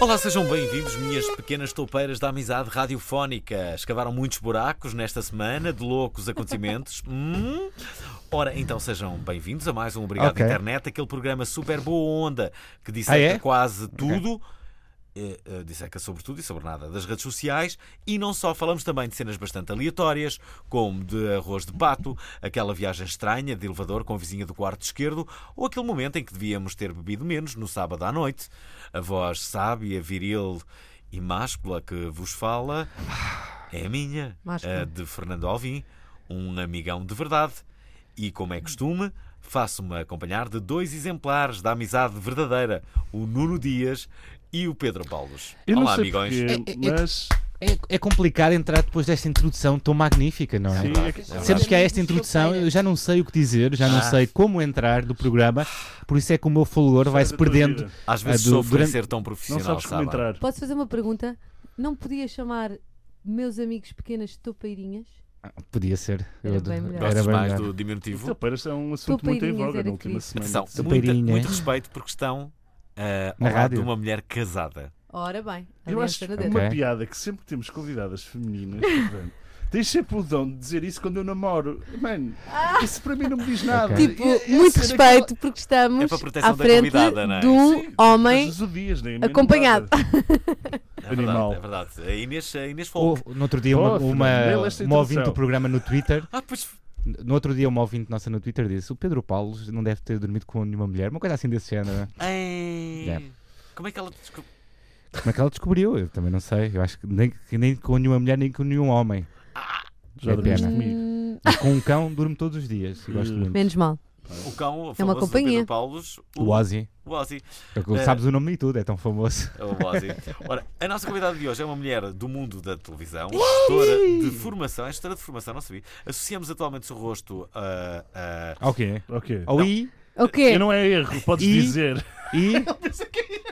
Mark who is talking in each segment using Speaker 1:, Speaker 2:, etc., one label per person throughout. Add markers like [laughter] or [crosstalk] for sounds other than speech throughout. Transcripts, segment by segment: Speaker 1: Olá, sejam bem-vindos, minhas pequenas toupeiras da amizade radiofónica. Escavaram muitos buracos nesta semana de loucos acontecimentos. Hum? Ora, então sejam bem-vindos a mais um Obrigado
Speaker 2: Ok.
Speaker 1: Internet, aquele programa super boa onda que disseca
Speaker 2: Ah, é?
Speaker 1: quase tudo. eh, eh, Disseca sobre tudo e sobre nada das redes sociais e não só, falamos também de cenas bastante aleatórias, como de arroz de pato, aquela viagem estranha de elevador com a vizinha do quarto esquerdo ou aquele momento em que devíamos ter bebido menos no sábado à noite. A voz sábia, viril e máscula que vos fala é a minha,
Speaker 3: Máscula.
Speaker 1: a de Fernando Alvim, um amigão de verdade. E como é costume, faço-me acompanhar de dois exemplares da amizade verdadeira, o Nuno Dias e o Pedro Paulos.
Speaker 4: Eu
Speaker 1: Olá,
Speaker 4: não sei
Speaker 1: amigões.
Speaker 4: porquê,
Speaker 2: É- é- é-
Speaker 4: mas
Speaker 2: É, é complicado entrar depois desta introdução tão magnífica, não é?
Speaker 4: sim, é que-
Speaker 2: Sempre que há esta introdução, eu já não sei o que dizer,
Speaker 4: Ah.
Speaker 2: já não sei como entrar do programa, por isso é que o meu fulgor vai-se
Speaker 4: da tua
Speaker 2: perdendo.
Speaker 4: vida.
Speaker 1: Às vezes
Speaker 2: Ah, do-
Speaker 1: sofro
Speaker 2: durante-
Speaker 1: em ser tão
Speaker 4: não
Speaker 1: profissional,
Speaker 4: sabes como
Speaker 1: sabe?
Speaker 4: entrar.
Speaker 3: Posso fazer uma pergunta? Não podia chamar meus amigos pequenas topeirinhas?
Speaker 2: Podia ser.
Speaker 3: Era
Speaker 2: Eu-
Speaker 3: bem melhor.
Speaker 2: era
Speaker 1: Gostas
Speaker 2: bem
Speaker 1: mais
Speaker 2: melhor.
Speaker 1: do
Speaker 4: As
Speaker 1: diminutivo?
Speaker 4: tapeiras é um assunto muito em
Speaker 3: Topeirinhas
Speaker 4: voga
Speaker 3: era
Speaker 4: na última
Speaker 3: querido.
Speaker 4: semana.
Speaker 1: Atenção,
Speaker 2: Sou
Speaker 1: muita,
Speaker 2: pairinha.
Speaker 1: muito respeito porque estão ah,
Speaker 2: Na
Speaker 1: ao lado de
Speaker 2: rádio.
Speaker 1: uma mulher casada.
Speaker 3: Ora bem,
Speaker 4: Eu acho
Speaker 3: aliança na dentro.
Speaker 4: uma
Speaker 2: Ok.
Speaker 4: piada é que sempre que temos convidadas femininas. portanto, Tens sempre o dom de dizer isso quando eu namoro. Mano, isso para mim não me diz nada.
Speaker 2: Ok.
Speaker 4: É,
Speaker 3: Ah. Tipo,
Speaker 4: E- e-
Speaker 3: muito
Speaker 4: essa era
Speaker 3: respeito porque
Speaker 1: É
Speaker 3: estamos
Speaker 1: para a proteção
Speaker 3: à
Speaker 1: da
Speaker 3: frente
Speaker 1: convidada, não é?
Speaker 3: de um
Speaker 4: Sim,
Speaker 3: homem
Speaker 4: todos os dias, nem a minha
Speaker 3: acompanhado.
Speaker 4: namorada.
Speaker 1: É
Speaker 4: Animal.
Speaker 1: verdade, é verdade. A Inês, a Inês Folk.
Speaker 2: Ou, no outro dia, uma,
Speaker 4: Oh, Fernando,
Speaker 2: uma,
Speaker 4: lê esta
Speaker 2: uma ouvinte
Speaker 4: introdução.
Speaker 2: do programa no Twitter,
Speaker 1: Ah, pois
Speaker 2: no outro dia, uma ouvinte nossa no Twitter disse: O Pedro Paulo não deve ter dormido com nenhuma mulher, uma coisa assim desse género.
Speaker 1: Ei.
Speaker 2: Yeah.
Speaker 1: Como é que ela descobriu?
Speaker 2: Como é que ela descobriu? Eu também não sei. Eu acho que nem, que nem com nenhuma mulher, nem com nenhum homem.
Speaker 4: Já
Speaker 2: É
Speaker 4: dormiste
Speaker 2: pena.
Speaker 4: comigo.
Speaker 3: Hum,
Speaker 2: Mas com um cão, durmo todos os dias. E gosto
Speaker 4: Hum.
Speaker 2: muito.
Speaker 3: menos mal.
Speaker 1: O cão, o
Speaker 3: É uma
Speaker 1: famoso do
Speaker 3: companhia.
Speaker 1: Pedro Paulos,
Speaker 2: O Ozzy.
Speaker 1: o Ozzy.
Speaker 2: É que Sabes o nome e tudo, é tão [laughs] famoso.
Speaker 1: É o Ozzy. Ora, a nossa convidada de hoje é uma mulher do mundo da televisão, gestora de formação, é gestora de formação, não sabia. Associamos atualmente o seu rosto a. a-
Speaker 2: Ao Ah, quê?
Speaker 4: Ok.
Speaker 2: Ao I,
Speaker 3: O quê?
Speaker 4: Eu não é erro, podes
Speaker 2: E-
Speaker 4: dizer.
Speaker 2: I,
Speaker 1: [laughs]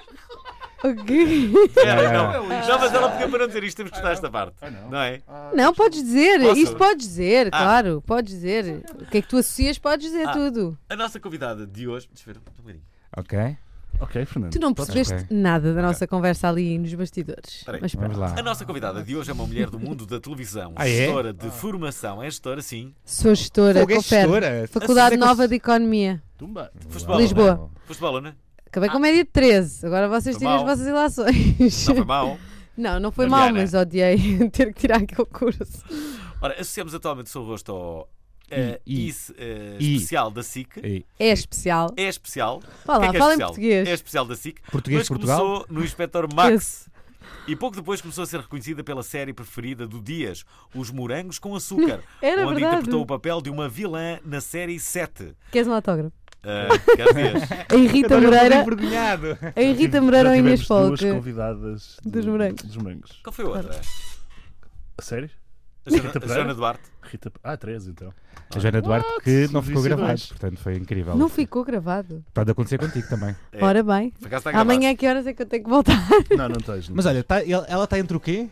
Speaker 3: O quê?
Speaker 1: Era,
Speaker 2: Ah.
Speaker 1: não, não, mas ela pediu para não dizer isto, temos que cortar esta parte. Não é?
Speaker 3: Não, podes dizer,
Speaker 1: Posso?
Speaker 3: isso podes dizer,
Speaker 1: Ah.
Speaker 3: claro, podes dizer. O que é que tu associas, podes dizer
Speaker 1: Ah.
Speaker 3: tudo.
Speaker 1: A nossa convidada de hoje. Deixa eu ver, um bocadinho.
Speaker 2: Ok, então
Speaker 4: Ok, Fernando.
Speaker 3: Tu não
Speaker 4: podes-
Speaker 3: percebeste
Speaker 2: Ok.
Speaker 3: nada da nossa conversa ali nos bastidores.
Speaker 1: Espera aí.
Speaker 3: Mas
Speaker 2: vamos
Speaker 3: pronto.
Speaker 2: lá.
Speaker 1: A nossa convidada de hoje é uma mulher do mundo da televisão,
Speaker 2: Ah, é?
Speaker 1: gestora de formação, é gestora, sim.
Speaker 3: Sou gestora,
Speaker 2: Fogo, é
Speaker 3: confere.
Speaker 2: gestora?
Speaker 3: Faculdade
Speaker 2: Vocês é que-
Speaker 3: Nova de Economia.
Speaker 4: Tumba.
Speaker 1: Foste
Speaker 2: Uau.
Speaker 1: bola,
Speaker 3: Lisboa.
Speaker 1: Não é? Foste bola, não é?
Speaker 3: Acabei com média de 13. Agora vocês
Speaker 1: Foi
Speaker 3: tiram as
Speaker 1: mal.
Speaker 3: vossas ilações. [laughs]
Speaker 1: Não foi mal.
Speaker 3: Não, não foi
Speaker 1: Foi
Speaker 3: mal,
Speaker 1: melhor,
Speaker 3: mas odiei [laughs] ter que tirar aquele curso.
Speaker 1: Ora, associamos atualmente o seu rosto ao
Speaker 2: I,
Speaker 1: eh,
Speaker 2: I,
Speaker 1: ICE, eh,
Speaker 2: I.
Speaker 1: especial da SIC.
Speaker 2: I.
Speaker 3: É especial.
Speaker 1: É especial.
Speaker 3: Vá
Speaker 1: O que
Speaker 3: lá,
Speaker 1: é que é
Speaker 3: fala em
Speaker 1: especial?
Speaker 3: português.
Speaker 1: É especial da SIC.
Speaker 2: Português
Speaker 1: mas
Speaker 2: de Portugal?
Speaker 1: começou no Inspector Max. E pouco depois começou a ser reconhecida pela série preferida do Dias, Os Morangos
Speaker 3: [laughs]
Speaker 1: com Açúcar,
Speaker 3: Era
Speaker 1: onde
Speaker 3: É, verdade.
Speaker 1: interpretou o papel de uma vilã na série 7.
Speaker 3: Queres um autógrafo?
Speaker 1: Ah, quer
Speaker 3: [laughs]
Speaker 1: dizer,
Speaker 3: A Rita Moreira,
Speaker 2: envergonhado.
Speaker 3: a Rita Moreira ou a Inês
Speaker 4: Duas
Speaker 3: Folk.
Speaker 4: convidadas de-
Speaker 3: Dos morangos.
Speaker 4: Dos morangos.
Speaker 1: qual foi a outra?
Speaker 4: A sério?
Speaker 1: A Joana, a
Speaker 4: Pereira?
Speaker 1: Joana Duarte.
Speaker 4: Rita. Ah,
Speaker 1: [laughs]
Speaker 4: três então.
Speaker 2: A Joana Duarte
Speaker 4: What?
Speaker 2: que não ficou
Speaker 4: Disse
Speaker 2: gravado,
Speaker 4: dois.
Speaker 2: portanto foi incrível.
Speaker 3: Não ficou gravado.
Speaker 2: Pode acontecer contigo também.
Speaker 1: É.
Speaker 3: Ora bem.
Speaker 1: Por acaso está gravado.
Speaker 3: Amanhã a que horas é que eu tenho que voltar?
Speaker 4: Não, não tens. não
Speaker 2: Mas olha, tá- ele- ela está entre o quê?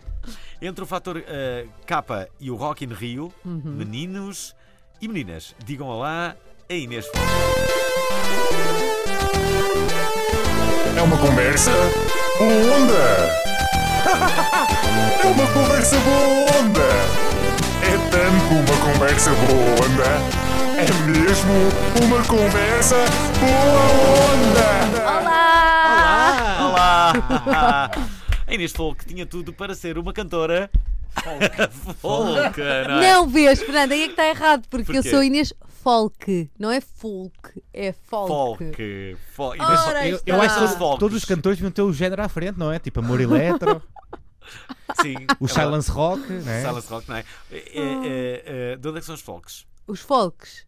Speaker 3: é
Speaker 1: Entre o fator eh, capa e o Rock in Rio,
Speaker 3: Uhum.
Speaker 1: meninos e meninas, digam olá a Inês Fontes.
Speaker 5: É uma conversa boa onda. [laughs] É uma conversa boa onda. É tanto uma conversa boa onda. É mesmo uma conversa boa onda.
Speaker 3: Ah!
Speaker 1: Ah, Olá!
Speaker 3: [laughs]
Speaker 1: A Inês Folk tinha tudo para ser uma cantora. Folk, não é?
Speaker 3: Não vês, Fernando, aí é que está errado, porque eu
Speaker 1: Porquê?
Speaker 3: sou Inês Folk. Não é folk, é folk.
Speaker 1: Folk. folk.
Speaker 3: Ora,
Speaker 1: Inês-
Speaker 2: Eu,
Speaker 3: está.
Speaker 2: eu acho
Speaker 1: Todos os
Speaker 2: que
Speaker 1: folks.
Speaker 2: todos os cantores deviam ter o género à frente, não é? Tipo amor
Speaker 1: Sim.
Speaker 2: eletro. [laughs] O
Speaker 1: [laughs] é verdade.
Speaker 2: Silence Rock, né?
Speaker 1: Silence Rock, não é? É,
Speaker 3: Oh.
Speaker 1: é, é, é, de onde é que são os folks?
Speaker 3: Os folks.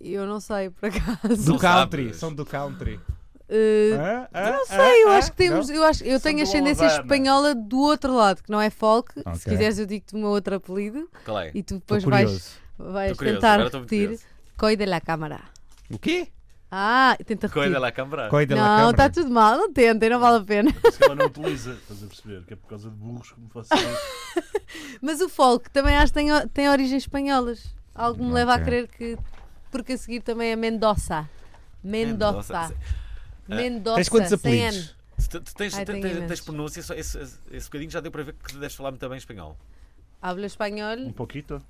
Speaker 3: Eu não sei, por acaso.
Speaker 2: do
Speaker 1: não
Speaker 2: country,
Speaker 1: sabes.
Speaker 2: são do country.
Speaker 3: Eh,
Speaker 4: Ah, ah,
Speaker 3: não
Speaker 4: ah,
Speaker 3: sei, eu
Speaker 2: É?
Speaker 4: ah,
Speaker 3: acho que temos.
Speaker 4: não?
Speaker 3: Eu, acho, eu
Speaker 4: São
Speaker 3: tenho
Speaker 4: do
Speaker 3: ascendência
Speaker 4: Alabama.
Speaker 3: espanhola do outro lado, que não é folk. Se
Speaker 2: Ok.
Speaker 3: quiseres, eu digo-te o meu outro apelido
Speaker 1: Qual é?
Speaker 3: e tu
Speaker 2: Estou
Speaker 3: depois vais,
Speaker 2: curioso.
Speaker 3: vais
Speaker 1: Tô curioso,
Speaker 3: tentar
Speaker 1: agora tô muito
Speaker 3: repetir.
Speaker 1: curioso.
Speaker 3: Coide la câmara.
Speaker 2: O quê?
Speaker 3: Ah, tenta repetir.
Speaker 1: Coisa lá, câmara.
Speaker 2: Coida lá,
Speaker 3: não, tá
Speaker 2: câmara.
Speaker 3: está tudo mal, não tentem, não vale a pena. [laughs]
Speaker 4: Por isso que ela não utiliza, estás a perceber? Que é por causa de burros como vocês.
Speaker 3: Mas o folk também acho que tem, o- tem origens espanholas. Algo me leva a
Speaker 2: Ok.
Speaker 3: crer que. Porque a seguir também é Mendoza. É Mendoza.
Speaker 1: Ah.
Speaker 3: Mendoza.
Speaker 2: Tens quantos
Speaker 3: sem N.
Speaker 2: apelidos?
Speaker 1: Tu, tu tens,
Speaker 3: Ai,
Speaker 1: tu-
Speaker 3: tenho
Speaker 1: tens-
Speaker 3: imensos.
Speaker 1: tens pronúncia, só esse, esse, esse bocadinho já deu para ver que tu deves falar muito bem espanhol.
Speaker 3: Hablo
Speaker 4: Um
Speaker 3: espanhol,
Speaker 4: poquito.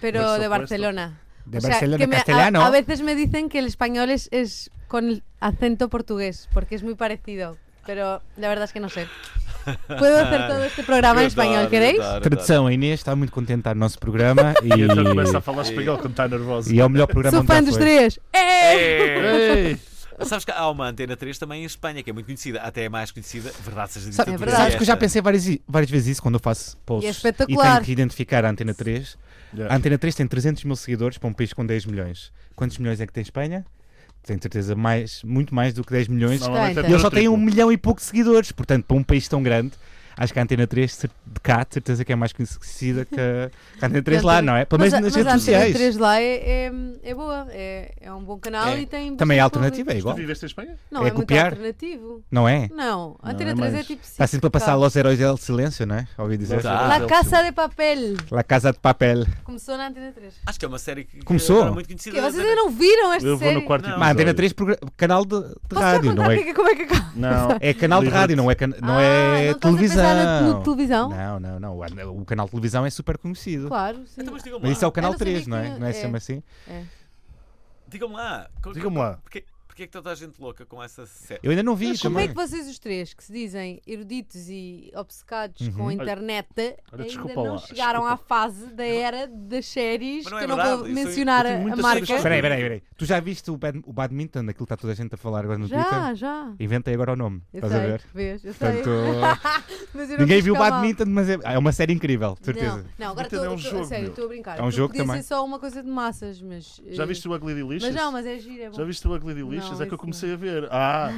Speaker 3: pero
Speaker 4: por
Speaker 3: de
Speaker 4: supuesto.
Speaker 3: Barcelona.
Speaker 2: De
Speaker 3: O sea,
Speaker 2: Barcelona,
Speaker 3: que me- a-
Speaker 2: castellano.
Speaker 3: A, veces me dicen que el español es, es con el acento portugués, porque es muy parecido. Pero la verdad es que no sé. Puedo
Speaker 2: [laughs]
Speaker 3: hacer todo este programa
Speaker 1: Eu adoro,
Speaker 3: en español, ¿queréis?
Speaker 1: adoro, adoro.
Speaker 2: Tradução, a Inês está muito contente de estar no nosso programa
Speaker 4: [laughs] E então começa a
Speaker 2: e,
Speaker 4: falar espanhol quando está nervosa.
Speaker 2: e é o melhor programa
Speaker 3: Sou
Speaker 2: onde já
Speaker 3: fan dos
Speaker 2: foi.
Speaker 3: tres. ¡Eh!
Speaker 1: É.
Speaker 4: Ei!
Speaker 1: Sabes que há uma antena 3 também em Espanha, que é muito conhecida, até é mais conhecida, verdade seja dita.
Speaker 2: Sabe-
Speaker 3: É
Speaker 1: tu
Speaker 3: verdade.
Speaker 2: Sabes que eu já
Speaker 1: esta.
Speaker 2: pensei várias, i- várias vezes isso quando eu faço posts
Speaker 3: E é
Speaker 2: e
Speaker 3: espetacular.
Speaker 2: tenho que identificar a Antena 3. A
Speaker 4: Yeah.
Speaker 2: Antena 3 tem 300 mil seguidores para um país com 10 milhões. Quantos milhões é que tem Espanha? Tenho certeza mais, muito mais do que 10 milhões.
Speaker 4: Normalmente é
Speaker 3: E
Speaker 2: E eles só
Speaker 4: pelo
Speaker 2: têm um
Speaker 4: triplo.
Speaker 2: milhão e pouco de seguidores. Portanto, para um país tão grande, acho que a Antena 3 cer- de cá, de certeza que é mais conhecida que a, que a Antena 3 lá, não é? Pelo menos
Speaker 3: Mas a-
Speaker 2: nas
Speaker 3: mas
Speaker 2: redes
Speaker 3: a Antena
Speaker 2: sociais.
Speaker 3: 3 lá é, é, é boa, é, é um bom canal
Speaker 2: É.
Speaker 3: e tem.
Speaker 2: Também é
Speaker 3: bastante
Speaker 2: Eh, alternativa, é
Speaker 4: Tu
Speaker 2: igual.
Speaker 4: viveste em Espanha?
Speaker 3: público. Não,
Speaker 2: É
Speaker 3: é, muito
Speaker 2: copiar?
Speaker 3: alternativo.
Speaker 2: Não é?
Speaker 3: Não, a Antena
Speaker 4: é
Speaker 3: 3 é
Speaker 4: mais.
Speaker 3: tipo.
Speaker 2: Está sempre a Assim passar
Speaker 3: sindical.
Speaker 2: aos heróis del silêncio, não é? Ouvi dizer.
Speaker 1: Tá.
Speaker 3: La Casa de Papel.
Speaker 2: La Casa de Papel.
Speaker 3: Começou na Antena 3.
Speaker 1: Acho que é uma série que
Speaker 2: Começou?
Speaker 1: era muito conhecida.
Speaker 3: Que vocês ainda não viram esta
Speaker 4: Eu vou
Speaker 3: série?
Speaker 4: no quarto
Speaker 1: Não.
Speaker 2: Mas a Antena
Speaker 4: episódio.
Speaker 2: 3 progra- canal de, de
Speaker 3: Posso já
Speaker 2: rádio,
Speaker 3: contar
Speaker 2: não é?
Speaker 3: o que é- como é que acaba?
Speaker 4: Não.
Speaker 2: É canal de
Speaker 4: Livro-te.
Speaker 2: rádio, não é, can- não
Speaker 3: Ah,
Speaker 2: é
Speaker 3: não estás a
Speaker 2: televisão.
Speaker 3: pensar na- no televisão?
Speaker 2: Não, não, não. O, o canal de televisão é super conhecido.
Speaker 3: Claro, sim.
Speaker 1: Então, mas
Speaker 4: tipo,
Speaker 1: digam-me
Speaker 2: Mas isso é
Speaker 1: lá.
Speaker 2: o canal
Speaker 3: Eu não sabia
Speaker 2: 3, não é?
Speaker 3: que-
Speaker 2: Não é,
Speaker 3: é.
Speaker 2: sempre assim?
Speaker 1: Digam-me lá. Co-
Speaker 4: Diga-me lá.
Speaker 1: Porquê, porquê é que toda a gente louca com essa série?
Speaker 2: Eu ainda não vi
Speaker 3: Mas como
Speaker 2: também.
Speaker 3: é que vocês os três, que se dizem eruditos e obcecados com a
Speaker 2: Olha-
Speaker 3: internet, ainda
Speaker 4: desculpa
Speaker 3: não
Speaker 4: lá,
Speaker 3: chegaram
Speaker 4: desculpa.
Speaker 3: à fase da era das séries,
Speaker 1: Mas não é
Speaker 3: que eu não
Speaker 1: verdade,
Speaker 3: vou
Speaker 1: isso é-
Speaker 3: mencionar
Speaker 4: eu tenho
Speaker 3: a
Speaker 4: muitas
Speaker 3: marca?
Speaker 4: séries que-
Speaker 2: Peraí, peraí, peraí. Tu já viste o, bad- o badminton, aquilo que está toda a gente a falar agora no
Speaker 3: Já,
Speaker 2: Twitter?
Speaker 3: já.
Speaker 2: Inventei agora o nome.
Speaker 3: Eu
Speaker 2: Estás a
Speaker 3: sei,
Speaker 2: ver?
Speaker 3: vês, eu sei.
Speaker 2: Portanto,
Speaker 3: Mas eu [laughs] não
Speaker 2: ninguém
Speaker 3: quis
Speaker 2: viu o
Speaker 3: ficar mal.
Speaker 2: badminton, mas é, é uma série incrível, de certeza.
Speaker 3: Não, não agora
Speaker 4: Então
Speaker 3: estou
Speaker 4: é um
Speaker 3: estou- a
Speaker 4: jogo,
Speaker 3: sério,
Speaker 4: meu.
Speaker 3: estou a brincar.
Speaker 2: É um jogo
Speaker 3: podia
Speaker 2: também.
Speaker 3: ser só uma coisa de massas, mas...
Speaker 4: Já
Speaker 3: eh,
Speaker 4: viste o Ugly Delicious?
Speaker 3: Mas não, mas é giro, é bom.
Speaker 4: Já viste o Ugly Delicious?
Speaker 3: Não,
Speaker 4: É que eu
Speaker 3: isso
Speaker 4: comecei a ver. Ah,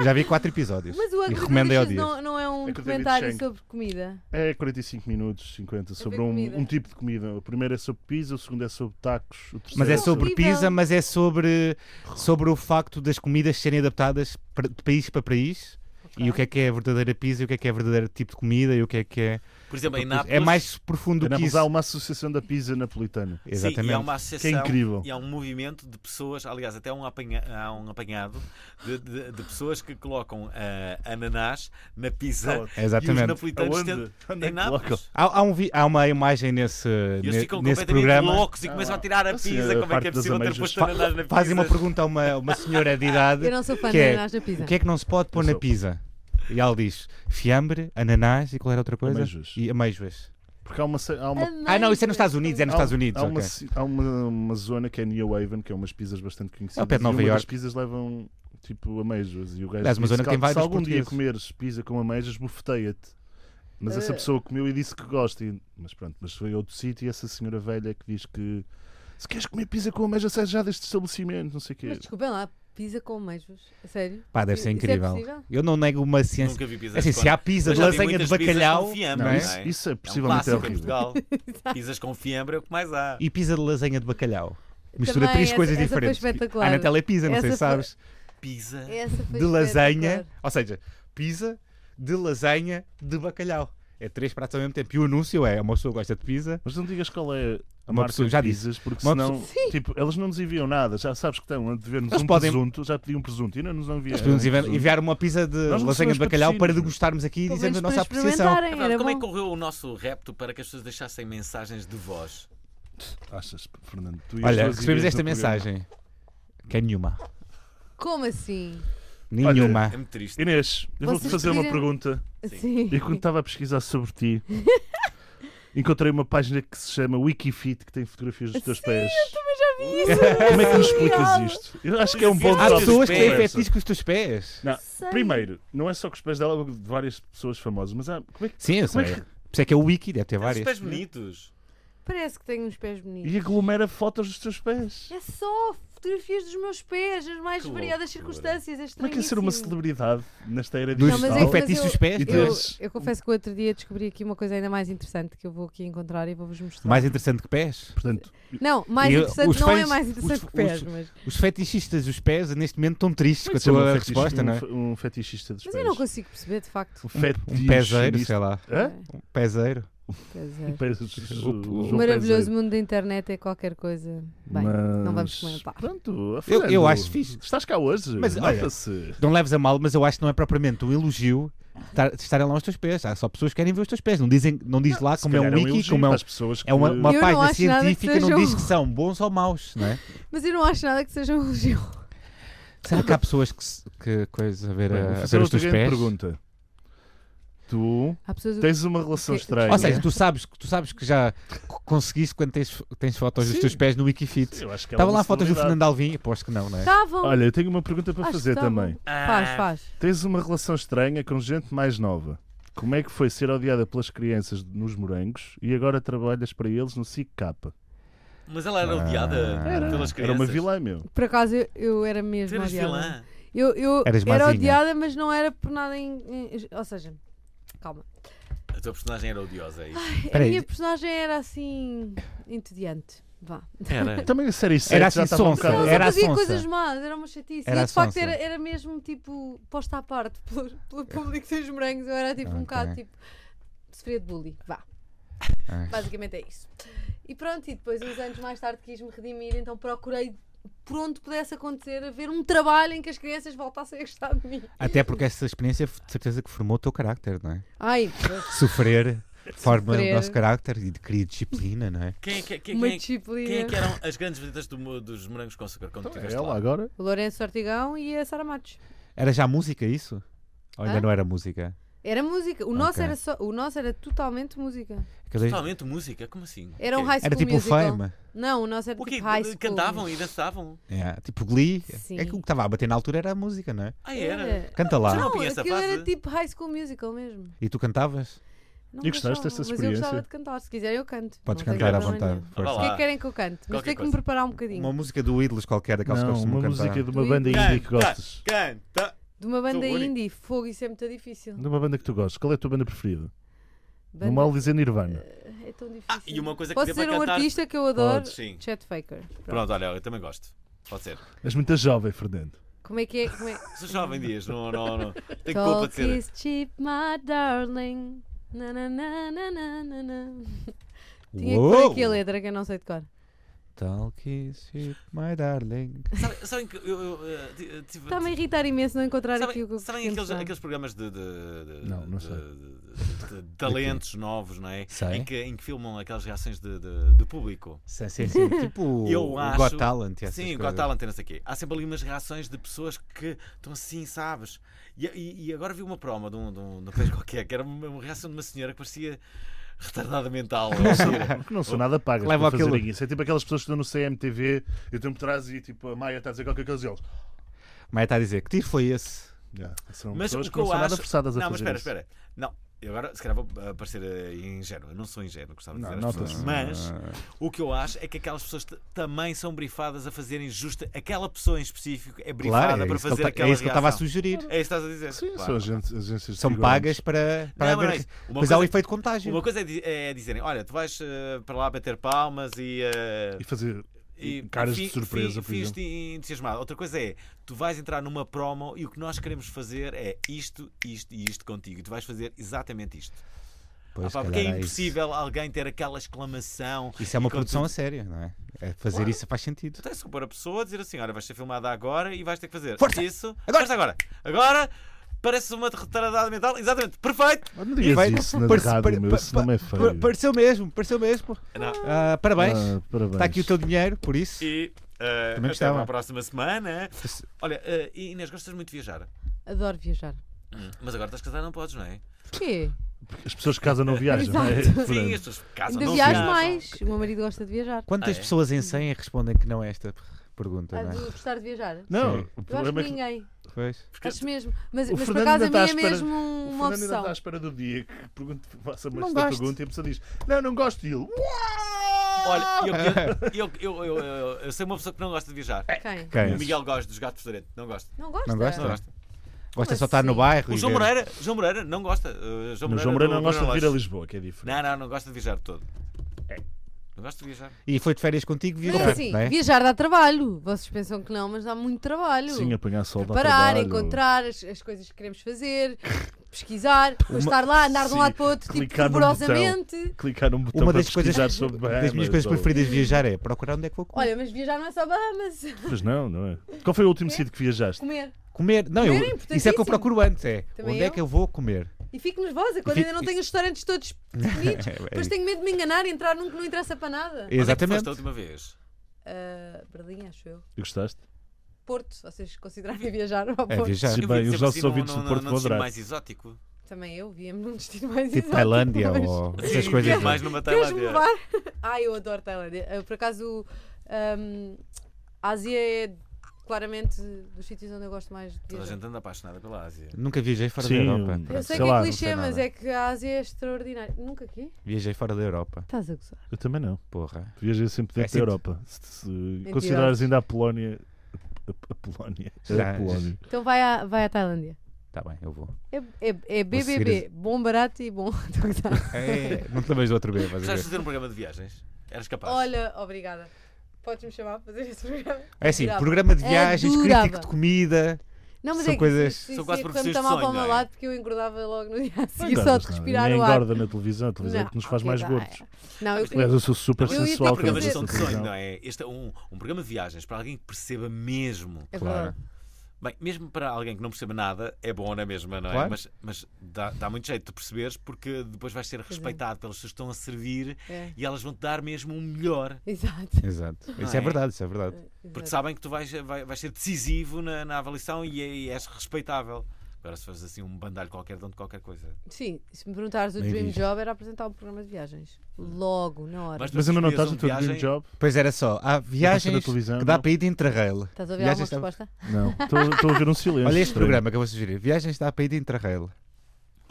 Speaker 2: Eu Já vi quatro episódios.
Speaker 3: Mas o
Speaker 2: e
Speaker 3: Ugly
Speaker 2: recomendo ao
Speaker 3: Delicious
Speaker 2: dia.
Speaker 3: não, não é um
Speaker 4: É que o David
Speaker 3: documentário
Speaker 4: Shank.
Speaker 3: sobre comida?
Speaker 4: é 45 minutos, 50, sobre um,
Speaker 3: É comida.
Speaker 4: um tipo de comida. O primeiro é sobre pizza, o segundo é sobre tacos, o terceiro
Speaker 2: Mas é
Speaker 4: é
Speaker 2: sobre
Speaker 3: horrível.
Speaker 2: pizza, mas é sobre, sobre o facto das comidas serem adaptadas para- de país para país. E o que é que é a verdadeira pizza, e o que é que é verdadeiro tipo de comida, e o que é que é.
Speaker 1: Por exemplo, em Nápoles.
Speaker 2: É mais profundo do que
Speaker 4: Anápolis
Speaker 2: isso.
Speaker 4: há uma associação da pizza napolitana.
Speaker 1: Sim,
Speaker 2: Exatamente.
Speaker 1: e há uma
Speaker 4: Que
Speaker 1: associação
Speaker 4: é incrível.
Speaker 1: e há um movimento de pessoas, aliás, até um apanha- há um apanhado de, de- de pessoas que colocam ah, ananás na [laughs] pizza e os
Speaker 2: Exatamente.
Speaker 1: napolitanos
Speaker 4: Aonde?
Speaker 1: tentam.
Speaker 4: Onde é
Speaker 1: Em
Speaker 4: que colocam?
Speaker 1: Nápoles.
Speaker 2: Há, há um vi- há uma imagem nesse,
Speaker 1: E eles
Speaker 2: ne-
Speaker 1: ficam
Speaker 2: nesse
Speaker 1: completamente
Speaker 2: programa.
Speaker 1: loucos e começam a tirar a
Speaker 4: Assim,
Speaker 1: pizza. Como é
Speaker 4: a
Speaker 1: que
Speaker 4: parte
Speaker 1: é
Speaker 4: das
Speaker 1: possível ter
Speaker 4: ameijas.
Speaker 1: posto ananás na pizza?
Speaker 2: Fazem uma pergunta a uma, uma senhora
Speaker 3: [laughs]
Speaker 2: de idade:
Speaker 3: Eu não sou fã
Speaker 2: que
Speaker 3: de
Speaker 2: é-
Speaker 3: ananás na pizza.
Speaker 2: o que é que não se pode pôr
Speaker 4: Eu
Speaker 2: na
Speaker 4: sou.
Speaker 2: pizza? E ela diz: fiambre, ananás e qual era a outra coisa?
Speaker 4: Amêijoas.
Speaker 2: E amêijoas.
Speaker 4: Porque há uma. Há uma
Speaker 2: Ah, não, isso é nos Estados Unidos. É nos
Speaker 4: há um-
Speaker 2: Estados Unidos.
Speaker 4: Há, uma,
Speaker 2: ok.
Speaker 4: ci- há uma, uma zona que é New Haven, que é umas pizzas bastante conhecidas.
Speaker 2: pé de Nova
Speaker 4: e uma das
Speaker 2: Iorque.
Speaker 4: pizzas levam tipo amêijoas. E o gajo
Speaker 2: Aliás, uma
Speaker 4: disse,
Speaker 2: zona que tem
Speaker 4: "Cal-
Speaker 2: vários
Speaker 4: Se algum dia
Speaker 2: portugueses."
Speaker 4: comeres pizza com amêijoas, bufeteia-te. Mas
Speaker 2: É.
Speaker 4: essa
Speaker 3: Eh.
Speaker 4: pessoa comeu e disse que gosta. e- Mas pronto, mas foi a outro sítio e essa senhora velha que diz que se queres comer pizza com amêijoas, sai já deste estabelecimento, não sei o quê.
Speaker 3: Mas desculpem lá, pizza com meijos, a sério?
Speaker 2: Pá, deve ser
Speaker 3: Isso é
Speaker 2: incrível.
Speaker 3: possível?
Speaker 2: Eu não nego uma ciência.
Speaker 1: Nunca vi pizza
Speaker 2: É assim, se há pizza
Speaker 1: Mas
Speaker 2: de
Speaker 1: já vi
Speaker 2: lasanha de
Speaker 1: muitas pizzas
Speaker 2: bacalhau.
Speaker 1: com fiambre, não
Speaker 2: não é?
Speaker 1: é?
Speaker 4: Isso, isso é
Speaker 1: É um
Speaker 4: possivelmente
Speaker 1: clássico em
Speaker 4: horrível.
Speaker 1: Portugal.
Speaker 4: [laughs]
Speaker 1: Pizzas com fiambre é o que mais há.
Speaker 2: E pizza de lasanha de bacalhau. Mistura
Speaker 3: Também
Speaker 2: três
Speaker 3: essa-
Speaker 2: coisas
Speaker 3: essa foi
Speaker 2: diferentes.
Speaker 3: espetacular.
Speaker 2: Há na telepisa, não
Speaker 3: Essa
Speaker 2: sei se
Speaker 3: foi-
Speaker 2: sabes.
Speaker 1: Pizza.
Speaker 3: Essa foi
Speaker 2: De lasanha.
Speaker 3: espetacular.
Speaker 2: Ou seja, pizza de lasanha de bacalhau. É três pratos ao mesmo tempo. E o anúncio é: uma pessoa gosta de pizza.
Speaker 4: Mas não digas qual é a
Speaker 2: Uma
Speaker 4: marca
Speaker 2: pessoa-
Speaker 4: de
Speaker 2: já disse.
Speaker 4: pizzas, porque
Speaker 2: Uma
Speaker 4: senão, tipo, eles não nos enviam nada. Já sabes que estão a dever-nos
Speaker 2: Eles
Speaker 4: um
Speaker 2: podem-
Speaker 4: presunto, já pediam um presunto e não nos enviaram.
Speaker 2: Nós podemos
Speaker 4: um
Speaker 2: enviar,
Speaker 4: presunto.
Speaker 2: enviar uma pizza de
Speaker 4: Nós não
Speaker 2: lasanha de
Speaker 4: somos
Speaker 2: bacalhau para
Speaker 4: patrocínios.
Speaker 2: degustarmos aqui,
Speaker 3: Pelo
Speaker 2: dizendo a
Speaker 3: menos
Speaker 2: nossa
Speaker 3: para
Speaker 2: apreciação.
Speaker 1: É
Speaker 3: experimentarem,
Speaker 1: verdade,
Speaker 3: era
Speaker 1: como é que
Speaker 3: bom.
Speaker 1: correu o nosso repto para que as pessoas deixassem mensagens de voz?
Speaker 4: Achas, Fernando? Tu e as
Speaker 2: Olha,
Speaker 4: tuas
Speaker 2: recebemos
Speaker 4: ideias
Speaker 2: esta
Speaker 4: no programa.
Speaker 2: mensagem. Que é nenhuma.
Speaker 3: Como assim?
Speaker 2: Nenhuma.
Speaker 1: [laughs] É muito triste.
Speaker 4: Inês, eu vou-te
Speaker 3: Vocês
Speaker 4: fazer uma
Speaker 3: pediram-
Speaker 4: pergunta.
Speaker 1: Sim.
Speaker 3: Sim.
Speaker 4: E quando estava a pesquisar sobre ti,
Speaker 3: [laughs]
Speaker 4: encontrei uma página que se chama Wikifit que tem fotografias dos teus
Speaker 3: Sim,
Speaker 4: pés.
Speaker 3: Eu também já vi isso.
Speaker 4: Como é que nos
Speaker 3: Surreal.
Speaker 4: explicas isto? Eu acho que é um bom
Speaker 2: Há
Speaker 1: Os teus
Speaker 4: tópico de
Speaker 2: pessoas que têm
Speaker 4: conversa.
Speaker 2: fetiches com os teus pés.
Speaker 4: Não,
Speaker 3: Sei.
Speaker 4: Primeiro, não é só com os pés dela, de várias pessoas famosas, mas há, como é que
Speaker 2: Sim, eu
Speaker 4: Como é
Speaker 2: sei.
Speaker 4: que-
Speaker 2: Por isso é que é o wiki, deve ter
Speaker 1: Os pés
Speaker 2: várias.
Speaker 1: bonitos.
Speaker 3: Parece que tenho uns pés bonitos.
Speaker 4: E aglomera fotos dos teus pés.
Speaker 3: É só fotografias dos meus pés, nas mais
Speaker 1: Que
Speaker 3: variadas
Speaker 1: loucura.
Speaker 3: circunstâncias. É
Speaker 4: Como é que é ser uma
Speaker 3: estranhíssimo.
Speaker 4: celebridade nesta era
Speaker 2: Dos
Speaker 3: Não, mas
Speaker 4: digital?
Speaker 3: é que-
Speaker 2: fetiches
Speaker 3: mas
Speaker 2: dos pés.
Speaker 4: E
Speaker 2: não é?
Speaker 4: teres-
Speaker 3: Eu, eu confesso que outro dia descobri aqui uma coisa ainda mais interessante que eu vou aqui encontrar e vou-vos mostrar.
Speaker 2: Mais interessante que pés.
Speaker 4: Portanto,
Speaker 3: Não, mais
Speaker 2: E, uh,
Speaker 3: interessante
Speaker 2: os
Speaker 3: não é
Speaker 2: fãs-
Speaker 3: mais
Speaker 2: os-
Speaker 3: interessante que pés,
Speaker 2: os-
Speaker 3: mas...
Speaker 2: Os fetichistas dos pés neste momento estão tristes com a
Speaker 4: ser um
Speaker 2: tua
Speaker 4: fetiche-
Speaker 2: resposta,
Speaker 4: um
Speaker 2: não é?
Speaker 4: fe- Um fetichista dos
Speaker 3: mas
Speaker 4: pés.
Speaker 3: eu não consigo perceber de facto.
Speaker 4: Um fetichista-
Speaker 2: Um peseiro, sei lá.
Speaker 4: Hã?
Speaker 2: Um peseiro.
Speaker 3: É, Pois é.
Speaker 4: [laughs] Um pes-
Speaker 2: O-
Speaker 4: o-
Speaker 2: o-
Speaker 3: O
Speaker 4: João
Speaker 3: maravilhoso
Speaker 4: Peseiro.
Speaker 3: mundo da internet é qualquer coisa. Bem, não vamos
Speaker 4: Mas,
Speaker 3: comentar.
Speaker 4: Pronto, a
Speaker 2: Eu- eu
Speaker 4: Fernando,
Speaker 2: acho fixe.
Speaker 4: Estás cá hoje.
Speaker 2: Mas, olha, é
Speaker 4: nota-se.
Speaker 2: Não leves a mal, mas eu acho que não é propriamente um elogio estar- estarem lá os teus pés. Há só pessoas que querem ver os teus pés. Não, dizem, não diz lá como é um
Speaker 4: Calhar
Speaker 2: wiki,
Speaker 4: elogio
Speaker 2: como é um,
Speaker 4: para as pessoas que...
Speaker 2: é uma, uma
Speaker 3: Eu não
Speaker 2: página
Speaker 3: acho nada que
Speaker 2: científica, não
Speaker 3: seja
Speaker 2: diz
Speaker 3: um-
Speaker 2: que são bons ou maus, não é?
Speaker 3: Mas eu não acho nada que seja um elogio.
Speaker 2: Será que há pessoas que, se- que coisa a ver,
Speaker 4: Bem, vou
Speaker 2: a, a
Speaker 4: fazer
Speaker 2: ver os
Speaker 4: outra
Speaker 2: teus
Speaker 4: grande
Speaker 2: pés?
Speaker 4: pergunta. Tu
Speaker 3: Há pessoas.
Speaker 4: tens uma relação
Speaker 3: Ok.
Speaker 4: estranha.
Speaker 2: Ou seja, tu sabes, que- tu sabes que já co- conseguiste quando tens, tens fotos dos
Speaker 4: Sim.
Speaker 2: teus pés no Wikifit.
Speaker 4: Eu acho que ela é
Speaker 2: Estavam
Speaker 4: uma
Speaker 2: lá fotos do
Speaker 4: celebridade.
Speaker 2: Fernando Alvim, aposto que não, não é?
Speaker 3: Estavam.
Speaker 4: Olha, eu tenho uma pergunta para
Speaker 3: Acho que
Speaker 4: fazer
Speaker 3: estavam.
Speaker 4: também.
Speaker 1: Ah,
Speaker 3: Faz, faz.
Speaker 4: Tens uma relação estranha com gente mais nova. Como é que foi ser odiada pelas crianças nos morangos e agora trabalhas para eles no SIC K?
Speaker 1: Mas ela era odiada
Speaker 2: Era.
Speaker 1: pelas crianças.
Speaker 4: Era uma vilã, meu.
Speaker 3: Por acaso eu, eu era
Speaker 1: Tu
Speaker 3: mesmo
Speaker 1: eras
Speaker 3: odiada.
Speaker 1: vilã.
Speaker 3: Eu, eu
Speaker 2: Eras
Speaker 3: era
Speaker 2: mazinha.
Speaker 3: odiada, mas não era por nada em. em- Ou seja, calma.
Speaker 1: A tua personagem era odiosa. é isso?
Speaker 3: A
Speaker 2: Peraí.
Speaker 3: minha personagem era assim. entediante. Vá.
Speaker 1: Era.
Speaker 4: Também a série 7
Speaker 2: Era
Speaker 4: já
Speaker 2: assim
Speaker 4: estava um
Speaker 2: sonsa.
Speaker 4: bocado-
Speaker 3: Ela só
Speaker 2: Era a
Speaker 3: fazia
Speaker 2: sonsa.
Speaker 3: coisas más, era uma chatice.
Speaker 2: Era
Speaker 3: e eu,
Speaker 2: a
Speaker 3: de facto
Speaker 2: sonsa.
Speaker 3: era, era mesmo tipo posta à parte pelo, pelo público dos morangos. Eu era tipo um
Speaker 2: Ok.
Speaker 3: bocado tipo. Sofria de bullying, vá.
Speaker 2: Ah.
Speaker 3: Basicamente é isso. E pronto, e depois, uns anos mais tarde, quis-me redimir, então procurei por onde pudesse acontecer haver um trabalho em que as crianças voltassem a gostar de mim.
Speaker 2: Até porque essa experiência de certeza que formou o teu caráter, não é?
Speaker 3: Ai,
Speaker 2: Sofrer forma
Speaker 3: Sofrer.
Speaker 2: o nosso caráter e de cria disciplina, não é?
Speaker 1: Quem, é que- quem-
Speaker 3: uma
Speaker 1: quem é que-
Speaker 3: disciplina.
Speaker 1: quem é que eram as grandes vedetas do mo- dos morangos com açúcar quando
Speaker 4: Então, é
Speaker 1: estiveste
Speaker 4: ela
Speaker 1: lá?
Speaker 4: agora.
Speaker 3: O Lourenço Ortigão e a Sara Matos.
Speaker 2: Era já música isso? Ou ainda
Speaker 3: Hã?
Speaker 2: não era música?
Speaker 3: Era música. O, nosso
Speaker 2: Ok.
Speaker 3: era só, o nosso era totalmente música.
Speaker 2: Aqueles-
Speaker 1: Totalmente música? Como assim?
Speaker 3: Era
Speaker 1: O
Speaker 3: um
Speaker 1: quê?
Speaker 3: high school
Speaker 2: é- Era tipo o
Speaker 3: musical.
Speaker 2: fame.
Speaker 3: Não, o nosso era
Speaker 1: O quê?
Speaker 3: tipo high school.
Speaker 1: Cantavam e dançavam?
Speaker 2: É, tipo Glee.
Speaker 3: Sim.
Speaker 2: É que o que estava a bater na altura era a música, não é?
Speaker 1: Ah, era.
Speaker 2: Canta
Speaker 1: Já
Speaker 2: lá.
Speaker 1: não
Speaker 3: Não,
Speaker 1: vi essa
Speaker 3: aquilo era
Speaker 1: fase.
Speaker 3: tipo High School Musical mesmo.
Speaker 2: E tu cantavas?
Speaker 3: Não
Speaker 4: E gostaste
Speaker 3: gostava,
Speaker 4: desta
Speaker 3: Mas eu gostava
Speaker 4: experiência?
Speaker 3: de cantar. Se quiserem eu canto.
Speaker 2: Podes
Speaker 3: Não tenho
Speaker 2: cantar à
Speaker 3: problema
Speaker 2: vontade.
Speaker 3: nenhum.
Speaker 2: força.
Speaker 1: Vá
Speaker 3: O que é
Speaker 1: lá.
Speaker 3: que querem que eu cante? Mas
Speaker 1: Ah, Qualquer
Speaker 3: tenho que me
Speaker 1: coisa.
Speaker 3: preparar um bocadinho.
Speaker 2: Uma música do Ídolos qualquer, daquelas que
Speaker 4: Não,
Speaker 2: costumam
Speaker 4: uma
Speaker 2: cantar.
Speaker 4: música de uma
Speaker 3: Do
Speaker 4: banda
Speaker 1: Canta,
Speaker 4: indie que gostas.
Speaker 1: Canta.
Speaker 3: De uma banda
Speaker 1: Sou único.
Speaker 3: indie, fogo, isso é muito difícil.
Speaker 4: De uma banda que tu gostas. Qual é a tua banda preferida?
Speaker 3: Banda...
Speaker 4: No mal dizer Nirvana.
Speaker 3: É tão difícil.
Speaker 1: Ah, e uma coisa que
Speaker 3: Posso
Speaker 1: dê para
Speaker 3: ser um
Speaker 1: cantar-
Speaker 3: artista que eu adoro?
Speaker 1: Podes, sim.
Speaker 3: Chet Faker. Pronto.
Speaker 1: Pronto, olha, eu também gosto. Pode ser.
Speaker 4: És muito jovem, Fernando.
Speaker 3: Como é que é?
Speaker 1: [laughs]
Speaker 3: Como é?
Speaker 1: Sou jovem dias, não, não, não. Tenho culpa
Speaker 3: Talk
Speaker 1: de ser.
Speaker 3: is cheap, my darling. Na, na, na, na, na, na, na. Tinha que pôr
Speaker 2: Uou!
Speaker 3: aqui a letra que eu não sei de cor.
Speaker 2: Talk is cheap, my darling.
Speaker 1: Sabe- Sabem que eu- eu. eh, ti- tive-
Speaker 3: Está-me a irritar imenso não encontrar
Speaker 1: Sabem,
Speaker 3: aqui o que eu
Speaker 1: sabem
Speaker 3: quero
Speaker 1: aqueles,
Speaker 3: falar.
Speaker 1: aqueles programas de, de- de-
Speaker 4: Não, não
Speaker 1: de-
Speaker 4: sei.
Speaker 1: de- de- de talentos novos, não é?
Speaker 2: Sei.
Speaker 1: Em que, em que filmam aquelas reações de, de- do público.
Speaker 2: Sim, sim, [laughs] sim. Tipo
Speaker 1: Eu
Speaker 2: o
Speaker 1: acho-
Speaker 2: Got Talent. e essas
Speaker 1: Sim,
Speaker 2: coisas.
Speaker 1: Got Talent, e não sei o quê. Há sempre ali umas reações de pessoas que estão assim, sabes? E, e- e agora vi uma promo de um, de um, de um país qualquer que era uma, uma reação de uma senhora que parecia retardada mental. é? ou seja,
Speaker 4: Porque não sou nada pagas
Speaker 2: Leva
Speaker 4: para fazerem
Speaker 2: aquilo-
Speaker 4: isso. É tipo aquelas pessoas que estão no CMTV e estão por trás e tipo a Maia está a dizer qualquer coisa e eles.
Speaker 2: Mas está a dizer, que tiro foi esse?
Speaker 4: "Ya", são
Speaker 1: Mas
Speaker 4: pessoas
Speaker 1: o
Speaker 4: que
Speaker 1: que
Speaker 4: não
Speaker 1: eu
Speaker 4: são nada
Speaker 1: acho-
Speaker 4: forçadas a
Speaker 1: não, mas
Speaker 4: fazer
Speaker 1: espera,
Speaker 4: isso.
Speaker 1: espera. Não, eu agora se calhar vou eh, parecer eh, ingênuo. Eu não sou ingênuo, gostava de
Speaker 4: Não,
Speaker 1: dizer às
Speaker 4: não
Speaker 1: pessoas.
Speaker 4: estás.
Speaker 1: Mas
Speaker 2: Ah,
Speaker 1: o que eu acho é que aquelas pessoas t- também são brifadas a fazerem justa. Aquela pessoa em específico é brifada
Speaker 2: Claro, é
Speaker 1: para
Speaker 2: isso, que,
Speaker 1: fazer
Speaker 2: ele tá-
Speaker 1: aquela
Speaker 2: é isso que eu estava a
Speaker 1: reação. É
Speaker 2: sugerir.
Speaker 1: isso que estás a dizer.
Speaker 4: Sim,
Speaker 1: Claro.
Speaker 4: são agen- agências de
Speaker 2: São
Speaker 4: figurantes.
Speaker 2: pagas para,
Speaker 1: Não,
Speaker 2: para
Speaker 1: mas não é
Speaker 2: haver...
Speaker 1: isso. Uma
Speaker 2: Pois
Speaker 1: coisa-
Speaker 2: há o efeito contágio.
Speaker 1: Uma coisa é, di- é dizerem: olha, tu vais eh, para lá bater palmas e. eh,
Speaker 4: E fazer
Speaker 1: e
Speaker 4: caras de
Speaker 1: fi-
Speaker 4: surpresa,
Speaker 1: fi-
Speaker 4: por exemplo.
Speaker 1: fiz-te entusiasmado. Outra coisa é, tu vais entrar numa promo e o que nós queremos fazer é isto, isto e isto contigo. E tu vais fazer exatamente isto.
Speaker 2: Pois,
Speaker 1: Ah pá,
Speaker 2: se
Speaker 1: porque é
Speaker 2: calhar há isso.
Speaker 1: impossível alguém ter aquela exclamação.
Speaker 2: Isso é uma
Speaker 1: e quando
Speaker 2: produção
Speaker 1: Tu,
Speaker 2: a sério, não é? É, Fazer isso faz sentido.
Speaker 1: tu tens que pôr a pessoa a dizer assim: olha, vais ser filmada agora e vais ter que fazer
Speaker 2: Força!
Speaker 1: isso.
Speaker 2: Agora!
Speaker 1: Força agora! Agora! Parece uma retardada mental. Exatamente, perfeito!
Speaker 4: Ah, Não digas
Speaker 2: Vai-
Speaker 4: isso na
Speaker 2: Parece-
Speaker 4: rádio,
Speaker 2: pare-
Speaker 4: meu.
Speaker 2: pa-
Speaker 4: Esse nome é
Speaker 2: pa-
Speaker 4: feio.
Speaker 2: Pareceu mesmo, pareceu mesmo.
Speaker 1: Não.
Speaker 2: Ah, parabéns.
Speaker 4: Ah, parabéns.
Speaker 2: Está tá aqui o teu dinheiro, por isso.
Speaker 1: E eh,
Speaker 2: Também
Speaker 1: até
Speaker 2: gostava.
Speaker 1: uma próxima semana.
Speaker 2: Esse-
Speaker 1: Olha, eh, Inês, gostas muito de viajar?
Speaker 3: Adoro viajar.
Speaker 1: Hum, Mas agora estás casada, não podes, não é?
Speaker 3: Porquê?
Speaker 4: As pessoas que casam não viajam. não é?
Speaker 1: Sim,
Speaker 4: Fernando.
Speaker 1: estas casas
Speaker 3: Ainda
Speaker 1: não
Speaker 3: viajo
Speaker 1: viajam.
Speaker 3: mais. O meu marido gosta de viajar.
Speaker 2: Quantas
Speaker 1: Ah, é?
Speaker 2: pessoas em 100 respondem que não é esta? pergunta,
Speaker 3: A
Speaker 2: não é?
Speaker 3: de gostar de viajar?
Speaker 4: Não,
Speaker 2: Sim.
Speaker 3: Eu
Speaker 4: o
Speaker 3: acho
Speaker 4: problema
Speaker 3: que
Speaker 4: é que.
Speaker 3: ninguém.
Speaker 2: Pois.
Speaker 4: porque
Speaker 3: Acho mesmo. Mas,
Speaker 4: O
Speaker 3: mas por
Speaker 4: Fernando
Speaker 3: acaso a
Speaker 4: ainda
Speaker 3: minha é
Speaker 4: está à espera-
Speaker 3: mesmo uma
Speaker 4: o Fernando ainda
Speaker 3: opção.
Speaker 4: está à espera do dia que pergunte, faça uma
Speaker 2: Não
Speaker 4: esta
Speaker 2: gosto.
Speaker 4: pergunta e a pessoa diz: Não, não gosto de ele.
Speaker 1: Olha, eu, eu, eu, eu, eu- eu sei uma pessoa que não gosta de viajar.
Speaker 3: Quem?
Speaker 1: O
Speaker 2: Quem?
Speaker 1: Miguel gosta dos gatos de restaurante. Não gosta.
Speaker 3: Não gosta?
Speaker 2: Não gosta?
Speaker 1: Não gosta.
Speaker 2: Gosta
Speaker 3: Como
Speaker 2: só de estar no
Speaker 3: assim?
Speaker 2: bairro.
Speaker 1: O
Speaker 2: e
Speaker 1: João
Speaker 2: ver-
Speaker 1: Moreira, João Moreira não gosta. Uh, João
Speaker 4: Mas
Speaker 1: Moreira
Speaker 4: João Moreira não
Speaker 1: do
Speaker 4: gosta de
Speaker 1: Bruno
Speaker 4: vir a
Speaker 1: Lage.
Speaker 4: Lisboa, que é diferente.
Speaker 1: Não, não, não gosta de viajar de todo. Não gosta de viajar.
Speaker 2: E foi de férias contigo
Speaker 3: Mas
Speaker 2: viajar,
Speaker 3: é assim,
Speaker 2: não é?
Speaker 3: viajar dá trabalho. Vocês pensam que não, mas dá muito trabalho.
Speaker 4: Sim, apanhar sol dá
Speaker 3: Preparar,
Speaker 4: trabalho.
Speaker 3: encontrar as, as coisas que queremos fazer, pesquisar, depois estar lá, andar de um
Speaker 4: Sim,
Speaker 3: lado para o outro, tipo,
Speaker 4: clicar num botão.
Speaker 3: fervorosamente.
Speaker 4: Clicar num botão
Speaker 2: Uma
Speaker 4: Então para
Speaker 2: das coisas-
Speaker 3: [laughs]
Speaker 4: pesquisar sobre
Speaker 2: Das minhas
Speaker 4: Bahamas
Speaker 2: coisas
Speaker 4: ou-
Speaker 2: preferidas de viajar é procurar onde é que vou comer.
Speaker 3: Olha, mas viajar não é só Bahamas.
Speaker 4: Pois não, não é? Qual foi o último sítio que viajaste?
Speaker 3: [laughs] Comer.
Speaker 2: Comer. Não,
Speaker 3: Comer é
Speaker 2: eu, isso é que eu
Speaker 3: importantíssimo.
Speaker 2: procuro antes, é.
Speaker 3: Também
Speaker 2: onde é
Speaker 3: eu.
Speaker 2: que eu vou comer?
Speaker 3: E fico-nos voz, quando
Speaker 2: fico-
Speaker 3: ainda não tenho os restaurantes todos
Speaker 4: [laughs] É,
Speaker 3: definidos. Depois tenho medo de me enganar e entrar num que não interessa para nada.
Speaker 2: Exatamente.
Speaker 1: Onde é que tu foste a última vez?
Speaker 3: Ah, Berlim, acho eu.
Speaker 4: E gostaste?
Speaker 3: Porto, vocês considerarem viajar ao
Speaker 2: É
Speaker 3: Porto.
Speaker 2: viajar.
Speaker 4: Sim.
Speaker 1: Eu
Speaker 4: bem,
Speaker 1: vi assim
Speaker 4: os
Speaker 1: dizer por
Speaker 4: nossos
Speaker 1: si num-
Speaker 4: ouvintes do
Speaker 1: num-
Speaker 4: Porto
Speaker 1: num destino
Speaker 4: Quadrado.
Speaker 1: mais exótico.
Speaker 3: Também eu via-me num destino mais
Speaker 2: Tipo
Speaker 3: exótico,
Speaker 2: Tailândia
Speaker 3: mas-
Speaker 2: ou essas
Speaker 1: Sim,
Speaker 2: coisas.
Speaker 1: mais numa
Speaker 3: Queres
Speaker 1: Tailândia.
Speaker 3: mudar? Ah, eu adoro Tailândia. Eu, por acaso, hum, a Ásia é claramente dos sítios onde eu gosto mais de
Speaker 1: Toda a
Speaker 3: viajar.
Speaker 1: gente anda apaixonada pela Ásia.
Speaker 2: Nunca viajei fora
Speaker 4: Sim,
Speaker 2: da Europa.
Speaker 4: um-
Speaker 3: Eu sei
Speaker 4: Sei
Speaker 3: que
Speaker 4: lá,
Speaker 3: é
Speaker 4: não
Speaker 2: sei
Speaker 3: clichê, mas
Speaker 2: nada.
Speaker 3: é que a Ásia é extraordinária. Nunca aqui?
Speaker 2: Viajei fora da Europa.
Speaker 3: Estás a gozar.
Speaker 4: Eu também não.
Speaker 2: Porra.
Speaker 4: Viajei
Speaker 2: É
Speaker 4: sempre dentro
Speaker 2: sempre-
Speaker 4: da Europa. Se, se considerares ainda a Polónia. A, a Polónia.
Speaker 2: Já-
Speaker 4: Era a Polónia.
Speaker 3: Então vai à, vai à Tailândia.
Speaker 2: Tá bem, eu vou.
Speaker 3: É, é, é BBB. Bom, barato e bom. [laughs] Estou a gozar. [laughs]
Speaker 2: É, não te lembras do outro B, vais a
Speaker 1: Gostaste de
Speaker 2: ver.
Speaker 1: fazer um programa de viagens? Eras capaz?
Speaker 3: Olha, obrigada. Podes-me chamar para fazer esse programa?
Speaker 2: É assim,
Speaker 3: Adorava.
Speaker 2: programa de viagens,
Speaker 3: Adorava.
Speaker 2: crítico de comida.
Speaker 3: Não, mas
Speaker 2: São
Speaker 3: é que
Speaker 2: coisas-
Speaker 3: isso- isso
Speaker 1: São quase
Speaker 3: é quando
Speaker 1: profissões
Speaker 3: está
Speaker 1: de
Speaker 3: mal para
Speaker 1: sonho,
Speaker 3: o meu
Speaker 1: não é?
Speaker 3: lado porque eu engordava logo no dia a seguir
Speaker 4: Não
Speaker 3: só de
Speaker 4: engordas nada.
Speaker 3: respirar
Speaker 4: Nem
Speaker 3: o ar.
Speaker 4: engorda na televisão. A televisão é que nos faz
Speaker 3: ok,
Speaker 4: mais
Speaker 3: dá.
Speaker 4: gordos.
Speaker 3: Não, eu queria...
Speaker 4: Aliás, eu sou super
Speaker 3: Eu ia ter
Speaker 1: Há
Speaker 4: sensual.
Speaker 3: que
Speaker 1: programas
Speaker 4: quando
Speaker 1: que são É um de
Speaker 3: fazer-
Speaker 4: vejo
Speaker 1: sonho,
Speaker 4: televisão.
Speaker 1: não é? Este é um, um programa de viagens para alguém que perceba mesmo.
Speaker 3: É
Speaker 2: Claro.
Speaker 3: verdade.
Speaker 1: Bem, mesmo para alguém que não perceba nada, é bom na mesma, não é?
Speaker 2: Claro.
Speaker 1: Mas, mas dá, dá muito jeito de perceberes porque depois vais ser respeitado pelas pessoas que estão a servir
Speaker 3: É.
Speaker 2: [laughs]
Speaker 1: e elas vão-te dar mesmo o melhor.
Speaker 3: Exato.
Speaker 2: Exato.
Speaker 1: Não
Speaker 2: Isso é
Speaker 1: é?
Speaker 2: verdade, isso é verdade.
Speaker 1: Porque
Speaker 3: Exato.
Speaker 1: sabem que tu vais, vai, vais ser decisivo na, na avaliação e, é- e és respeitável. Agora, se fores assim um bandalho qualquer, dão-te qualquer coisa.
Speaker 3: Sim, se me perguntares o
Speaker 2: Bem
Speaker 3: Dream
Speaker 2: visto.
Speaker 3: Job era apresentar um programa de viagens. Logo, na hora.
Speaker 1: Hum. Mas
Speaker 4: Mas ainda não
Speaker 1: escolhias
Speaker 4: estás
Speaker 1: um
Speaker 4: no teu dream
Speaker 1: viagem-
Speaker 4: job?
Speaker 2: Pois era só, há
Speaker 4: na
Speaker 2: viagens
Speaker 4: televisão,
Speaker 2: que dá
Speaker 4: não?
Speaker 2: para ir de intrail.
Speaker 3: Estás a ouvir
Speaker 2: Viagens
Speaker 3: alguma
Speaker 2: está-
Speaker 3: resposta?
Speaker 4: Não. Estou estou a ouvir um silêncio.
Speaker 2: Olha este
Speaker 4: estranho.
Speaker 2: programa que eu vou sugerir. Viagens dá para ir de intrail.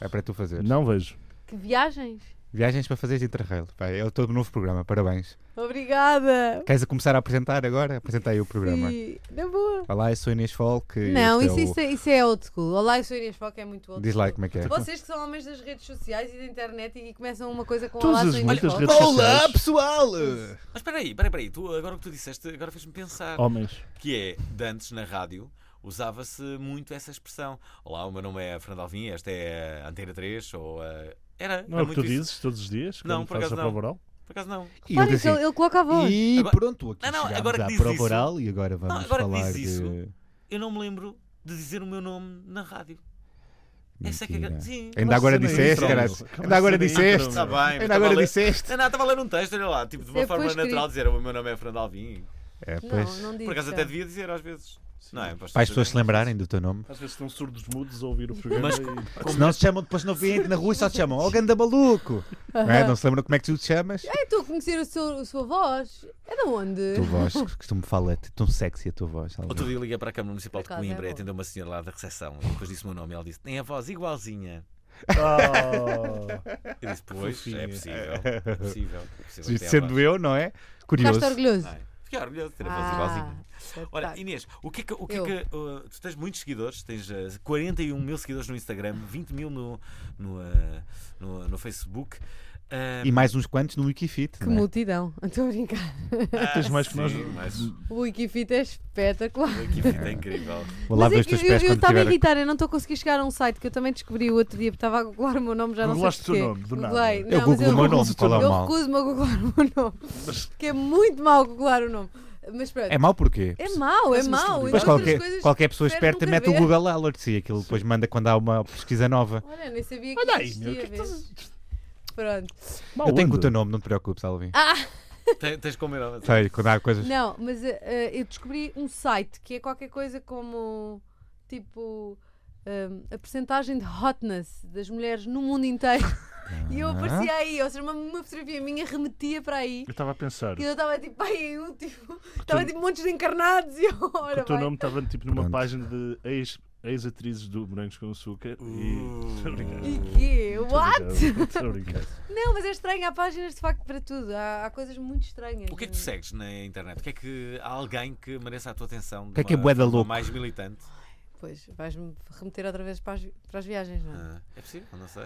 Speaker 2: É para tu fazer.
Speaker 4: Não vejo.
Speaker 3: Que viagens?
Speaker 2: Viagens para fazer de intrail. Vai, é o teu novo programa, parabéns.
Speaker 3: Obrigada!
Speaker 2: Queres a começar a apresentar agora? Apresentei o programa.
Speaker 3: Sim, na boa.
Speaker 2: Olá, eu sou Inês Folk. e
Speaker 3: Não,
Speaker 2: este
Speaker 3: isso,
Speaker 2: é o-
Speaker 3: isso, é, isso é old school. Olá, eu sou Inês Foca, é muito old
Speaker 2: Diz lá
Speaker 3: school.
Speaker 2: como é que é.
Speaker 3: Vocês que são homens das redes sociais e da internet e começam uma coisa com
Speaker 4: Tu
Speaker 3: Olá,
Speaker 4: usas
Speaker 3: sou Inês
Speaker 4: muitas
Speaker 3: Foca.
Speaker 4: redes
Speaker 2: é
Speaker 4: sociais.
Speaker 2: pessoal!
Speaker 1: Mas espera aí, espera aí, espera aí. Tu, agora o que tu disseste, agora fez-me pensar.
Speaker 4: Homens.
Speaker 1: que é, de antes na rádio, usava-se muito essa expressão. Olá, o meu nome é Fernando Alvim, esta é a Anteira 3, ou a... Era,
Speaker 4: Não é
Speaker 1: era
Speaker 4: o que tu
Speaker 1: muito isso.
Speaker 4: dizes todos os dias?
Speaker 1: Não,
Speaker 4: quando
Speaker 1: por
Speaker 4: fazes
Speaker 1: acaso
Speaker 4: a
Speaker 1: não.
Speaker 4: prova oral?
Speaker 1: Por acaso não.
Speaker 2: E eu
Speaker 3: Olha,
Speaker 2: disse assim,
Speaker 3: que ele, ele coloca a voz.
Speaker 2: E
Speaker 1: Agora-
Speaker 2: pronto, aqui
Speaker 1: Não, não,
Speaker 2: chegámos
Speaker 1: agora que
Speaker 2: à
Speaker 1: diz
Speaker 2: prova
Speaker 1: isso-
Speaker 2: oral e agora vamos
Speaker 1: agora que
Speaker 2: falar
Speaker 1: diz isso,
Speaker 2: de...
Speaker 1: Eu não me lembro de dizer o meu nome na rádio. Essa é que é...
Speaker 2: Mentira.
Speaker 1: Sim.
Speaker 2: Ainda agora
Speaker 4: Cena
Speaker 2: disseste,
Speaker 4: intro,
Speaker 2: caralho.
Speaker 4: meu. Acaba
Speaker 2: Ainda agora
Speaker 4: de ser
Speaker 2: disseste.
Speaker 4: intro,
Speaker 1: Está
Speaker 4: meu.
Speaker 1: bem.
Speaker 2: Ainda agora
Speaker 1: estava a ler-
Speaker 2: disseste.
Speaker 1: Não, não, estava a ler um texto, olha lá, tipo, de uma
Speaker 3: É,
Speaker 1: forma
Speaker 3: foi escrito.
Speaker 1: natural dizer o meu nome é Fernando Alvim.
Speaker 2: É,
Speaker 3: Não,
Speaker 2: pois.
Speaker 3: não digo.
Speaker 1: Por acaso
Speaker 3: cara.
Speaker 1: até devia dizer às vezes. Não é?
Speaker 2: Para as pessoas se lembrarem do teu nome.
Speaker 4: Às vezes estão surdos mudos a ouvir o programa.
Speaker 1: [laughs] Mas-
Speaker 4: e-
Speaker 2: Se não se chamam depois no
Speaker 3: [laughs]
Speaker 2: fim, na rua e só te chamam, ó ganda maluco! Não, é? Não se lembram como é que tu te chamas?
Speaker 3: Eu estou a conhecer a sua, a sua voz. É de onde?
Speaker 2: A tua
Speaker 3: [laughs]
Speaker 2: voz, que tu me fala, é tão sexy a tua voz. Alvin.
Speaker 1: Outro dia liguei para a Câmara Municipal de
Speaker 3: Por acaso é
Speaker 1: Coimbra e
Speaker 3: bom.
Speaker 1: atendeu uma senhora lá da recepção. E depois disse o meu nome e ela disse: tem a voz igualzinha.
Speaker 4: Oh.
Speaker 1: Eu
Speaker 2: [laughs]
Speaker 1: disse, pois,
Speaker 4: Fofinha.
Speaker 1: é possível. É possível. É possível
Speaker 2: Isto
Speaker 1: ter a
Speaker 2: Sendo
Speaker 1: voz.
Speaker 2: eu, não é? Curioso.
Speaker 3: Ficaste orgulhoso.
Speaker 1: Não é? Fiquei orgulhoso de ter a voz
Speaker 3: Ah,
Speaker 1: igualzinha.
Speaker 3: já
Speaker 1: Olha,
Speaker 3: tá.
Speaker 1: Inês, o que é que. O que, é
Speaker 3: Eu.
Speaker 1: que, uh, tu tens muitos seguidores, tens uh, 41 mil seguidores no Instagram, 20 mil no, no, uh, no, no Facebook.
Speaker 2: E mais uns quantos no Wikifit.
Speaker 3: que
Speaker 2: não é?
Speaker 3: multidão. [laughs] Estou a brincar.
Speaker 4: Tens mais que nós.
Speaker 1: Ah, Sim, mas o
Speaker 3: O Wikifit é espetacular.
Speaker 1: Wikifit é
Speaker 2: [laughs]
Speaker 1: incrível.
Speaker 2: Vou lá
Speaker 3: Mas
Speaker 2: ver
Speaker 3: é
Speaker 2: os
Speaker 3: que
Speaker 2: teus
Speaker 3: eu-
Speaker 2: pés
Speaker 3: eu
Speaker 2: quando
Speaker 3: estava a
Speaker 2: tiver.
Speaker 3: irritar, eu não estou a conseguir chegar a um site que eu também descobri o outro dia, porque estava a googlar o meu nome, já não
Speaker 4: Googlaste o
Speaker 3: sei
Speaker 4: teu
Speaker 3: porquê.
Speaker 4: nome, do nada.
Speaker 3: Googlei.
Speaker 4: Eu
Speaker 3: Não,
Speaker 2: Eu
Speaker 3: mas
Speaker 2: google o meu nome,
Speaker 4: recuso
Speaker 2: qual é o
Speaker 3: Eu
Speaker 2: mal?
Speaker 3: recuso-me a googlar o meu nome, porque é muito mau googlar o nome. Mas pronto,
Speaker 2: É mau porquê?
Speaker 3: é mau, é
Speaker 1: Parece uma
Speaker 3: mau.
Speaker 1: estupidez.
Speaker 2: Depois
Speaker 3: Então outras
Speaker 2: qualquer,
Speaker 3: coisas-
Speaker 2: qualquer pessoa
Speaker 3: espero
Speaker 2: esperta
Speaker 3: nunca
Speaker 2: mete o
Speaker 3: ver.
Speaker 2: Google Alerts e aquilo depois manda quando há uma pesquisa nova.
Speaker 3: Olha, nem sabia que
Speaker 4: Olha aí,
Speaker 3: existia.
Speaker 4: meu. Que
Speaker 3: vês?
Speaker 4: estás...
Speaker 3: Pronto.
Speaker 4: Mau
Speaker 2: eu tenho com o
Speaker 4: onda.
Speaker 2: teu nome, não te preocupes, Alvin.
Speaker 1: Tens, tens como ir ao-
Speaker 2: Sei, quando há coisas.
Speaker 3: Não, mas eh, eh, eu descobri um site que é qualquer coisa como hum, tipo ehm, a percentagem de hotness das mulheres no mundo inteiro. [laughs] E
Speaker 4: Ah.
Speaker 3: eu aparecia aí, ou seja, uma, uma fotografia minha remetia para aí.
Speaker 4: Eu estava a pensar.
Speaker 3: E eu estava tipo, pai, em último. Estava tipo montes de encarnados e eu, [laughs]
Speaker 4: que
Speaker 3: ora
Speaker 4: o teu
Speaker 3: vai.
Speaker 4: nome estava tipo numa
Speaker 2: Pronto.
Speaker 4: página de ex- ex-atrizes do Morangos com Açúcar e.
Speaker 1: Uh.
Speaker 4: Estou a brincar.
Speaker 3: E quê?
Speaker 4: Estou a
Speaker 3: What?
Speaker 4: brincar, Estou
Speaker 2: [laughs]
Speaker 4: a brincar.
Speaker 3: Não, mas é estranho, há páginas de facto para tudo. Há, há coisas muito estranhas.
Speaker 1: O que é que tu segues na internet? O que é que há alguém que mereça a tua atenção? de
Speaker 2: O que é que é
Speaker 1: uma
Speaker 2: bué da
Speaker 1: forma
Speaker 2: louco?
Speaker 1: Mais militante.
Speaker 3: é? Pois, vais-me remeter outra vez para as, vi- para as viagens, não é?
Speaker 1: Ah, é possível, não sei.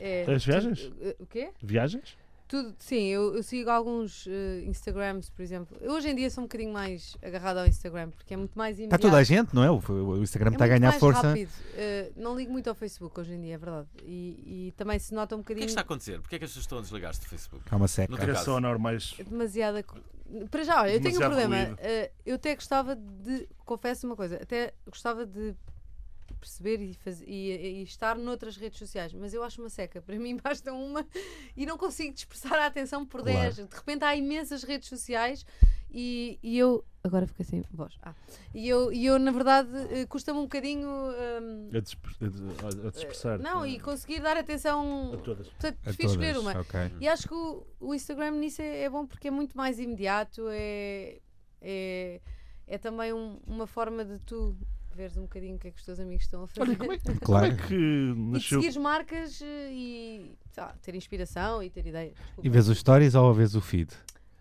Speaker 3: É,
Speaker 4: As
Speaker 3: tu-
Speaker 4: viagens?
Speaker 3: eh, O quê?
Speaker 4: Viagens?
Speaker 3: Tudo, sim, eu, eu sigo alguns eh, Instagrams, por exemplo. Eu hoje em dia sou um bocadinho mais agarrada ao Instagram, porque é muito mais
Speaker 2: Está
Speaker 3: imediato.
Speaker 2: toda a gente, não é? O, o Instagram
Speaker 3: é
Speaker 2: está a
Speaker 3: muito
Speaker 2: ganhar
Speaker 3: mais
Speaker 2: força.
Speaker 3: Rápido. Eh, não ligo muito ao Facebook hoje em dia, é verdade. E, e também se nota um
Speaker 1: O que é
Speaker 3: bocadinho
Speaker 1: que está a acontecer? Porquê é que as pessoas estão a desligar-se do Facebook?
Speaker 2: Calma seca.
Speaker 1: Não
Speaker 4: Que
Speaker 1: tem-
Speaker 4: é só normais.
Speaker 3: demasiada. co- Para já, olha, eu tenho um
Speaker 4: Demasiado
Speaker 3: problema.
Speaker 4: ruído.
Speaker 3: Eh, eu até gostava de. Confesso uma coisa, até gostava de perceber e, faz- e- e- e estar noutras redes sociais, mas eu acho uma seca. Para [laughs] mim basta uma e não consigo dispersar a atenção por
Speaker 2: Claro.
Speaker 3: 10. De repente há imensas redes sociais e, e eu. Agora fico assim, voz. Ah. E, eu, e eu, na verdade, eh, custa-me um bocadinho. hum,
Speaker 4: A, despre- a de- a- a dispersar.
Speaker 3: não, e conseguir dar atenção.
Speaker 4: A todas.
Speaker 3: Portanto,
Speaker 2: A
Speaker 3: prefiro escolher
Speaker 2: todas,
Speaker 3: uma. [laughs]
Speaker 2: ok.
Speaker 3: E acho que o, o Instagram nisso é, é bom porque é muito mais imediato, é, é, é também um- uma forma de tu veres um bocadinho o que é que os teus amigos estão a fazer.
Speaker 4: Olha,
Speaker 3: [laughs]
Speaker 4: como é, como
Speaker 2: Claro.
Speaker 4: é que
Speaker 3: e de
Speaker 4: nasceu.
Speaker 3: seguires marcas eh, e sei lá, ter inspiração e ter ideias. Desculpa.
Speaker 2: E vês os stories ou vês o feed?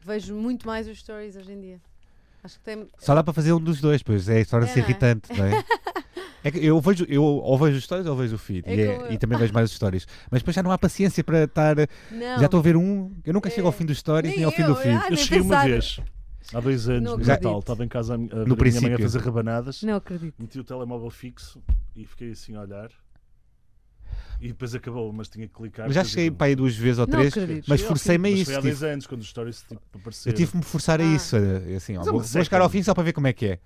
Speaker 3: Vejo muito mais os stories hoje em dia. Acho que tem.
Speaker 2: Só dá para fazer um dos dois, pois é a história
Speaker 3: É,
Speaker 2: se
Speaker 3: não é?
Speaker 2: irritante, não
Speaker 3: [laughs]
Speaker 2: é? É que eu vejo, eu ou vejo os stories ou vejo o feed
Speaker 3: É
Speaker 2: e, é-
Speaker 3: como eu.
Speaker 2: e também vejo mais os stories. Mas depois já não há paciência para estar.
Speaker 3: Não,
Speaker 2: Já estou a ver um, eu nunca chego ao
Speaker 3: É.
Speaker 2: fim dos stories nem,
Speaker 3: Nem
Speaker 2: ao fim
Speaker 3: eu,
Speaker 2: do feed.
Speaker 3: ah,
Speaker 4: Eu
Speaker 3: nem
Speaker 4: cheguei uma
Speaker 3: pensar.
Speaker 4: vez, há dois anos,
Speaker 3: Não
Speaker 4: no
Speaker 3: acredito.
Speaker 4: Natal, estava em casa a, mi- a, ver a minha mãe
Speaker 2: princípio.
Speaker 4: a fazer rabanadas,
Speaker 3: não acredito.
Speaker 4: meti o telemóvel fixo e fiquei assim a olhar. E depois acabou, mas tinha que clicar.
Speaker 2: Eu já
Speaker 4: depois
Speaker 2: cheguei
Speaker 4: acabou.
Speaker 2: para aí duas vezes ou
Speaker 3: Não
Speaker 2: três,
Speaker 3: acredito.
Speaker 2: mas
Speaker 4: Cheguei ao
Speaker 2: forcei-me a
Speaker 4: fim, mas
Speaker 2: isso.
Speaker 4: Foi há
Speaker 2: tive-
Speaker 4: 10 anos quando os stories tipo,
Speaker 2: eu
Speaker 4: apareceram.
Speaker 2: tive que me forçar a
Speaker 3: Ah.
Speaker 2: isso. olha, Assim, ó,
Speaker 4: Mas
Speaker 2: vou,
Speaker 4: é uma
Speaker 2: vou
Speaker 4: seca,
Speaker 2: chegar ao
Speaker 4: não é?
Speaker 2: fim só para ver como é que é.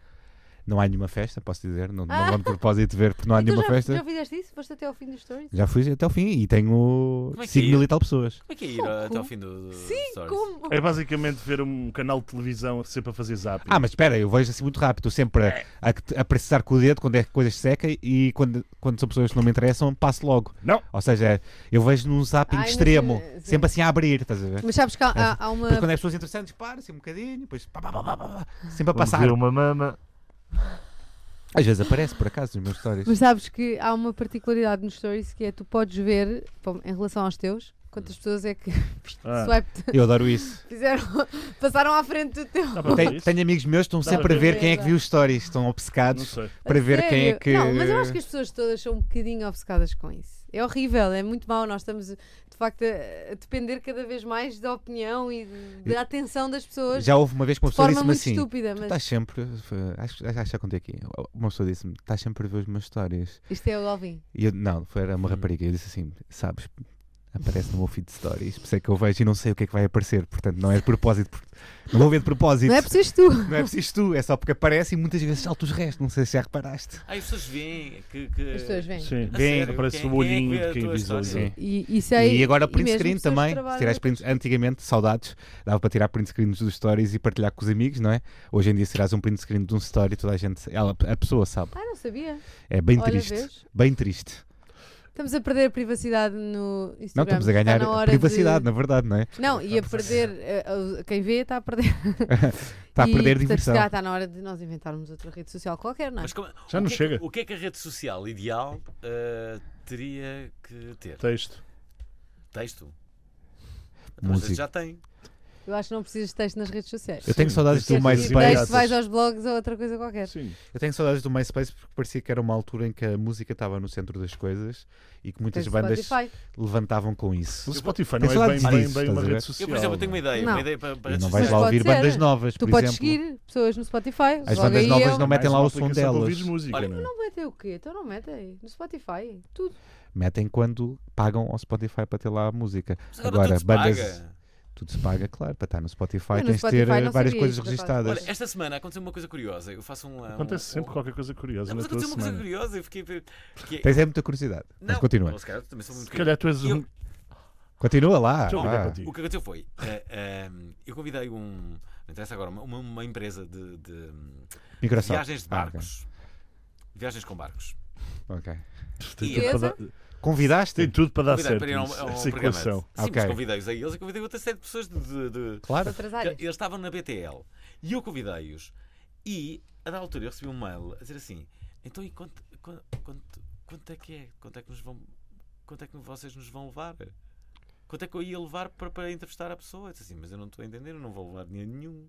Speaker 2: Não há nenhuma festa, posso dizer. Não, não
Speaker 3: Ah.
Speaker 2: vou de propósito ver porque não há
Speaker 3: E tu
Speaker 2: nenhuma
Speaker 3: Então já,
Speaker 2: festa.
Speaker 3: já fizeste isso? Foste até ao fim dos stories?
Speaker 2: Já fui até ao fim e tenho
Speaker 1: é que
Speaker 2: 5
Speaker 1: é?
Speaker 2: mil e tal pessoas.
Speaker 1: Como é que é ir
Speaker 3: Fogo.
Speaker 1: até ao fim do, do Sim, stories?
Speaker 3: Como?
Speaker 4: É basicamente ver um canal de televisão sempre a fazer zap.
Speaker 2: Ah, mas espera, eu vejo assim muito rápido. Estou sempre a, a, a precisar com o dedo quando é coisas que seca e quando, quando são pessoas que não me interessam, passo logo.
Speaker 4: Não.
Speaker 2: Ou seja, eu vejo num zapping
Speaker 3: Ai, mas,
Speaker 2: extremo,
Speaker 3: eh, sim.
Speaker 2: sempre assim a abrir, estás a ver?
Speaker 3: Mas sabes que há, há- há uma.
Speaker 2: Depois quando é pessoas interessantes, paro assim um bocadinho, depois pá, pá, pá, pá, pá, pá, sempre a passar.
Speaker 4: Ver um. uma mama.
Speaker 2: Às vezes aparece por acaso nos meus stories.
Speaker 3: Mas sabes que há uma particularidade nos stories que é tu podes ver, pô, em relação aos teus, quantas
Speaker 2: Hum.
Speaker 3: pessoas é que
Speaker 4: Ah,
Speaker 3: swipe
Speaker 2: Eu adoro isso.
Speaker 3: [laughs] fizeram, passaram à frente do teu.
Speaker 4: dá para ver
Speaker 2: Tenho,
Speaker 4: isso?
Speaker 2: tenho amigos meus que estão
Speaker 4: Dá
Speaker 2: sempre a
Speaker 4: para ver.
Speaker 2: ver quem é que viu os stories, estão
Speaker 4: Não
Speaker 2: obcecados
Speaker 4: sei.
Speaker 2: para ver
Speaker 3: Sério?
Speaker 2: quem é que.
Speaker 3: Não, mas eu acho que as pessoas todas são um bocadinho obcecadas com isso. É horrível, é muito mau. Nós estamos, de facto, a a depender cada vez mais da opinião e de- da atenção das pessoas
Speaker 2: Já houve uma vez que uma
Speaker 3: de
Speaker 2: pessoa
Speaker 3: forma
Speaker 2: disse-me
Speaker 3: muito
Speaker 2: assim.
Speaker 3: estúpida.
Speaker 2: Tu
Speaker 3: Mas
Speaker 2: estás sempre. foi- Acho, acho, acho que já contei aqui. Uma pessoa disse-me: estás sempre a ver os meus stories.
Speaker 3: isto é o Alvin.
Speaker 2: E eu, não, foi era uma rapariga. Eu disse assim: sabes, aparece no meu feed de stories. Por isso é que eu vejo e não sei o que é que vai aparecer. Portanto, não é de propósito. por- Não vou ver de propósito.
Speaker 3: Não é preciso tu.
Speaker 2: Não é preciso tu. É só porque aparece e muitas vezes salta os restos. Não sei se já reparaste.
Speaker 1: Ah, as pessoas veem que.
Speaker 2: Eh,
Speaker 1: que-
Speaker 3: As pessoas vêm.
Speaker 4: Sim,
Speaker 1: A
Speaker 4: bem,
Speaker 1: sério,
Speaker 4: aparece
Speaker 1: quem-
Speaker 4: o olhinho
Speaker 1: quem é que vê a
Speaker 4: de quem
Speaker 1: tua
Speaker 4: visualiza.
Speaker 1: história?
Speaker 3: E, e sei,
Speaker 2: e agora
Speaker 3: e
Speaker 2: print
Speaker 3: mesmo
Speaker 2: screen
Speaker 3: pessoas que
Speaker 2: também.
Speaker 3: trabalham-
Speaker 2: Se tirar prints, antigamente, saudades, dava para tirar print screens dos stories e partilhar com os amigos, não é? Hoje em dia, se tirares um print screen de um story, toda a gente. Ela, a pessoa sabe.
Speaker 3: Ah, não sabia.
Speaker 2: É bem
Speaker 3: Olha,
Speaker 2: triste.
Speaker 3: vês?
Speaker 2: Bem triste.
Speaker 3: Estamos a perder a privacidade no Instagram.
Speaker 2: Não estamos a
Speaker 3: Está
Speaker 2: ganhar
Speaker 3: Tá na hora
Speaker 2: privacidade,
Speaker 3: de-
Speaker 2: na verdade, não é?
Speaker 3: Não, e a perder, eh, eh, quem vê está a perder.
Speaker 2: [laughs] Está a
Speaker 3: E,
Speaker 2: perder
Speaker 3: portanto,
Speaker 2: diversão.
Speaker 3: se calhar está na hora de nós inventarmos outra rede social qualquer, não é?
Speaker 1: Mas como-
Speaker 4: Já
Speaker 1: o
Speaker 4: não
Speaker 1: que é
Speaker 4: chega.
Speaker 1: que- o que é que a rede social ideal ah, teria que ter?
Speaker 4: Texto.
Speaker 1: Texto? Então, Mas
Speaker 2: Música.
Speaker 1: Já tem.
Speaker 3: Eu acho que não precisas de texto nas redes sociais.
Speaker 2: Eu tenho
Speaker 4: Sim,
Speaker 2: saudades do
Speaker 4: tem que ser
Speaker 2: mais
Speaker 3: e
Speaker 4: coisas
Speaker 2: MySpace.
Speaker 3: texto
Speaker 4: imediatas.
Speaker 3: vais aos blogs ou outra coisa qualquer.
Speaker 4: Sim.
Speaker 2: Eu tenho saudades do MySpace porque parecia que era uma altura em que a música estava no centro das coisas e que muitas
Speaker 3: Tens
Speaker 2: bandas
Speaker 3: Spotify.
Speaker 2: levantavam com
Speaker 4: O
Speaker 2: isso.
Speaker 4: Spotify
Speaker 2: Tem
Speaker 4: não é
Speaker 2: saudades
Speaker 4: bem, bem,
Speaker 2: disso,
Speaker 4: bem
Speaker 2: estás
Speaker 4: uma
Speaker 2: a ver?
Speaker 4: rede social.
Speaker 1: Eu, por exemplo, eu tenho uma ideia.
Speaker 3: Não.
Speaker 1: Uma ideia para, para
Speaker 2: E
Speaker 1: redes
Speaker 2: não vais lá
Speaker 1: sociais.
Speaker 3: Pode
Speaker 2: ouvir
Speaker 3: ser.
Speaker 2: bandas novas,
Speaker 3: Tu
Speaker 2: por
Speaker 3: podes
Speaker 2: exemplo.
Speaker 3: seguir pessoas no Spotify.
Speaker 2: As
Speaker 3: logo
Speaker 2: bandas
Speaker 3: aí
Speaker 2: novas
Speaker 3: eu.
Speaker 2: não metem lá o som delas.
Speaker 4: Ouvir música,
Speaker 1: Olha,
Speaker 4: não é?
Speaker 3: Não metem o quê? Então não metem no Spotify. Tudo.
Speaker 2: Metem quando pagam ao Spotify para ter lá a música.
Speaker 1: Mas
Speaker 2: Agora,
Speaker 1: tudo se
Speaker 2: bandas-
Speaker 1: paga.
Speaker 2: Tudo se paga, claro, para estar no Spotify
Speaker 3: Eu no
Speaker 2: tens de ter
Speaker 3: Spotify
Speaker 2: eh,
Speaker 3: não
Speaker 2: várias
Speaker 3: sabia
Speaker 2: coisas
Speaker 3: isto, por acaso.
Speaker 2: registadas.
Speaker 1: Olha, esta semana aconteceu uma coisa curiosa. Eu faço um. ah, um-
Speaker 4: Acontece
Speaker 1: um-
Speaker 4: sempre qualquer coisa curiosa
Speaker 1: Não, mas
Speaker 4: na tua
Speaker 1: aconteceu uma coisa
Speaker 4: semana.
Speaker 1: curiosa. Eu fiquei. que-
Speaker 2: Tens é muita curiosidade. Mas
Speaker 1: Não,
Speaker 2: continua.
Speaker 1: ou se calhar também sou muito
Speaker 4: Se calhar tu és
Speaker 1: Eu-
Speaker 4: um.
Speaker 2: Continua lá.
Speaker 4: Deixa eu ligar
Speaker 2: vá.
Speaker 4: contigo.
Speaker 1: O que aconteceu foi, eh, ehm, eu convidei um, não interessa agora, uma, uma- uma empresa de, de, hum,
Speaker 2: Microsoft.
Speaker 1: viagens de
Speaker 2: Ah, ok.
Speaker 1: barcos. Viagens com barcos.
Speaker 2: Ok.
Speaker 4: Tem tudo para
Speaker 3: Beleza.
Speaker 4: dar, tem
Speaker 2: Convidaste?
Speaker 4: tudo para dar
Speaker 1: Convidei
Speaker 4: certo.
Speaker 1: para ir a um-
Speaker 4: isso,
Speaker 1: a um
Speaker 4: essa
Speaker 1: programa.
Speaker 4: equação.
Speaker 1: Sim, mas
Speaker 2: Ok.
Speaker 1: convidei-os a eles e convidei outra série de pessoas de- de- de,
Speaker 2: Claro.
Speaker 3: Outras
Speaker 1: Que
Speaker 3: áreas.
Speaker 1: Eles estavam na BTL e eu convidei-os. E a da altura eu recebi um mail a dizer assim: então e quanto, quanto, quanto, quanto é que é? Quanto é que, nos vão, quanto é que vocês nos vão levar? Quanto é que eu ia levar para, para entrevistar a pessoa? Eu disse assim: mas eu não estou a entender, eu não vou levar dinheiro nenhum.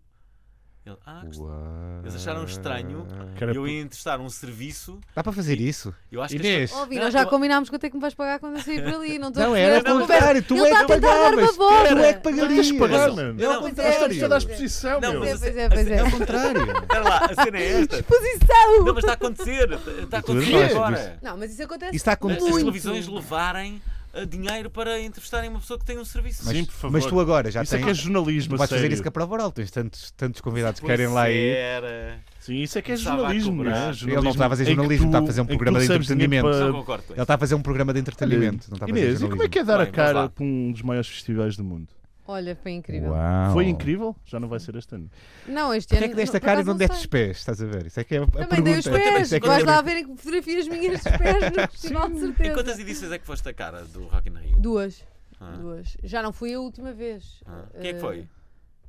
Speaker 1: Ele, ah, que Eles acharam estranho.
Speaker 4: Que era
Speaker 1: eu
Speaker 4: por-
Speaker 1: ia entrevistar um serviço.
Speaker 2: Dá para fazer isso?
Speaker 1: Eu acho que
Speaker 2: Inês.
Speaker 1: as pessoas-
Speaker 3: Ó, Vi,
Speaker 1: Não,
Speaker 3: nós já
Speaker 1: eu-
Speaker 3: combinámos quanto é que me vais pagar quando eu sair por ali. Não estou
Speaker 2: Não,
Speaker 3: a
Speaker 2: era
Speaker 3: perceber esta
Speaker 2: ao contrário, tu
Speaker 3: conversa.
Speaker 2: é
Speaker 3: Ele
Speaker 2: que
Speaker 3: está a tentar dar uma
Speaker 2: pagavas.
Speaker 3: volta.
Speaker 2: Tu é que
Speaker 4: Tu tens
Speaker 2: pagarias.
Speaker 4: que pagar,
Speaker 1: Não,
Speaker 4: mano. É o
Speaker 1: pois
Speaker 3: é,
Speaker 4: contrário, estás toda à
Speaker 3: pois é.
Speaker 4: exposição,
Speaker 1: Não,
Speaker 4: meu.
Speaker 1: mas-
Speaker 3: Pois é, pois é,
Speaker 1: a-
Speaker 3: pois
Speaker 1: a-
Speaker 3: é.
Speaker 2: Ao contrário.
Speaker 1: Espera lá, a cena é esta.
Speaker 3: Posição!
Speaker 1: Não, mas está a acontecer. Está a
Speaker 4: não
Speaker 1: acontecer
Speaker 4: achas
Speaker 1: agora.
Speaker 3: Não, mas isso acontece.
Speaker 2: Isso tá está a
Speaker 1: As
Speaker 2: acontecer.
Speaker 1: as
Speaker 3: Muito.
Speaker 1: televisões levarem ah, dinheiro para entrevistarem uma pessoa que tem um serviço.
Speaker 4: Sim, por favor.
Speaker 2: Mas tu agora já
Speaker 4: Isso é
Speaker 2: tens.
Speaker 4: que é jornalismo,
Speaker 2: tu
Speaker 4: a
Speaker 2: podes fazer
Speaker 4: sério.
Speaker 2: isso com a prova oral. Tens tantos, tantos convidados que
Speaker 1: Pois
Speaker 2: querem lá ir.
Speaker 1: era.
Speaker 4: Sim, isso é que é
Speaker 1: Começava a
Speaker 4: jornalismo,
Speaker 1: cobrar.
Speaker 4: não é?
Speaker 1: Ele
Speaker 2: não estava a fazer
Speaker 4: em que
Speaker 2: jornalismo,
Speaker 4: tu-
Speaker 2: estava a fazer um
Speaker 4: em que tu
Speaker 2: programa de
Speaker 4: recebes dinheiro
Speaker 2: entretenimento.
Speaker 1: Não
Speaker 4: para-
Speaker 1: concordo com
Speaker 2: Ele
Speaker 1: isso.
Speaker 2: está a fazer um programa de entretenimento. Não está a fazer
Speaker 4: Inês, e como é que é dar
Speaker 1: Bem,
Speaker 4: a
Speaker 1: vamos
Speaker 4: cara
Speaker 1: lá.
Speaker 4: para um dos maiores festivais do mundo?
Speaker 3: Olha, foi incrível.
Speaker 2: Uau.
Speaker 4: é? Foi incrível? Já não vai ser este ano.
Speaker 3: Não, este
Speaker 2: Porquê
Speaker 3: ano.
Speaker 2: é que desta
Speaker 3: por
Speaker 2: cara e
Speaker 3: acaso,
Speaker 2: não
Speaker 3: sei.
Speaker 2: destes pés? Estás a ver? Isso é que é a
Speaker 3: Também dei os
Speaker 2: pergunta.
Speaker 3: pés.
Speaker 2: Isso é que é a
Speaker 3: Vais lá
Speaker 2: pergunta.
Speaker 3: ver fotografias minhas [laughs] dos pés no festival, de
Speaker 2: tá-
Speaker 1: Em
Speaker 3: certeza.
Speaker 1: quantas edições é que foste a cara do Rock in Rio?
Speaker 3: Duas.
Speaker 1: Ah,
Speaker 3: Duas. Já não fui a última vez.
Speaker 1: ah. Quem é que
Speaker 3: Eh,
Speaker 1: foi?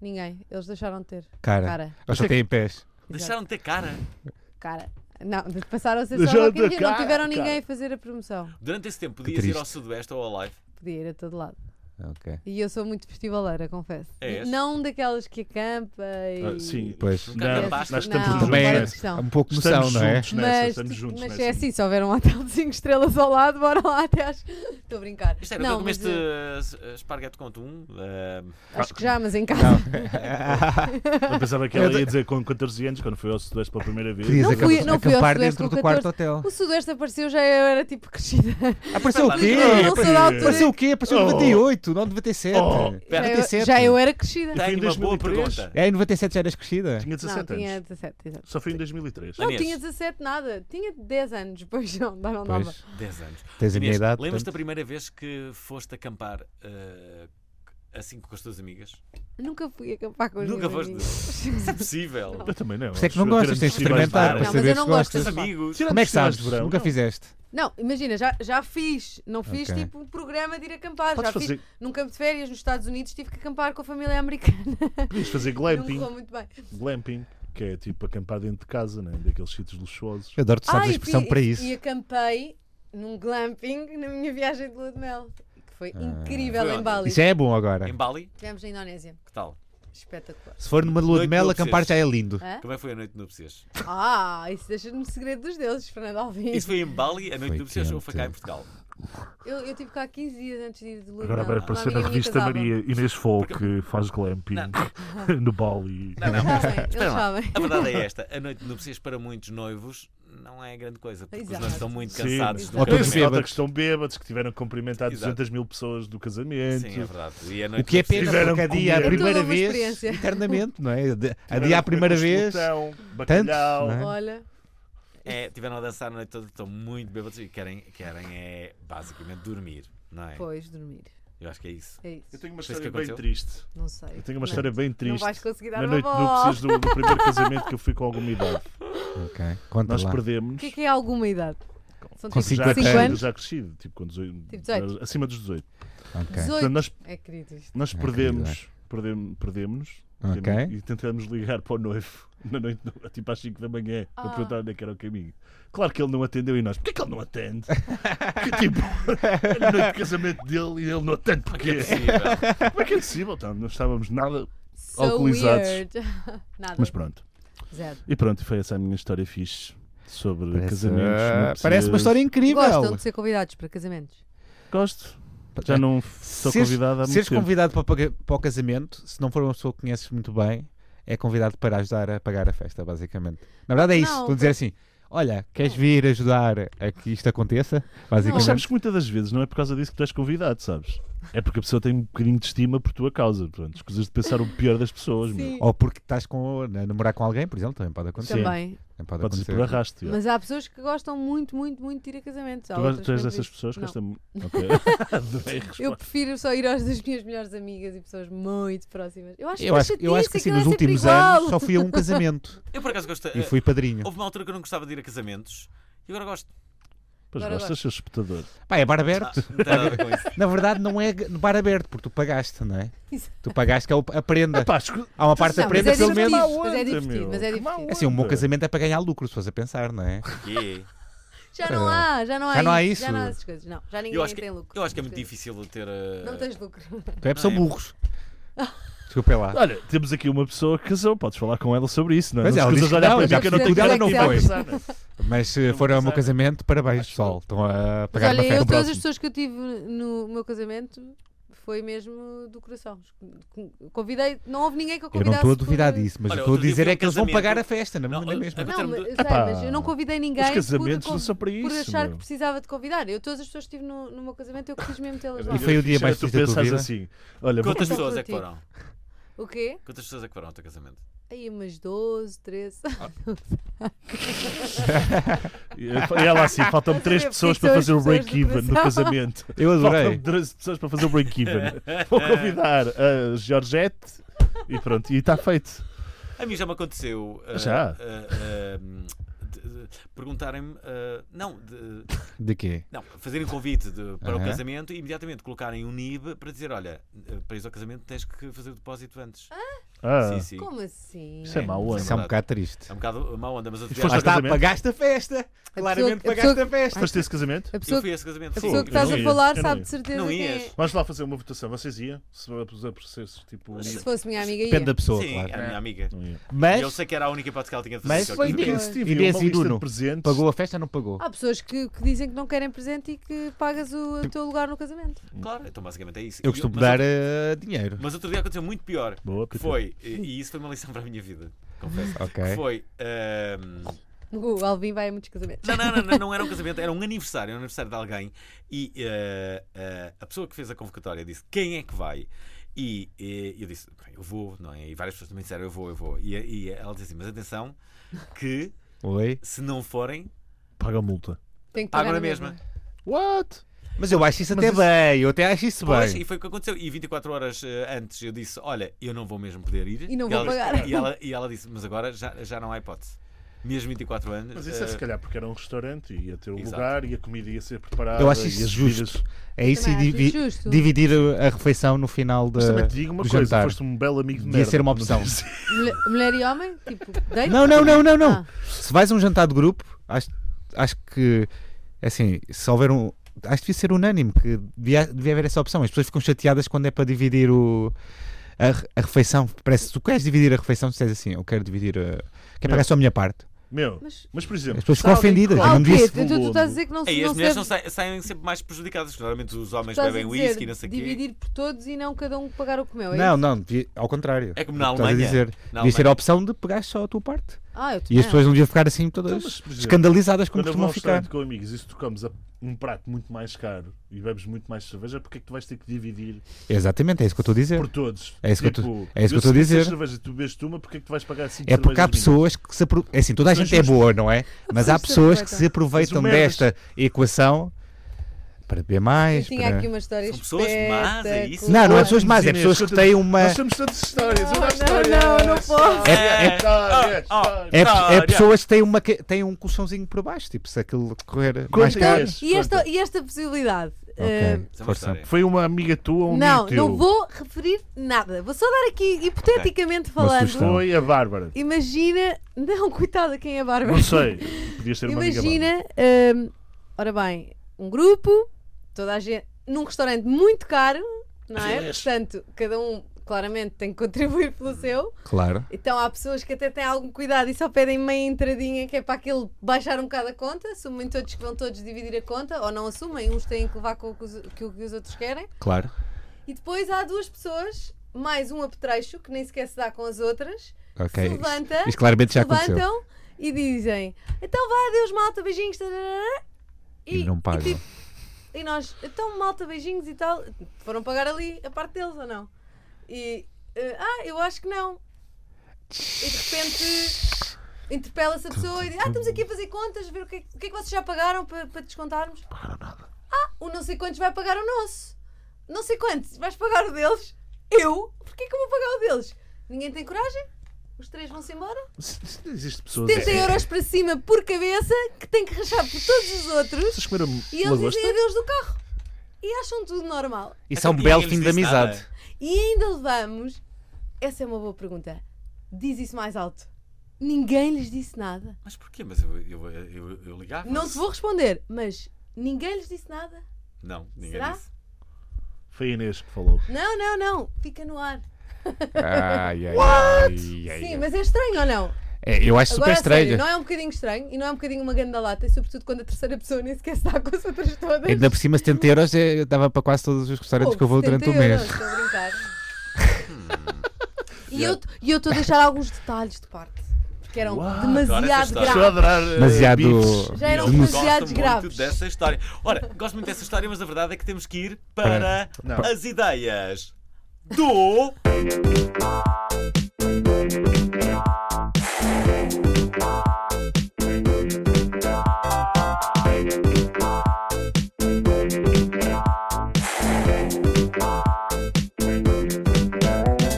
Speaker 3: Ninguém. Eles deixaram de ter.
Speaker 2: Cara,
Speaker 3: Cara.
Speaker 2: eles só têm pés.
Speaker 1: Deixaram de ter cara.
Speaker 3: Cara. Não, [laughs] de- passaram a ser só
Speaker 4: Deixaram
Speaker 3: Rock in
Speaker 4: de
Speaker 3: Rio.
Speaker 4: cara,
Speaker 3: Não tiveram
Speaker 4: cara.
Speaker 3: ninguém a fazer a promoção.
Speaker 1: Durante esse tempo podias ir
Speaker 2: triste.
Speaker 1: ao Sudoeste ou ao Live.
Speaker 3: Podia ir a todo lado.
Speaker 2: Ok.
Speaker 3: E eu sou muito festivaleira, confesso.
Speaker 1: És?
Speaker 3: Não daquelas que acacampa e.
Speaker 4: Ah, sim.
Speaker 2: Pois.
Speaker 1: Nunca
Speaker 4: Não,
Speaker 1: acabaste.
Speaker 4: nós
Speaker 3: não,
Speaker 4: estamos
Speaker 3: não,
Speaker 4: juntos
Speaker 2: Também é.
Speaker 3: fora de
Speaker 4: nessa.
Speaker 3: questão.
Speaker 2: Um pouco de noção,
Speaker 4: Estamos
Speaker 2: não é? [laughs]
Speaker 4: juntos nessa,
Speaker 3: Mas,
Speaker 4: estamos juntos
Speaker 3: mas
Speaker 4: nessa.
Speaker 3: é assim, se houver um hotel de 5 estrelas ao lado, bora lá até às. Estou a brincar.
Speaker 1: Isto era,
Speaker 3: não,
Speaker 1: tu comeste
Speaker 3: mas,
Speaker 1: eh, esparguete com atum. eh,
Speaker 3: eh, acho que já, mas em casa.
Speaker 4: Eu pensava que ela ia dizer com 14 anos, quando foi ao Sudoeste pela primeira vez.
Speaker 2: Querias
Speaker 3: Não fui-
Speaker 2: acampar,
Speaker 3: não fui ao
Speaker 2: acampar
Speaker 3: Sudoeste
Speaker 2: dentro
Speaker 3: com
Speaker 2: do quarto
Speaker 3: 14.
Speaker 2: hotel.
Speaker 3: [laughs]
Speaker 2: Ah,
Speaker 3: O Sudoeste apareceu, já eu era tipo crescida.
Speaker 2: Apareceu o
Speaker 3: [laughs]
Speaker 1: Mas
Speaker 2: quê?
Speaker 1: não,
Speaker 3: não sou da altura.
Speaker 2: Apareceu o quê? Apareceu um em
Speaker 4: Oh.
Speaker 2: 98, não 97.
Speaker 4: Oh,
Speaker 1: Pera,
Speaker 3: já, eu,
Speaker 2: 97.
Speaker 3: já eu era crescida.
Speaker 4: fui em
Speaker 1: Tenho uma boa
Speaker 4: 2003.
Speaker 1: pergunta.
Speaker 2: É, em 97 já eras crescida?
Speaker 4: Tinha
Speaker 3: Não,
Speaker 4: 17
Speaker 3: tinha
Speaker 4: anos.
Speaker 3: 17, exato.
Speaker 4: Só foi em 2003.
Speaker 3: Não,
Speaker 1: Inês.
Speaker 3: tinha 17 nada. Tinha 10 anos, [laughs] pois não, não, não dava.
Speaker 2: Pois,
Speaker 1: 10 anos.
Speaker 2: tens É. a minha
Speaker 1: Inês,
Speaker 2: idade.
Speaker 1: Lembras-te da
Speaker 2: portanto.
Speaker 1: primeira vez que foste acampar eh, assim com as tuas amigas?
Speaker 3: Nunca fui acampar com os
Speaker 1: Nunca
Speaker 3: meus
Speaker 1: foste.
Speaker 3: amigos.
Speaker 1: Isso é
Speaker 2: [laughs]
Speaker 1: possível.
Speaker 4: Eu também não.
Speaker 2: Por isso é que não
Speaker 4: acho eu
Speaker 2: gostas,
Speaker 4: ter
Speaker 2: tens de experimentar
Speaker 1: Não,
Speaker 2: para
Speaker 1: mas
Speaker 2: saber
Speaker 3: eu
Speaker 2: se
Speaker 3: não gosto
Speaker 2: gostas.
Speaker 1: Tens amigos.
Speaker 4: Tirando
Speaker 2: Como é que
Speaker 4: festivais
Speaker 2: sabes?
Speaker 4: de verão,
Speaker 2: Nunca
Speaker 4: não.
Speaker 2: fizeste.
Speaker 3: [laughs] Não, imagina, já, já fiz. Não fiz
Speaker 2: Ok.
Speaker 3: tipo um programa de ir acampar.
Speaker 4: Podes
Speaker 3: já fiz
Speaker 4: fazer,
Speaker 3: num campo de férias nos Estados Unidos. Tive que acampar com a família americana. [laughs]
Speaker 4: podias fazer
Speaker 3: Não
Speaker 4: glamping.
Speaker 3: correu muito bem.
Speaker 4: Glamping, que é tipo acampar dentro de casa, né? daqueles sítios luxuosos.
Speaker 2: Eu adoro, tu sabes
Speaker 3: e
Speaker 2: a expressão
Speaker 3: fi-
Speaker 2: para
Speaker 3: e-
Speaker 2: isso.
Speaker 3: E acampei num glamping na minha viagem de lua de mel. Que foi
Speaker 4: Ah,
Speaker 3: incrível
Speaker 1: Foi
Speaker 3: em
Speaker 1: onde?
Speaker 3: Bali.
Speaker 2: Isso é bom agora.
Speaker 1: Em Bali?
Speaker 3: Estivemos na Indonésia.
Speaker 1: Que tal?
Speaker 3: Espetacular.
Speaker 2: Se for numa lua de
Speaker 1: Noite
Speaker 2: mel,
Speaker 1: do
Speaker 2: acampar já é lindo.
Speaker 3: Hã?
Speaker 1: Como é que foi a noite de núpcias?
Speaker 3: Ah, isso deixa-me no segredo dos deuses, Fernando Alvim.
Speaker 1: Isso foi em Bali, a noite
Speaker 2: Foi
Speaker 1: de núpcias ou
Speaker 2: quente.
Speaker 1: foi cá em Portugal?
Speaker 3: Eu, eu tive cá 15 dias antes de ir de lua de
Speaker 4: Agora vai
Speaker 3: mel. Uma
Speaker 4: aparecer
Speaker 3: amiga
Speaker 4: na
Speaker 3: minha
Speaker 4: revista
Speaker 3: casava.
Speaker 4: Maria Inês Folk, que faz glamping
Speaker 2: [laughs]
Speaker 4: no Bali.
Speaker 1: Não, não.
Speaker 3: Eles sabem,
Speaker 1: Espera
Speaker 3: eles
Speaker 1: lá.
Speaker 3: sabem.
Speaker 1: A verdade
Speaker 3: [laughs]
Speaker 1: é esta: a noite de núpcias para muitos noivos não é grande coisa, porque os
Speaker 3: Exato.
Speaker 1: noivos estão muito
Speaker 4: Sim.
Speaker 1: cansados. do
Speaker 2: Ou
Speaker 4: Ou
Speaker 2: todos
Speaker 1: casamento.
Speaker 4: se nota
Speaker 2: bêbados.
Speaker 4: que estão bêbados, que tiveram que cumprimentar
Speaker 1: Exato.
Speaker 4: 200 mil pessoas do
Speaker 1: Sim, é
Speaker 4: casamento.
Speaker 1: verdade. E a
Speaker 2: O
Speaker 1: noite
Speaker 2: que
Speaker 1: de
Speaker 2: é
Speaker 1: núpcias-
Speaker 2: pena
Speaker 4: Tiveram
Speaker 2: porque adia a
Speaker 4: comida.
Speaker 2: primeira
Speaker 3: Toda uma
Speaker 2: vez
Speaker 3: experiência.
Speaker 2: eternamente, não é? De-
Speaker 4: Tiveram
Speaker 2: Adia a
Speaker 4: que comer
Speaker 2: primeira
Speaker 4: com
Speaker 2: vez.
Speaker 4: escultão, bacalhau.
Speaker 2: não é?
Speaker 3: Olha,
Speaker 1: É, tiveram a dançar a noite toda, estão muito bêbados e querem, querem é basicamente dormir, não é?
Speaker 3: pois, dormir.
Speaker 1: Eu acho que é isso.
Speaker 3: É isso.
Speaker 4: Eu tenho uma
Speaker 1: Foi isso
Speaker 4: história
Speaker 1: que
Speaker 4: bem
Speaker 1: aconteceu?
Speaker 4: triste.
Speaker 3: Não sei.
Speaker 4: Eu tenho uma
Speaker 3: Não.
Speaker 4: história bem
Speaker 3: Não
Speaker 4: triste.
Speaker 3: vais conseguir dar
Speaker 4: Na
Speaker 3: uma
Speaker 4: noite de
Speaker 3: bola.
Speaker 4: núpcias do, do primeiro casamento que eu fui com alguma
Speaker 3: [laughs]
Speaker 4: idade.
Speaker 2: Ok, conta
Speaker 4: Nós
Speaker 2: lá.
Speaker 3: O
Speaker 4: perdemos.
Speaker 3: que é que é alguma idade? São
Speaker 2: Com
Speaker 3: tipo
Speaker 4: já,
Speaker 2: cinco
Speaker 3: 5
Speaker 4: crescido,
Speaker 3: anos?
Speaker 4: já crescido, tipo com 18,
Speaker 3: Tipo 18.
Speaker 4: acima dos 18.
Speaker 2: Ok.
Speaker 3: 18?
Speaker 4: Portanto, nós,
Speaker 3: É querido isto.
Speaker 4: nós
Speaker 2: Ok,
Speaker 4: perdemos, perdemos, perdemos
Speaker 2: Ok.
Speaker 4: perdemos e tentamos ligar para o noivo [laughs] na noite, do- tipo às 5 da manhã,
Speaker 3: Ah.
Speaker 4: a perguntar onde é que era o caminho. Claro que ele não atendeu e nós, porquê que ele
Speaker 1: [laughs]
Speaker 4: não atende? que tipo, [laughs] era a noite de casamento dele e ele não atende
Speaker 1: Que é
Speaker 4: porquê?
Speaker 1: possível.
Speaker 2: [laughs]
Speaker 4: Como é que é possível? Então, não estávamos nada,
Speaker 3: So
Speaker 4: Alcoolizados.
Speaker 3: weird. [laughs] Nada.
Speaker 4: mas pronto.
Speaker 3: Zero.
Speaker 4: E pronto, foi essa a minha história fixe sobre
Speaker 2: Parece,
Speaker 4: casamentos.
Speaker 2: ah,
Speaker 4: núpcias.
Speaker 2: parece uma história incrível.
Speaker 3: Gostam de ser convidados para casamentos?
Speaker 4: Gosto. Já não sou
Speaker 2: Seres-
Speaker 4: convidado há muito
Speaker 2: Seres
Speaker 4: tempo.
Speaker 2: convidado para, o paga- para o casamento, se não for uma pessoa que conheces muito bem, é convidado para ajudar a pagar a festa, basicamente. Na verdade é isso.
Speaker 3: Não,
Speaker 2: Estão a dizer assim: olha, queres vir ajudar a que isto aconteça?
Speaker 4: Mas sabes
Speaker 2: Basicamente.
Speaker 4: que muitas das vezes não é por causa disso que tu és convidado, sabes? É porque a pessoa tem um bocadinho de estima por tua causa. Portanto, escusas de pensar o pior das pessoas. meu.
Speaker 2: Ou porque estás com, a namorar com alguém, por exemplo, também pode acontecer.
Speaker 4: Sim.
Speaker 3: Também.
Speaker 2: Também pode
Speaker 4: Podes ir
Speaker 2: acontecer.
Speaker 4: por arrasto. já.
Speaker 3: Mas há pessoas que gostam muito, muito, muito de ir a casamentos. Há
Speaker 4: Tu, és-
Speaker 3: outras
Speaker 4: tu és
Speaker 3: que não
Speaker 4: dessas
Speaker 3: dizem.
Speaker 4: pessoas que
Speaker 3: Não.
Speaker 4: gostam muito.
Speaker 2: [laughs]
Speaker 4: Okay.
Speaker 3: Eu prefiro só ir aos das minhas melhores amigas e pessoas muito próximas. Eu acho
Speaker 2: Eu acho,
Speaker 3: que é
Speaker 2: eu acho que assim, nos últimos anos só fui a um casamento
Speaker 4: [laughs]
Speaker 1: Eu por acaso gosto. eh,
Speaker 2: e fui padrinho.
Speaker 1: Houve uma altura que eu não gostava de ir a casamentos e agora gosto.
Speaker 4: Pois
Speaker 3: Agora
Speaker 4: gostas, seu espectador.
Speaker 2: Pá, é bar aberto.
Speaker 1: Não tem
Speaker 2: [laughs]
Speaker 1: nada a ver com isso.
Speaker 2: Na verdade, não é g- bar aberto, porque tu pagaste, não é?
Speaker 3: Exato.
Speaker 2: Tu pagaste que é o- a prenda.
Speaker 4: Pá, escu-
Speaker 2: Há uma parte
Speaker 3: Não,
Speaker 2: da
Speaker 3: mas
Speaker 2: prenda,
Speaker 3: é
Speaker 2: pelo
Speaker 3: divertido,
Speaker 2: menos.
Speaker 3: mas é
Speaker 4: Onda,
Speaker 3: divertido,
Speaker 4: meu,
Speaker 3: mas é
Speaker 4: que má
Speaker 3: divertido.
Speaker 2: É assim, um bom
Speaker 4: onda.
Speaker 2: casamento é para ganhar lucro, se fores a pensar, não é?
Speaker 1: Quê?
Speaker 3: Já não há, já não há,
Speaker 2: Já não há
Speaker 3: isso, Já
Speaker 2: isso.
Speaker 3: não há essas coisas. Não, já ninguém
Speaker 1: Eu acho, que,
Speaker 3: tem lucro.
Speaker 1: eu acho que é muito difícil ter. eh,
Speaker 3: Não tens lucro.
Speaker 2: Tu é são
Speaker 1: é.
Speaker 2: burros. Desculpa lá.
Speaker 4: [laughs] Olha, temos aqui uma pessoa que casou, podes falar com ela sobre isso, não é?
Speaker 2: Mas
Speaker 4: não
Speaker 2: ela
Speaker 4: escusas
Speaker 2: diz que
Speaker 4: olhar
Speaker 2: não,
Speaker 4: para mim,
Speaker 2: já
Speaker 4: que eu não
Speaker 3: percebi
Speaker 4: tenho
Speaker 3: que ela não
Speaker 4: nada para
Speaker 3: foi.
Speaker 4: casar, não é?
Speaker 2: Mas se foram ao meu casamento, parabéns, pessoal. Estão a
Speaker 3: Mas
Speaker 2: pagar uma
Speaker 3: olha,
Speaker 2: festa
Speaker 3: eu,
Speaker 2: no
Speaker 3: todas as
Speaker 2: próximo.
Speaker 3: pessoas que eu tive no meu casamento foi mesmo do coração. Convidei, não houve ninguém que eu
Speaker 2: Eu não
Speaker 3: convidasse.
Speaker 2: estou a duvidar
Speaker 3: por-
Speaker 2: disso, mas
Speaker 1: Olha,
Speaker 2: eu estou a
Speaker 1: outro dia
Speaker 2: dizer
Speaker 1: fui a
Speaker 2: é
Speaker 1: um
Speaker 2: que eles vão
Speaker 1: casamento.
Speaker 2: pagar a festa, não,
Speaker 1: Não,
Speaker 2: não é mesmo?
Speaker 1: a-
Speaker 3: Não, mas,
Speaker 1: Epá.
Speaker 3: sei, mas eu não convidei ninguém
Speaker 4: Os casamentos
Speaker 3: por,
Speaker 4: não são para isso.
Speaker 3: por achar
Speaker 4: meu.
Speaker 3: que precisava de convidar. Eu, todas as pessoas que tive no, no meu casamento, eu quis mesmo tê-las lá.
Speaker 2: E foi o dia
Speaker 4: Alexandre,
Speaker 2: mais
Speaker 4: tu
Speaker 2: triste da tua
Speaker 4: pensas
Speaker 2: vida?
Speaker 4: assim, olha, vou
Speaker 1: Quantas
Speaker 3: Vou-
Speaker 1: pessoas é que
Speaker 3: Vou-
Speaker 1: foram?
Speaker 3: O quê?
Speaker 1: Quantas pessoas é que foram ao teu casamento?
Speaker 3: Aí umas 12, 13.
Speaker 4: [laughs] E ela assim, faltam-me
Speaker 3: Eu
Speaker 4: 3
Speaker 3: sabia
Speaker 4: pessoas
Speaker 3: porque
Speaker 4: para
Speaker 3: são as
Speaker 4: fazer o
Speaker 3: pessoas do
Speaker 4: break-even no
Speaker 3: [laughs] coração.
Speaker 4: casamento.
Speaker 2: Eu
Speaker 4: Faltam-me
Speaker 2: adorei.
Speaker 4: 3 pessoas para fazer o break-even. Vou convidar a Georgette e pronto, e está feito.
Speaker 1: A mim já me aconteceu. eh,
Speaker 4: Já?
Speaker 1: eh, eh, de- de- Perguntarem-me. eh, não, de-
Speaker 2: De quê?
Speaker 1: não, fazerem convite de- para o
Speaker 2: Aham.
Speaker 1: casamento e imediatamente colocarem um NIB para dizer: olha, eh, para ir ao casamento tens que fazer o depósito antes.
Speaker 4: Ah,
Speaker 1: Sim, sim.
Speaker 3: Como assim?
Speaker 4: isso é mau
Speaker 1: É
Speaker 4: onda.
Speaker 2: Isso é um
Speaker 1: verdade.
Speaker 2: bocado triste.
Speaker 1: É um bocado má onda, mas eu devia...
Speaker 4: foste
Speaker 2: Lá
Speaker 4: ao
Speaker 2: está,
Speaker 4: casamento?
Speaker 2: pagaste a festa. Claramente
Speaker 3: pessoa- a
Speaker 2: pagaste
Speaker 3: pessoa-
Speaker 2: a festa.
Speaker 4: Foste esse
Speaker 2: é-
Speaker 4: casamento?
Speaker 3: A
Speaker 1: Eu
Speaker 3: pessoa,
Speaker 1: fui a esse casamento.
Speaker 3: a
Speaker 1: sim.
Speaker 3: pessoa que
Speaker 4: Eu não
Speaker 3: estás a
Speaker 4: ia,
Speaker 3: falar
Speaker 4: eu não
Speaker 3: sabe
Speaker 4: ia.
Speaker 3: de certeza
Speaker 1: Não
Speaker 3: quem
Speaker 1: ias.
Speaker 3: é.
Speaker 4: Vamos lá fazer uma votação. Vocês iam? Se a processos tipo.
Speaker 1: Mas-
Speaker 3: Se fosse minha amiga,
Speaker 2: Depende
Speaker 3: ia.
Speaker 2: da pessoa,
Speaker 1: Sim,
Speaker 2: claro.
Speaker 1: era a minha amiga.
Speaker 4: Não ia.
Speaker 1: E eu
Speaker 2: Mas
Speaker 1: sei que era a única hipótese que ela tinha de fazer.
Speaker 2: Mas
Speaker 1: isso ao
Speaker 2: foi
Speaker 1: casamento.
Speaker 4: Porque
Speaker 2: Inês.
Speaker 4: se tiver
Speaker 2: Inês
Speaker 4: uma
Speaker 2: e
Speaker 4: lista
Speaker 2: Nuno
Speaker 4: de presentes.
Speaker 2: pagou a festa ou não pagou?
Speaker 3: Há pessoas que, que dizem que não querem presente e que pagas o, o teu lugar no casamento.
Speaker 1: Claro, então basicamente é isso.
Speaker 2: Eu costumo
Speaker 1: Mas
Speaker 2: dar
Speaker 1: outro-
Speaker 2: eh, dinheiro.
Speaker 1: Mas outro dia aconteceu muito pior.
Speaker 4: Boa,
Speaker 1: Que
Speaker 4: Peter.
Speaker 1: foi, e e isso foi uma lição para a minha vida, confesso.
Speaker 2: Ok.
Speaker 1: Que foi. ehm,
Speaker 3: O Alvin vai a muitos casamentos.
Speaker 1: Não, não, não, não, não era um casamento, era um aniversário, era um aniversário de alguém. E eh, eh, a pessoa que fez a convocatória disse quem é que vai. E eh, eu disse, "Bem, eu vou, não é? E várias pessoas também disseram, eu vou, eu vou. E, e ela disse assim, mas atenção, que
Speaker 2: Oi.
Speaker 1: se não forem,
Speaker 4: Paga a multa.
Speaker 3: Tem que pagar
Speaker 1: pagam
Speaker 3: na
Speaker 1: na mesma.
Speaker 4: What?
Speaker 2: Mas eu acho isso até bem, eu até acho isso
Speaker 1: Pois,
Speaker 2: bem.
Speaker 1: e foi o que aconteceu. E 24 horas eh, antes eu disse: Olha, eu não vou mesmo poder ir.
Speaker 3: E não vou
Speaker 1: ela, disse-
Speaker 3: pagar.
Speaker 1: E ela, e ela disse: Mas agora já, já não há hipótese. Mesmo 24 anos.
Speaker 4: Mas isso é
Speaker 1: eh,
Speaker 4: se calhar porque era um restaurante e ia ter o
Speaker 1: Exato.
Speaker 4: lugar e a comida ia ser preparada.
Speaker 2: Eu acho
Speaker 4: Ah, e
Speaker 2: isso
Speaker 4: as
Speaker 2: justo.
Speaker 4: bebidas-
Speaker 2: É isso e
Speaker 3: Também acho
Speaker 2: divi-
Speaker 3: justo.
Speaker 2: dividir a a refeição no final da.
Speaker 4: Mas também te digo uma
Speaker 2: do
Speaker 4: coisa:
Speaker 2: jantar.
Speaker 4: foste um belo amigo de
Speaker 2: Devia
Speaker 4: merda.
Speaker 2: ser uma
Speaker 4: Não
Speaker 2: opção.
Speaker 4: devia ser.
Speaker 3: Mulher, mulher e homem? Tipo, date?
Speaker 2: Não, não, não, não, não.
Speaker 3: Ah.
Speaker 2: Se vais a um jantar de grupo, acho, acho que assim, se houver um. Acho que devia ser unânime, que devia, devia haver essa opção. As pessoas ficam chateadas quando é para dividir o, a, re- a refeição. Parece que tu queres dividir a refeição, tu dizes assim, eu quero dividir a. Quero pagar só a minha parte.
Speaker 4: [laughs] Meu,
Speaker 3: Mas-
Speaker 4: mas por
Speaker 2: As
Speaker 4: exemplo,
Speaker 2: pessoas ficam
Speaker 4: se alguém
Speaker 2: ofendidas.
Speaker 4: come-
Speaker 3: Ah,
Speaker 2: não
Speaker 3: o quê?
Speaker 2: disse-
Speaker 3: Tu, tu estás a dizer que não se
Speaker 1: Aí
Speaker 3: não
Speaker 1: as mulheres
Speaker 3: se
Speaker 1: não
Speaker 3: deve-
Speaker 1: saem, saem sempre mais prejudicadas. porque Normalmente os homens
Speaker 3: estás a
Speaker 1: bebem
Speaker 3: dizer
Speaker 1: whisky, não sei o quê.
Speaker 3: Dividir por todos e não cada um pagar o que comeu. é
Speaker 2: Não,
Speaker 3: isso?
Speaker 2: não, devia- ao contrário.
Speaker 1: É como na
Speaker 2: Estás a
Speaker 1: Alemanha.
Speaker 2: dizer,
Speaker 1: Na
Speaker 2: devia ser a
Speaker 1: Alemanha.
Speaker 2: opção de pegar só a tua parte.
Speaker 3: Ah, eu
Speaker 2: E as pessoas não deviam ficar assim
Speaker 4: Então,
Speaker 2: todas
Speaker 4: mas, por exemplo,
Speaker 2: escandalizadas como
Speaker 4: Quando eu vou
Speaker 2: costumam
Speaker 4: ao
Speaker 2: ficar.
Speaker 4: restaurante com amigos e se tu comes a- um prato muito mais caro e bebes muito mais cerveja, porque é que tu vais ter que dividir
Speaker 2: Exatamente, é isso que eu estou a dizer.
Speaker 4: por todos?
Speaker 2: É isso que eu
Speaker 4: Tipo,
Speaker 2: tô- é isso que eu
Speaker 4: se
Speaker 2: estou a
Speaker 4: bebes
Speaker 2: dizer.
Speaker 4: cerveja e tu bebes uma, porque é que tu vais pagar 5
Speaker 2: É porque há pessoas que se aproveitam. É assim, toda a
Speaker 4: São
Speaker 2: gente é
Speaker 4: justas.
Speaker 2: boa, não é? Mas há
Speaker 3: São
Speaker 2: pessoas que
Speaker 3: justas.
Speaker 2: se aproveitam
Speaker 4: São merdas.
Speaker 2: desta equação para beber
Speaker 3: Eu
Speaker 2: mais.
Speaker 3: tinha
Speaker 2: para-
Speaker 3: aqui um uma história
Speaker 1: São pessoas más, é isso?
Speaker 2: Não, não é
Speaker 4: Olá,
Speaker 2: pessoas más, é
Speaker 4: Inês,
Speaker 2: pessoas que
Speaker 4: conta-me.
Speaker 2: têm uma.
Speaker 4: Nós temos tantas histórias, eu
Speaker 3: Não,
Speaker 4: gosto de
Speaker 3: não,
Speaker 4: histórias.
Speaker 3: não, não posso.
Speaker 2: É-
Speaker 1: é-
Speaker 4: Histórias,
Speaker 1: Oh, oh,
Speaker 4: histórias.
Speaker 2: É, pe- é
Speaker 1: Olha.
Speaker 2: pessoas que têm, uma, que têm um colchãozinho por baixo, tipo, se aquilo correr mais
Speaker 4: Conta
Speaker 2: caro.
Speaker 4: esse,
Speaker 3: E esta,
Speaker 4: conta.
Speaker 3: e esta possibilidade? eh,
Speaker 2: Ok,
Speaker 1: Isso é uma
Speaker 2: força.
Speaker 1: história.
Speaker 4: Foi uma amiga tua ou um
Speaker 3: não,
Speaker 4: amigo
Speaker 3: não
Speaker 4: teu?
Speaker 3: vou referir nada. Vou só dar aqui, hipoteticamente
Speaker 2: Uma
Speaker 3: falando.
Speaker 2: sugestão.
Speaker 4: Foi a Bárbara.
Speaker 3: Imagina. Não, coitada, quem é a Bárbara?
Speaker 4: Não sei, podias ter uma amiga Bárbara.
Speaker 3: Imagina, hum, ora bem, um grupo, toda a gente, num restaurante muito caro, não é? Portanto, cada um claramente tem que contribuir pelo seu.
Speaker 2: Claro.
Speaker 3: Então há pessoas que até têm algum cuidado e só pedem meia entradinha, que é para aquele baixar um bocado a conta. Assumem todos que vão todos dividir a conta, ou não assumem, uns têm que levar com o que os, que o que os outros querem.
Speaker 2: Claro.
Speaker 3: E depois há duas pessoas, mais um apetrecho, que nem sequer se dá com as outras,
Speaker 2: Ok.
Speaker 3: Se levanta,
Speaker 2: Isto- Isto claramente já aconteceu.
Speaker 3: levantam e dizem: Então vá, adeus, malta, beijinhos. tararara."
Speaker 2: E não pagam.
Speaker 3: tipo, E, nós, então malta, beijinhos e tal. Foram pagar ali a parte deles ou não? E eh, ah, eu acho que não. E de repente interpela-se a pessoa e diz: Ah, estamos aqui a fazer contas, a ver o que, é que- o que é que vocês já pagaram para, para descontarmos. Pagaram nada. Ah, o não sei quantos vai pagar o nosso. Não sei quantos, vais pagar o deles? Eu? Porquê que eu vou pagar o deles? Ninguém tem coragem? Os três vão-se embora.
Speaker 4: Existem pessoas. assim.
Speaker 3: 70 euros para cima por cabeça, que tem que rachar por todos os outros.
Speaker 4: Vocês comeram
Speaker 3: E eles
Speaker 4: lagosta?
Speaker 3: dizem adeus do carro. E acham tudo normal.
Speaker 2: Isso é um
Speaker 1: Então,
Speaker 2: belo
Speaker 1: ninguém
Speaker 2: fim
Speaker 1: lhes
Speaker 2: de
Speaker 1: disse nada.
Speaker 2: amizade.
Speaker 3: E ainda levamos. Essa é uma boa pergunta. Diz isso mais alto. Ninguém lhes disse nada.
Speaker 1: Mas porquê? Mas eu, eu, eu, eu ligava.
Speaker 3: Não
Speaker 2: assim?
Speaker 3: te vou responder, mas ninguém lhes disse nada.
Speaker 1: Não, ninguém
Speaker 3: Será?
Speaker 1: disse.
Speaker 4: Foi a Inês que falou.
Speaker 3: Não, não, não. Fica no ar.
Speaker 4: é?
Speaker 2: Ai, ai, ai, ai,
Speaker 3: Sim,
Speaker 2: ai.
Speaker 3: mas é estranho ou não?
Speaker 2: É, eu acho super
Speaker 3: Agora, a sério,
Speaker 2: estranho.
Speaker 3: não é um bocadinho estranho e não é um bocadinho uma grande lata, e sobretudo quando a terceira pessoa nem sequer está com as outras todas.
Speaker 2: Ainda por cima, 70 euros é- dava para quase todos os restaurantes
Speaker 3: Pô,
Speaker 2: que eu vou durante o
Speaker 3: 70
Speaker 2: mês.
Speaker 3: Oh, euros, estou a brincar. e eu e eu estou a deixar alguns detalhes de parte, porque eram
Speaker 4: Uau,
Speaker 1: adoro
Speaker 3: demasiado
Speaker 1: essa história.
Speaker 4: Estou a
Speaker 3: graves.
Speaker 4: adorar. eh,
Speaker 2: Demasiado-
Speaker 4: bifes.
Speaker 3: Já eram
Speaker 1: Eu gosto
Speaker 3: demasiados
Speaker 1: muito
Speaker 3: graves.
Speaker 1: dessa história. Ora, gosto muito dessa história, mas a verdade é que temos que ir para
Speaker 4: Não.
Speaker 1: as ideias do.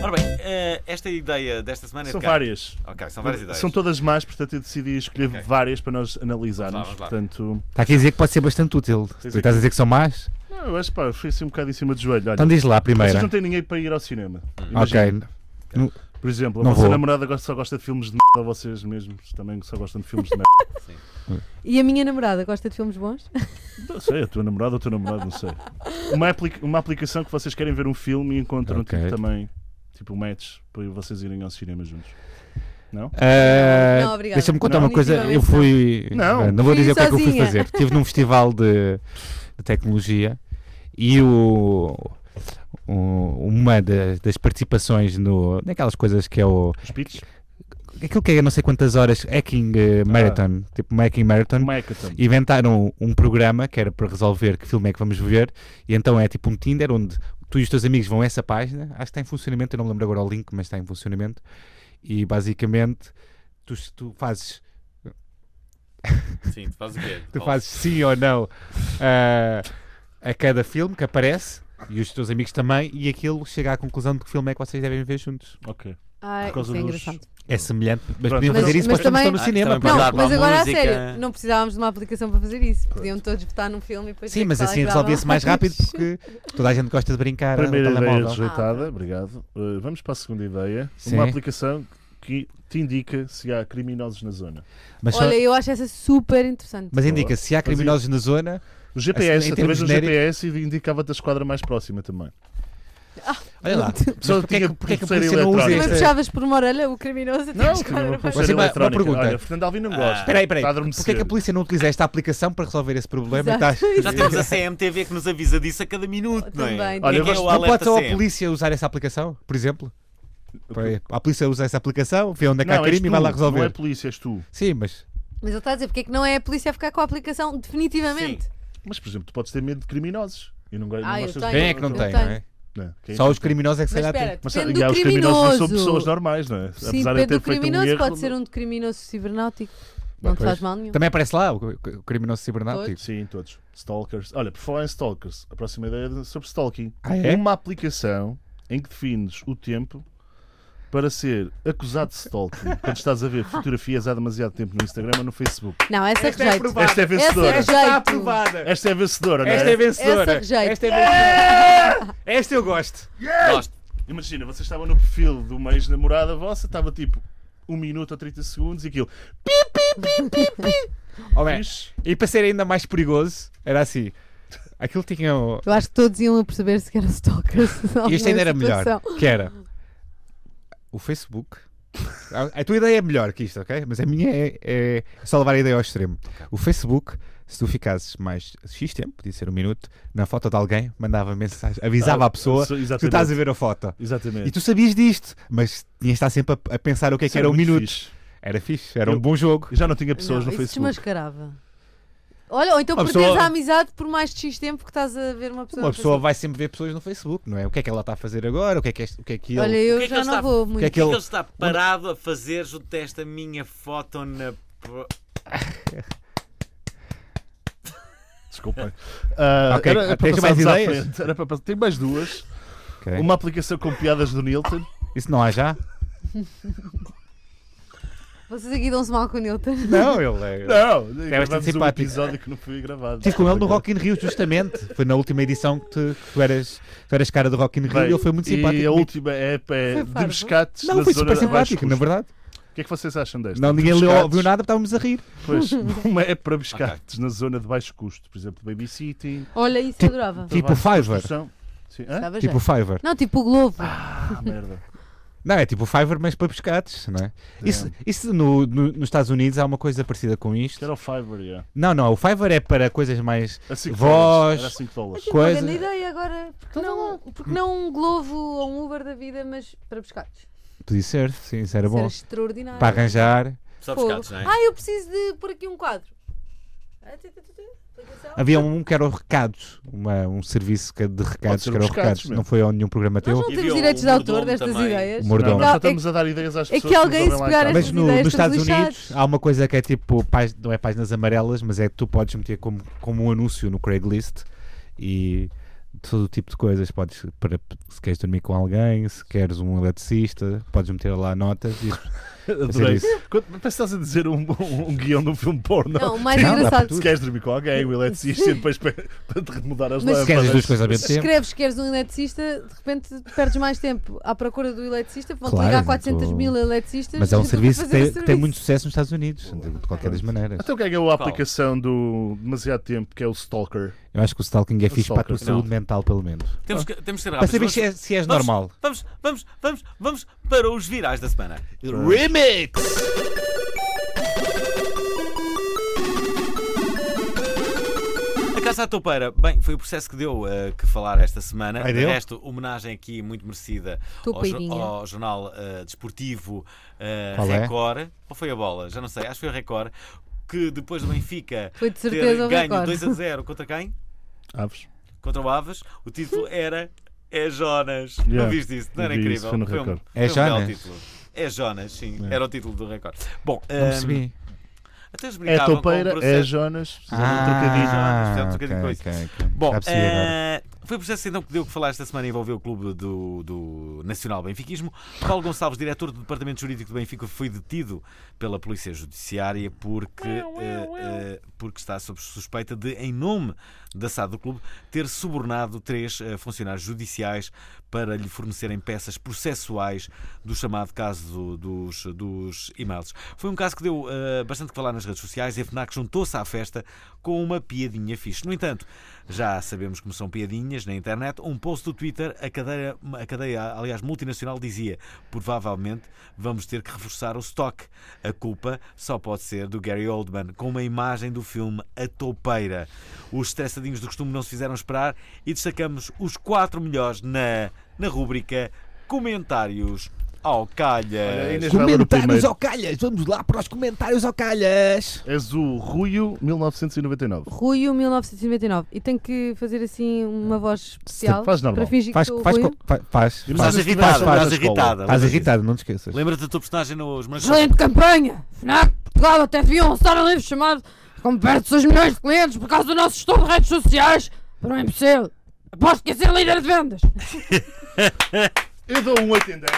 Speaker 1: Ora bem, eh, esta ideia desta semana é
Speaker 4: São
Speaker 1: de cá.
Speaker 4: várias.
Speaker 1: Ok, são várias ideias.
Speaker 4: São todas más, portanto eu decidi escolher
Speaker 1: Ok.
Speaker 4: várias para nós analisarmos.
Speaker 1: Vamos lá,
Speaker 4: Portanto,
Speaker 2: Está aqui a dizer que pode ser bastante útil. Tu
Speaker 4: Diz aqui.
Speaker 2: estás a dizer que são más?
Speaker 4: não, eu acho pá, foi assim um bocado em cima do joelho. Olha,
Speaker 2: Então diz lá a
Speaker 4: vocês
Speaker 2: primeira.
Speaker 4: não têm ninguém para ir ao cinema.
Speaker 1: Hum.
Speaker 4: Imagina,
Speaker 2: Ok.
Speaker 4: Por exemplo, a
Speaker 2: Não
Speaker 4: vossa
Speaker 2: vou.
Speaker 4: namorada gosta- só gosta de filmes de merda, vocês mesmos também só gostam de filmes de merda.
Speaker 3: E a minha namorada gosta de filmes bons? [laughs]
Speaker 4: Não sei, a tua namorada ou o teu namorado, não sei. Uma, aplica- uma aplicação que vocês querem ver um filme e encontram
Speaker 2: Ok.
Speaker 4: tipo, também, tipo, um match para vocês irem ao cinema juntos. Não?
Speaker 2: Ah,
Speaker 3: Não, obrigada.
Speaker 2: Deixa-me contar
Speaker 4: Não.
Speaker 2: uma coisa. Eu
Speaker 3: Definitivamente
Speaker 2: fui.
Speaker 4: não.
Speaker 2: Ah, não vou
Speaker 3: Fui
Speaker 2: dizer o que é que eu fui
Speaker 3: sozinha.
Speaker 2: fazer. Estive num festival de, de tecnologia e o. o- Uma das, das participações no, naquelas coisas que é o.
Speaker 4: Os pitches?
Speaker 2: Aquilo que é não sei quantas horas, Hacking
Speaker 4: Ah.
Speaker 2: eh, Marathon, tipo Hacking Marathon,
Speaker 4: Uma hackathon.
Speaker 2: inventaram um programa que era para resolver que filme é que vamos ver, e então é tipo um Tinder onde tu e os teus amigos vão a essa página, acho que está em funcionamento, eu não me lembro agora o link, mas está em funcionamento, e basicamente tu, tu fazes
Speaker 1: Sim, tu fazes o quê?
Speaker 2: tu fazes sim ou não ah, a cada filme que aparece. E os teus amigos também, e aquilo chega à conclusão de que filme é que vocês devem ver juntos.
Speaker 4: Ok.
Speaker 3: Ai,
Speaker 4: Por causa
Speaker 3: isso é
Speaker 4: dos-
Speaker 3: engraçado.
Speaker 2: É semelhante, mas
Speaker 4: Pronto,
Speaker 2: podiam
Speaker 4: mas-
Speaker 2: fazer isso
Speaker 3: mas
Speaker 2: para também...
Speaker 3: também-
Speaker 2: no
Speaker 1: Ah,
Speaker 2: cinema.
Speaker 1: também
Speaker 2: pá.
Speaker 3: Não,
Speaker 1: Mandar para a
Speaker 3: mas agora
Speaker 1: música.
Speaker 3: a sério, não precisávamos de uma aplicação para fazer isso. Podiam todos votar num filme e depois.
Speaker 2: Sim,
Speaker 3: ver
Speaker 2: mas
Speaker 3: qual é
Speaker 2: assim
Speaker 3: que dava
Speaker 2: resolvia-se mais rápido porque toda a gente gosta de brincar no
Speaker 4: Primeira ideia
Speaker 2: telemóvel.
Speaker 4: rejeitada, obrigado. Uh, vamos para a segunda ideia.
Speaker 2: Sim.
Speaker 4: Uma aplicação que te indica se há criminosos na zona.
Speaker 2: Mas, só-
Speaker 3: [laughs] Olha, eu acho essa super interessante.
Speaker 2: mas indica, se há criminosos na zona,
Speaker 4: O
Speaker 2: Assim,
Speaker 4: GPS,
Speaker 2: em
Speaker 4: através
Speaker 2: termos
Speaker 4: do
Speaker 2: genéricos-
Speaker 4: GPS, indicava-te a esquadra mais
Speaker 2: [laughs]
Speaker 4: próxima também.
Speaker 2: olha lá.
Speaker 4: Só
Speaker 2: Mas porquê
Speaker 4: tinha
Speaker 2: que- porquê que a
Speaker 4: pulseira
Speaker 2: polícia não usa
Speaker 4: eletrónica.
Speaker 3: Também
Speaker 2: esta-
Speaker 3: puxavas por uma orelha o criminoso [laughs] até
Speaker 4: Não,
Speaker 3: à escola,
Speaker 4: tinha uma
Speaker 3: não faz-
Speaker 4: pulseira
Speaker 2: Mas, uma- uma
Speaker 4: eletrónica.
Speaker 2: pergunta.
Speaker 4: Olha, Fernando Alvim não gosta.
Speaker 1: Ah.
Speaker 2: Espera aí, espera
Speaker 4: Está a
Speaker 2: aí. Porquê
Speaker 4: adormecer.
Speaker 2: que a polícia não utiliza esta aplicação para resolver esse problema?
Speaker 3: Exato.
Speaker 2: Estás-
Speaker 1: Já temos a CMTV que nos avisa disso a cada minuto, não é?
Speaker 3: Também.
Speaker 1: Olha,
Speaker 4: Olha,
Speaker 1: é
Speaker 4: eu
Speaker 1: que é
Speaker 4: gosto-
Speaker 1: o
Speaker 2: Não pode
Speaker 1: alerta
Speaker 2: só a
Speaker 1: CM.
Speaker 2: polícia usar essa aplicação, por exemplo? Por aí, A polícia usa essa aplicação, vê onde é que há
Speaker 4: Não, és
Speaker 2: crime e
Speaker 4: tu,
Speaker 2: vai lá
Speaker 4: Não é a
Speaker 2: resolver.
Speaker 4: polícia, és tu.
Speaker 2: Sim, mas
Speaker 3: Mas ele está a dizer porque é que não é a polícia a ficar com a aplicação definitivamente.
Speaker 4: Mas, por exemplo, tu podes ter medo de criminosos. E não, go- não
Speaker 3: Ah, eu
Speaker 4: gostas
Speaker 3: tenho.
Speaker 4: de-
Speaker 2: quem é que não
Speaker 3: não
Speaker 2: tem, não
Speaker 3: tenho.
Speaker 2: é?
Speaker 4: Não, quem é
Speaker 2: Só
Speaker 4: que
Speaker 2: os
Speaker 4: não tem?
Speaker 2: criminosos é que
Speaker 3: Mas
Speaker 2: se calhar
Speaker 3: espera,
Speaker 2: têm.
Speaker 4: Mas,
Speaker 3: depende
Speaker 4: e há
Speaker 3: do
Speaker 4: os criminosos não
Speaker 3: criminoso.
Speaker 4: são pessoas normais, não é?
Speaker 3: Sim,
Speaker 4: Apesar de eu
Speaker 3: depende
Speaker 4: ter
Speaker 3: do
Speaker 4: feito
Speaker 3: criminoso,
Speaker 4: um erro,
Speaker 3: pode ser um de criminoso cibernáutico. Não te
Speaker 2: Pois.
Speaker 3: faz mal nenhum.
Speaker 2: Também aparece lá o o criminoso cibernáutico. tipo.
Speaker 4: Sim, todos. Stalkers. Olha, por falar em stalkers, a próxima ideia é sobre stalking.
Speaker 2: Ah, é?
Speaker 4: Uma aplicação em que defines o tempo para ser acusado de
Speaker 2: [laughs]
Speaker 4: stalking quando estás a ver fotografias há demasiado tempo no Instagram ou no Facebook.
Speaker 3: Não, essa rejeito.
Speaker 4: Esta é
Speaker 3: essa
Speaker 4: vencedora.
Speaker 3: rejeito.
Speaker 4: Esta é vencedora, não é?
Speaker 2: Esta é vencedora.
Speaker 3: Essa rejeito.
Speaker 2: Esta é vencedora. Esta eu gosto.
Speaker 1: Gosto.
Speaker 4: Imagina, vocês estavam no perfil de uma ex-namorada vossa, estava tipo 1 minuto ou 30 segundos e aquilo.
Speaker 2: Oh, bem,
Speaker 4: Fixe.
Speaker 2: E para ser ainda mais perigoso, era assim. Aquilo tinha. o-
Speaker 3: Eu acho que todos iam a perceber-se que eram
Speaker 4: [laughs]
Speaker 3: stalkers.
Speaker 2: E isto ainda era
Speaker 3: Alguma
Speaker 2: melhor.
Speaker 3: situação.
Speaker 2: Que era o Facebook. A- A tua ideia é melhor que isto, ok? Mas a minha é, é só levar a ideia ao extremo. O Facebook, se tu ficasses mais X tempo, podia ser um minuto, na foto de alguém, mandava mensagem, avisava
Speaker 4: Ah,
Speaker 2: a pessoa
Speaker 4: so-
Speaker 2: que tu
Speaker 4: exatamente.
Speaker 2: estás a ver a foto.
Speaker 4: Exatamente.
Speaker 2: E tu sabias disto, mas tinhas de estar sempre a, a pensar o que é que era um
Speaker 4: muito
Speaker 2: minuto.
Speaker 4: fixe.
Speaker 2: Era fixe, era
Speaker 4: Eu-
Speaker 2: um bom jogo.
Speaker 4: Eu já não tinha pessoas
Speaker 3: não,
Speaker 4: no
Speaker 3: isso
Speaker 4: Facebook.
Speaker 3: desmascarava. Olha, ou então
Speaker 2: Uma
Speaker 3: perdes
Speaker 2: pessoa-
Speaker 3: a amizade por mais de X tempo que estás a ver uma pessoa.
Speaker 2: Uma pessoa
Speaker 3: no Facebook.
Speaker 2: vai sempre ver pessoas no Facebook, não é? O que é que ela está a fazer agora? O que é que, este- o que, é que ele.
Speaker 3: Olha, eu
Speaker 1: O que é que
Speaker 3: já
Speaker 1: ele
Speaker 3: não
Speaker 1: está-
Speaker 3: vou
Speaker 2: o
Speaker 3: muito.
Speaker 2: que é
Speaker 1: O que
Speaker 2: que
Speaker 1: é que
Speaker 2: ele...
Speaker 1: ele está parado a fazer junto desta minha foto na. pro-
Speaker 4: Desculpem.
Speaker 2: [laughs]
Speaker 4: Ah,
Speaker 2: Ok,
Speaker 4: era, era para
Speaker 2: tens mais
Speaker 4: passarmos à
Speaker 2: ideias?
Speaker 4: frente. Era para passar- Tenho mais duas.
Speaker 2: Ok.
Speaker 4: Uma aplicação com piadas do Nilton.
Speaker 2: Isso não há já?
Speaker 3: Vocês aqui dão-se mal com o Newton. [laughs]
Speaker 2: Não, ele é.
Speaker 4: [laughs] Não,
Speaker 2: bastante
Speaker 4: gravamos um
Speaker 2: simpático.
Speaker 4: episódio que não foi gravado.
Speaker 2: Estive com ele no Rock in Rio, justamente. Foi na última edição que tu, que tu eras, tu eras cara do Rock in Rio
Speaker 4: Bem,
Speaker 2: e ele foi muito simpático.
Speaker 4: E a
Speaker 2: comigo.
Speaker 4: última é, é
Speaker 3: Foi
Speaker 4: de
Speaker 3: parvo.
Speaker 4: biscates
Speaker 2: Não,
Speaker 4: na
Speaker 2: foi
Speaker 4: zona
Speaker 2: super
Speaker 4: de Baixo
Speaker 2: simpático, na
Speaker 4: Custo.
Speaker 2: verdade.
Speaker 4: O que é que vocês acham desta?
Speaker 2: Não,
Speaker 4: De
Speaker 2: ninguém leu,
Speaker 4: biscates?
Speaker 2: ouviu nada, estávamos a rir. [laughs]
Speaker 4: Pois, uma é para biscates na zona de baixo custo, por exemplo, babysitting.
Speaker 3: Olha, isso
Speaker 2: Tipo-
Speaker 3: adorava.
Speaker 2: Tipo
Speaker 4: trabalho de
Speaker 2: Fiverr.
Speaker 4: construção. Sim, hã?
Speaker 3: Dava
Speaker 2: Tipo
Speaker 3: jeito.
Speaker 2: Fiverr.
Speaker 3: Não, tipo o Globo.
Speaker 4: Ah, merda.
Speaker 2: Não, é tipo Fiverr, mas para pescados, não é? Isso, isso no, no- nos Estados Unidos há uma coisa parecida com
Speaker 4: Isto
Speaker 2: isto.
Speaker 4: era o Fiverr, yeah.
Speaker 2: Não, não, o Fiverr é para coisas mais.
Speaker 4: A 5
Speaker 2: Voz.
Speaker 4: dólares. Era 5 dólares.
Speaker 3: Tive
Speaker 2: Coisa-
Speaker 3: uma grande ideia agora. Porque
Speaker 2: Então
Speaker 3: não, porque não um Glovo ou um Uber da vida, mas para pescados.
Speaker 2: Podia ser, sim, isso era
Speaker 3: Isso era
Speaker 2: Tá bom.
Speaker 3: extraordinário.
Speaker 2: Para arranjar.
Speaker 1: Só
Speaker 3: Fogo.
Speaker 1: pescados, não é?
Speaker 3: Ah, eu preciso de pôr aqui um quadro. Ah, tu, tu, tu, tu. Aplicação.
Speaker 2: Havia um que era o Recados, uma- um serviço que- de recados
Speaker 4: ser
Speaker 2: que era o
Speaker 4: Pescados
Speaker 2: Recados.
Speaker 4: mesmo.
Speaker 2: Não foi a nenhum programa
Speaker 3: Nós
Speaker 2: teu.
Speaker 3: não
Speaker 1: E
Speaker 3: temos
Speaker 1: havia
Speaker 3: direitos
Speaker 1: um
Speaker 3: de autor
Speaker 1: mordomo
Speaker 3: destas
Speaker 1: também.
Speaker 3: ideias.
Speaker 2: O
Speaker 4: Não,
Speaker 2: mordomo.
Speaker 4: nós só
Speaker 3: Não, é
Speaker 4: estamos a dar ideias às
Speaker 3: é
Speaker 4: pessoas.
Speaker 3: que
Speaker 4: nos
Speaker 3: alguém
Speaker 4: ouvem
Speaker 3: se
Speaker 4: lá em
Speaker 3: pegar
Speaker 4: casa.
Speaker 3: estas
Speaker 2: Mas no-
Speaker 3: ideias
Speaker 2: nos
Speaker 3: estamos
Speaker 2: Estados Unidos
Speaker 3: lixados.
Speaker 2: há uma coisa que é tipo, pás- não é páginas amarelas, mas é que tu podes meter como, como um anúncio no Craigslist e todo o tipo de coisas. Podes, para, se queres dormir com alguém, se queres um eletricista, podes meter lá notas.
Speaker 1: [laughs]
Speaker 2: E,
Speaker 4: Adorei.
Speaker 2: Fazer isso.
Speaker 4: Quando- Parece que estás a dizer um, um, um guião de um filme porno.
Speaker 3: Não, o mais
Speaker 2: Não, dá para
Speaker 3: engraçado.
Speaker 4: Se queres dormir com alguém, o eletricista e depois para, para te remudar as
Speaker 3: Mas-
Speaker 2: se queres as duas
Speaker 4: lâmpadas.
Speaker 2: coisas ao mesmo
Speaker 3: Se
Speaker 2: tempo.
Speaker 3: escreves que queres um eletricista, de repente perdes mais tempo à procura do eletricista, vão-te
Speaker 2: Claro,
Speaker 3: ligar
Speaker 2: não
Speaker 3: 400
Speaker 2: tô-
Speaker 3: mil eletricistas.
Speaker 2: Mas é um
Speaker 3: [laughs] para
Speaker 2: serviço que
Speaker 3: fazer
Speaker 2: tem,
Speaker 3: o
Speaker 2: que tem
Speaker 3: serviço.
Speaker 2: muito sucesso nos Estados Unidos, de, de qualquer das maneiras.
Speaker 4: Então ganhou a aplicação do demasiado tempo, que é o Stalker.
Speaker 2: Eu acho que o stalking é fixe para a tua
Speaker 4: stalker,
Speaker 2: saúde
Speaker 1: não. Ah,
Speaker 2: mental, pelo menos.
Speaker 1: Temos que, temos que ser
Speaker 2: Para
Speaker 1: rápidos.
Speaker 2: saber
Speaker 1: Vamos,
Speaker 2: se, é- se és
Speaker 1: vamos-
Speaker 2: normal.
Speaker 1: vamos, vamos, vamos, vamos para os virais da semana.
Speaker 2: Remix!
Speaker 1: A Casa à Toupeira, bem, foi o processo que deu eh, que falar esta semana.
Speaker 2: Ai,
Speaker 1: De
Speaker 2: deu?
Speaker 1: resto, homenagem aqui muito merecida ao, jo-
Speaker 3: Toupeirinha.
Speaker 1: ao jornal eh, desportivo eh,
Speaker 2: Qual é?
Speaker 1: Record. Ou foi a bola? Já não sei, acho que foi o Record. Que depois do Benfica
Speaker 3: Foi de certeza
Speaker 1: ter
Speaker 3: o
Speaker 1: ganho
Speaker 3: recorde.
Speaker 1: 2 a 0 contra quem?
Speaker 4: Aves.
Speaker 1: Contra o Aves. O
Speaker 3: [laughs]
Speaker 1: título era É Jonas.
Speaker 4: Yeah,
Speaker 1: não viste isso? Não
Speaker 4: eu
Speaker 1: era
Speaker 4: vi
Speaker 1: incrível?
Speaker 4: isso, foi no
Speaker 1: um,
Speaker 4: Record.
Speaker 2: É
Speaker 1: foi um belo
Speaker 2: Jonas?
Speaker 1: título. É Jonas, sim. Era o título do Record. Bom,
Speaker 2: Não
Speaker 1: hum,
Speaker 2: percebi.
Speaker 1: até eles
Speaker 4: É a
Speaker 1: brincavam com o
Speaker 4: toupeira,
Speaker 1: Bruce
Speaker 4: é a Jonas. fizeram um trocadilho.
Speaker 1: Jonas, fizeram um
Speaker 2: Ah,
Speaker 1: trocadilho com
Speaker 2: ok,
Speaker 1: isso.
Speaker 2: ok, ok.
Speaker 1: Bom,
Speaker 2: Já percebi agora.
Speaker 1: eh, foi o processo então que deu que falar esta semana envolveu o clube do, do Nacional Benfiquismo. Paulo Gonçalves, diretor do Departamento Jurídico do Benfica, foi detido pela Polícia Judiciária porque, eh, eh, porque está sob suspeita de, em nome da SAD do clube, ter subornado três eh, funcionários judiciais para lhe fornecerem peças processuais do chamado caso do- dos, dos e-mails. Foi um caso que deu eh, bastante que falar nas redes sociais e a FNAC juntou-se à festa com uma piadinha fixe. No entanto, já sabemos como são piadinhas na internet. Um post do Twitter, a cadeia, a cadeia aliás, multinacional dizia provavelmente vamos ter que reforçar o stock. A culpa só pode ser do Gary Oldman, com uma imagem do filme A Toupeira. Os estressadinhos do costume não se fizeram esperar e destacamos os quatro melhores na, na rúbrica Comentários ao
Speaker 4: Olha,
Speaker 1: Calhas.
Speaker 4: Inês vai ler o primeiro.
Speaker 2: ao calhas! Vamos lá para os comentários ao calhas!
Speaker 4: És o Ruio 1999.
Speaker 3: Ruio 1999. E tenho que fazer assim uma voz especial
Speaker 4: Faz normal.
Speaker 3: para fingir
Speaker 2: Faz,
Speaker 3: que sou
Speaker 2: faz,
Speaker 3: o Ruio.
Speaker 2: co- fa- faz,
Speaker 4: Mas
Speaker 2: faz,
Speaker 1: Estás
Speaker 4: Fazes
Speaker 1: irritada,
Speaker 4: faz, faz
Speaker 1: estás
Speaker 4: na escola.
Speaker 1: irritada.
Speaker 2: Estás
Speaker 1: lembra-te.
Speaker 2: irritado, não te esqueças.
Speaker 1: Lembra-te da tua personagem nos Morangos com
Speaker 3: Excelente campanha! FNAC Portugal até devia lançar um livro chamado Como perde 6 milhões de clientes por causa do nosso estudo de redes sociais para um imbecil. Aposto que ia ser líder de vendas.
Speaker 4: Eu dou um 8 em 10.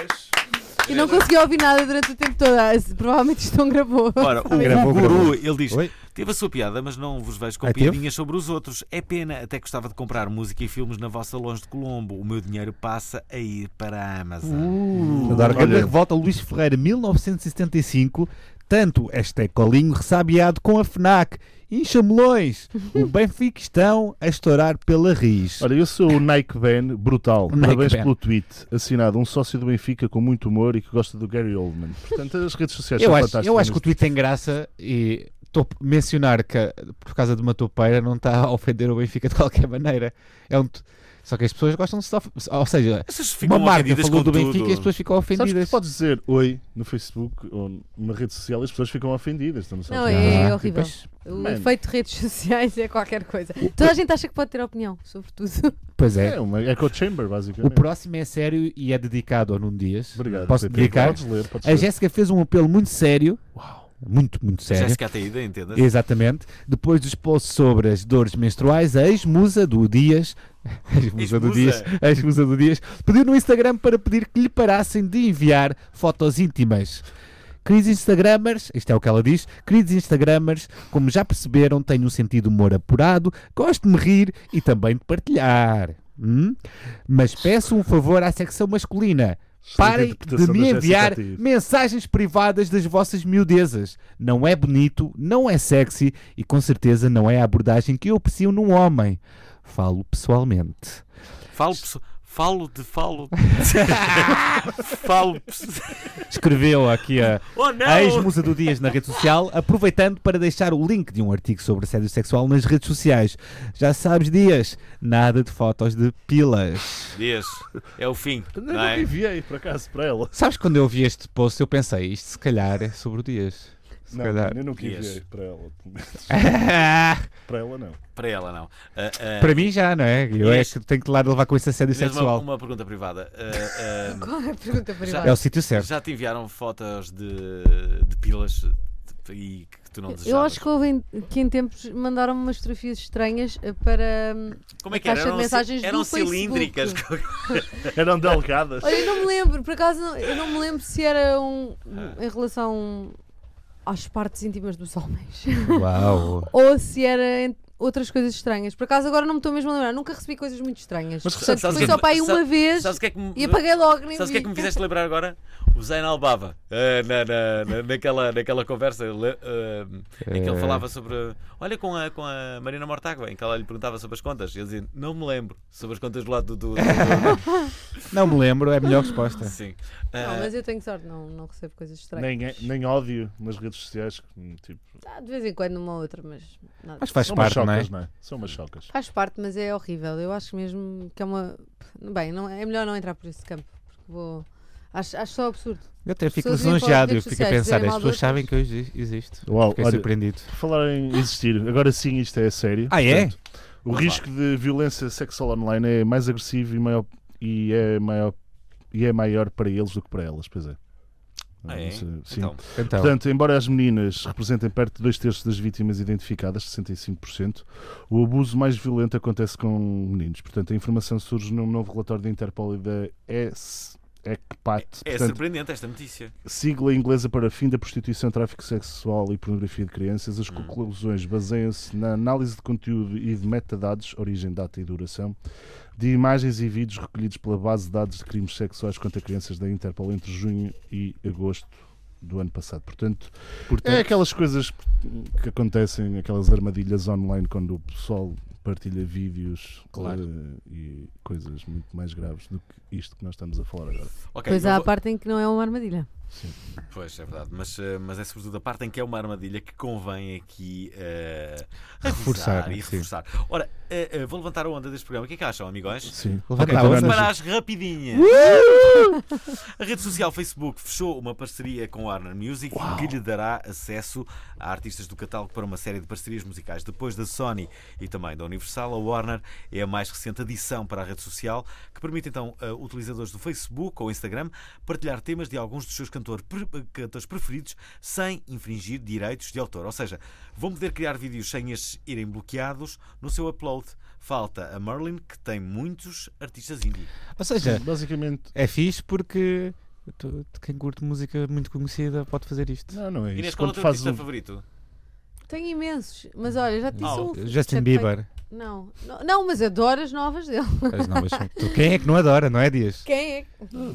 Speaker 3: E não consegui ouvir nada durante o tempo todo. Ah, se- Provavelmente isto não gravou.
Speaker 1: Ora, o
Speaker 2: Gravou,
Speaker 1: guru,
Speaker 2: gravou.
Speaker 1: ele diz:
Speaker 2: é Oi?
Speaker 1: Teve a sua piada, mas não vos vejo com
Speaker 2: Ah, teve?
Speaker 1: piadinhas sobre os outros. É pena, até gostava de comprar música e filmes na vossa Longe de Colombo. O meu dinheiro passa a ir para a Amazon.
Speaker 2: Uh, Adoro
Speaker 4: olha.
Speaker 2: grande revolta Luís Ferreira, 1975. Tanto este é colinho ressabiado com a FNAC. Em
Speaker 3: [laughs]
Speaker 2: chamelões, o Benfica estão a estourar pela raiz.
Speaker 4: Olha, eu sou o Nike Ben, brutal.
Speaker 2: Nike
Speaker 4: Parabéns
Speaker 2: Ben.
Speaker 4: pelo tweet. Assinado um sócio do Benfica com muito humor e que gosta do Gary Oldman. Portanto, as redes sociais
Speaker 2: eu,
Speaker 4: são
Speaker 2: acho,
Speaker 4: fantásticas.
Speaker 2: eu acho que o tweet tem graça e estou a mencionar que por causa de uma toupeira não está a ofender o Benfica de qualquer maneira. É um t- Só que as pessoas gostam de se of- Ou seja,
Speaker 1: Vocês ficam
Speaker 2: uma marca
Speaker 1: ofendidas
Speaker 2: falou
Speaker 1: com
Speaker 2: do Benfica
Speaker 1: tudo.
Speaker 2: e as pessoas ficam
Speaker 4: Sabes que
Speaker 2: ofendidas.
Speaker 4: tu podes dizer oi no Facebook ou numa rede social e as pessoas ficam ofendidas. tu Não, sabes?
Speaker 3: Não, é,
Speaker 2: Ah,
Speaker 3: é horrível.
Speaker 2: Depois,
Speaker 3: [laughs] O
Speaker 4: Mano.
Speaker 3: efeito de redes sociais é qualquer coisa. Toda a gente acha que pode ter opinião, sobretudo.
Speaker 2: pois é.
Speaker 4: é uma echo chamber,
Speaker 2: O
Speaker 4: basicamente.
Speaker 2: próximo é sério e é dedicado ao Nuno Dias.
Speaker 4: Obrigado.
Speaker 2: Posso
Speaker 4: Pepe.
Speaker 2: dedicar?
Speaker 4: Podes ler, podes
Speaker 2: A
Speaker 4: ler.
Speaker 2: Jéssica fez um apelo muito sério. Muito, muito sério.
Speaker 1: Jéssica Ataída, entenda.
Speaker 2: Exatamente. Depois dos posts sobre as dores menstruais, a ex-musa do Dias. [laughs] Ex-musa do
Speaker 1: Ex-musa.
Speaker 2: Dias, a ex-musa do Dias pediu no Instagram para pedir que lhe parassem de enviar fotos íntimas. Queridos Instagrammers, isto é o que ela diz, queridos Instagrammers, como já perceberam, tenho um sentido de humor apurado, gosto de me rir e também de partilhar. Hum? Mas peço um favor à secção masculina. Parem de me
Speaker 4: interpretação da Jéssica
Speaker 2: enviar
Speaker 4: Ataíde.
Speaker 2: mensagens privadas das vossas miudezas. Não é bonito, não é sexy e com certeza não é a abordagem que eu aprecio num homem. Falo pessoalmente.
Speaker 1: Falo, pesso- falo de falo. [laughs] falo. pesso-
Speaker 2: Escreveu aqui a,
Speaker 1: Oh não!
Speaker 2: a ex-musa do Dias na rede social, aproveitando para deixar o link de um artigo sobre assédio sexual nas redes sociais. Já sabes, Dias, nada de fotos de pilas.
Speaker 1: Dias, é o fim.
Speaker 4: Não,
Speaker 1: não
Speaker 4: nunca
Speaker 1: é?
Speaker 4: enviei, por acaso, para ela.
Speaker 2: Sabes quando eu vi este post, eu pensei, isto se calhar é sobre o Dias. Se
Speaker 4: não,
Speaker 2: calhar.
Speaker 4: eu nunca
Speaker 1: Yes.
Speaker 4: enviei para ela.
Speaker 2: [laughs]
Speaker 4: para ela, não.
Speaker 1: Para ela, não. Ah, ah,
Speaker 2: Para mim já, não é? Eu
Speaker 1: Dias-
Speaker 2: é que tenho que lá levar com esse assédio
Speaker 1: Inês, uma,
Speaker 2: sexual.
Speaker 1: uma pergunta privada. Ah, ah,
Speaker 3: [laughs] Qual é a pergunta
Speaker 2: É
Speaker 3: privada?
Speaker 2: o sítio certo.
Speaker 1: já te enviaram fotos de, de pilas de- e que tu não desejavas?
Speaker 3: Eu acho que houve em, que em tempos mandaram-me umas fotografias estranhas eh, para. hum,
Speaker 1: Como é que
Speaker 3: a
Speaker 1: era?
Speaker 3: caixa de
Speaker 1: Eram, ci-
Speaker 3: mensagens
Speaker 1: eram
Speaker 3: do Facebook.
Speaker 1: cilíndricas.
Speaker 4: Eram delgadas.
Speaker 3: Olha, eu não me lembro, por acaso não- eu não me lembro se era um em relação às partes íntimas dos homens [laughs]
Speaker 2: Uau.
Speaker 3: ou se era em outras coisas estranhas. Por acaso agora não me estou mesmo a lembrar, nunca recebi coisas muito estranhas.
Speaker 1: Mas [laughs]
Speaker 3: Portanto,
Speaker 1: sabes
Speaker 3: foi
Speaker 1: que-
Speaker 3: só para aí
Speaker 1: sa-
Speaker 3: uma vez
Speaker 1: Sabes o que é que me,
Speaker 3: e apaguei logo. Nem
Speaker 1: sabes o que
Speaker 3: vi.
Speaker 1: é que me fizeste lembrar agora? O Zayn Albava. Ah, na, na- na- naquela, naquela conversa le- ah, em que ele
Speaker 2: Eh.
Speaker 1: falava sobre. Olha, com a, com a Marina Mortágua, em que ela lhe perguntava sobre as contas. E ele dizia: Não me lembro sobre as contas do lado do. do- do-
Speaker 3: [laughs]
Speaker 2: Não me lembro, é a melhor resposta.
Speaker 1: Sim.
Speaker 3: Não,
Speaker 1: Ah,
Speaker 3: mas eu tenho sorte, não, não recebo coisas estranhas.
Speaker 4: Nem, é, nem ódio nas redes sociais. hum, Tipo,
Speaker 3: Ah, de vez em quando numa ou outra, mas nada.
Speaker 2: Mas faz
Speaker 4: são umas
Speaker 2: parte, não é?
Speaker 4: chocas, não é? São umas chocas.
Speaker 3: Faz parte, mas é horrível. Eu acho mesmo que é uma. Bem, não, é melhor não entrar por esse campo, porque vou. Acho, acho só absurdo.
Speaker 2: Eu até fico
Speaker 3: Pessoas irem para as
Speaker 2: lisonjeado, eu
Speaker 3: redes
Speaker 2: fico a
Speaker 3: sociais
Speaker 2: pensar,
Speaker 3: dizerem
Speaker 2: as
Speaker 3: mal de
Speaker 2: pessoas sabem
Speaker 3: outras.
Speaker 2: que eu exi- existo.
Speaker 4: Uau,
Speaker 2: Fiquei
Speaker 4: olha-
Speaker 2: surpreendido.
Speaker 4: Por falar em existir, agora sim isto é sério.
Speaker 2: Ah, é?
Speaker 4: o risco de violência sexual online é mais agressivo e, maior, e, é maior, e é maior para eles do que para elas, pois é.
Speaker 1: Ah, é?
Speaker 4: Não sei, Sim.
Speaker 1: Então,
Speaker 2: Então,
Speaker 4: Portanto, embora as meninas representem perto de dois terços das vítimas identificadas, 65%, o abuso mais violento acontece com meninos. Portanto, a informação surge num novo relatório da Interpol e da ES. ECPAT,
Speaker 1: é
Speaker 4: portanto,
Speaker 1: surpreendente esta notícia.
Speaker 4: sigla inglesa para fim da prostituição, tráfico sexual e pornografia de crianças, as conclusões baseiam-se na análise de conteúdo e de metadados, origem, data e duração, de imagens e vídeos recolhidos pela base de dados de crimes sexuais contra crianças da Interpol entre junho e agosto do ano passado. Portanto, é aquelas coisas que acontecem, aquelas armadilhas online quando o pessoal partilha vídeos
Speaker 1: Claro.
Speaker 4: eh, e coisas muito mais graves do que isto que nós estamos a falar agora.
Speaker 1: Ok,
Speaker 3: Pois
Speaker 1: eu
Speaker 3: há
Speaker 1: vou-
Speaker 3: a parte em que não é uma armadilha.
Speaker 1: Pois, é verdade. Mas, eh, mas é sobretudo a parte em que é uma armadilha que convém aqui eh, revisar
Speaker 2: Reforçar,
Speaker 1: e
Speaker 2: sim.
Speaker 1: reforçar. Ora, eh, eh, vou levantar a onda deste programa. O que é que acham, amigões?
Speaker 4: Sim.
Speaker 2: Levanta
Speaker 4: Ok,
Speaker 2: a
Speaker 4: então
Speaker 2: onda.
Speaker 4: vamos-
Speaker 1: Para as rapidinhas. A rede social Facebook fechou uma parceria com a Warner Music que lhe dará acesso a artistas do catálogo para uma série de parcerias musicais. Depois da Sony e também da Universal, a Warner é a mais recente adição para a rede social que permite então a utilizadores do Facebook ou Instagram partilhar temas de alguns dos seus cantor- pre- cantores preferidos sem infringir direitos de autor. Ou seja, vão poder criar vídeos sem estes irem bloqueados no seu upload. Falta a Merlin, que tem muitos artistas indie.
Speaker 2: eh, Ou seja,
Speaker 4: Basicamente,
Speaker 2: é fixe porque tu- tu- quem curte música muito conhecida pode fazer isto.
Speaker 4: não, não é
Speaker 1: Inês,
Speaker 4: isso.
Speaker 1: qual é o
Speaker 4: Quando
Speaker 1: teu
Speaker 4: fazes
Speaker 1: artista
Speaker 4: um...
Speaker 1: favorito?
Speaker 3: Tenho imensos, mas olha, já te disse
Speaker 1: Ah,
Speaker 3: um.
Speaker 2: Justin
Speaker 3: já te
Speaker 2: Bieber,
Speaker 3: tenho- Não, não, não, mas adoro as novas dele.
Speaker 2: as novas são- Tu, quem é que não adora, não é Dias?
Speaker 3: [laughs] Quem é?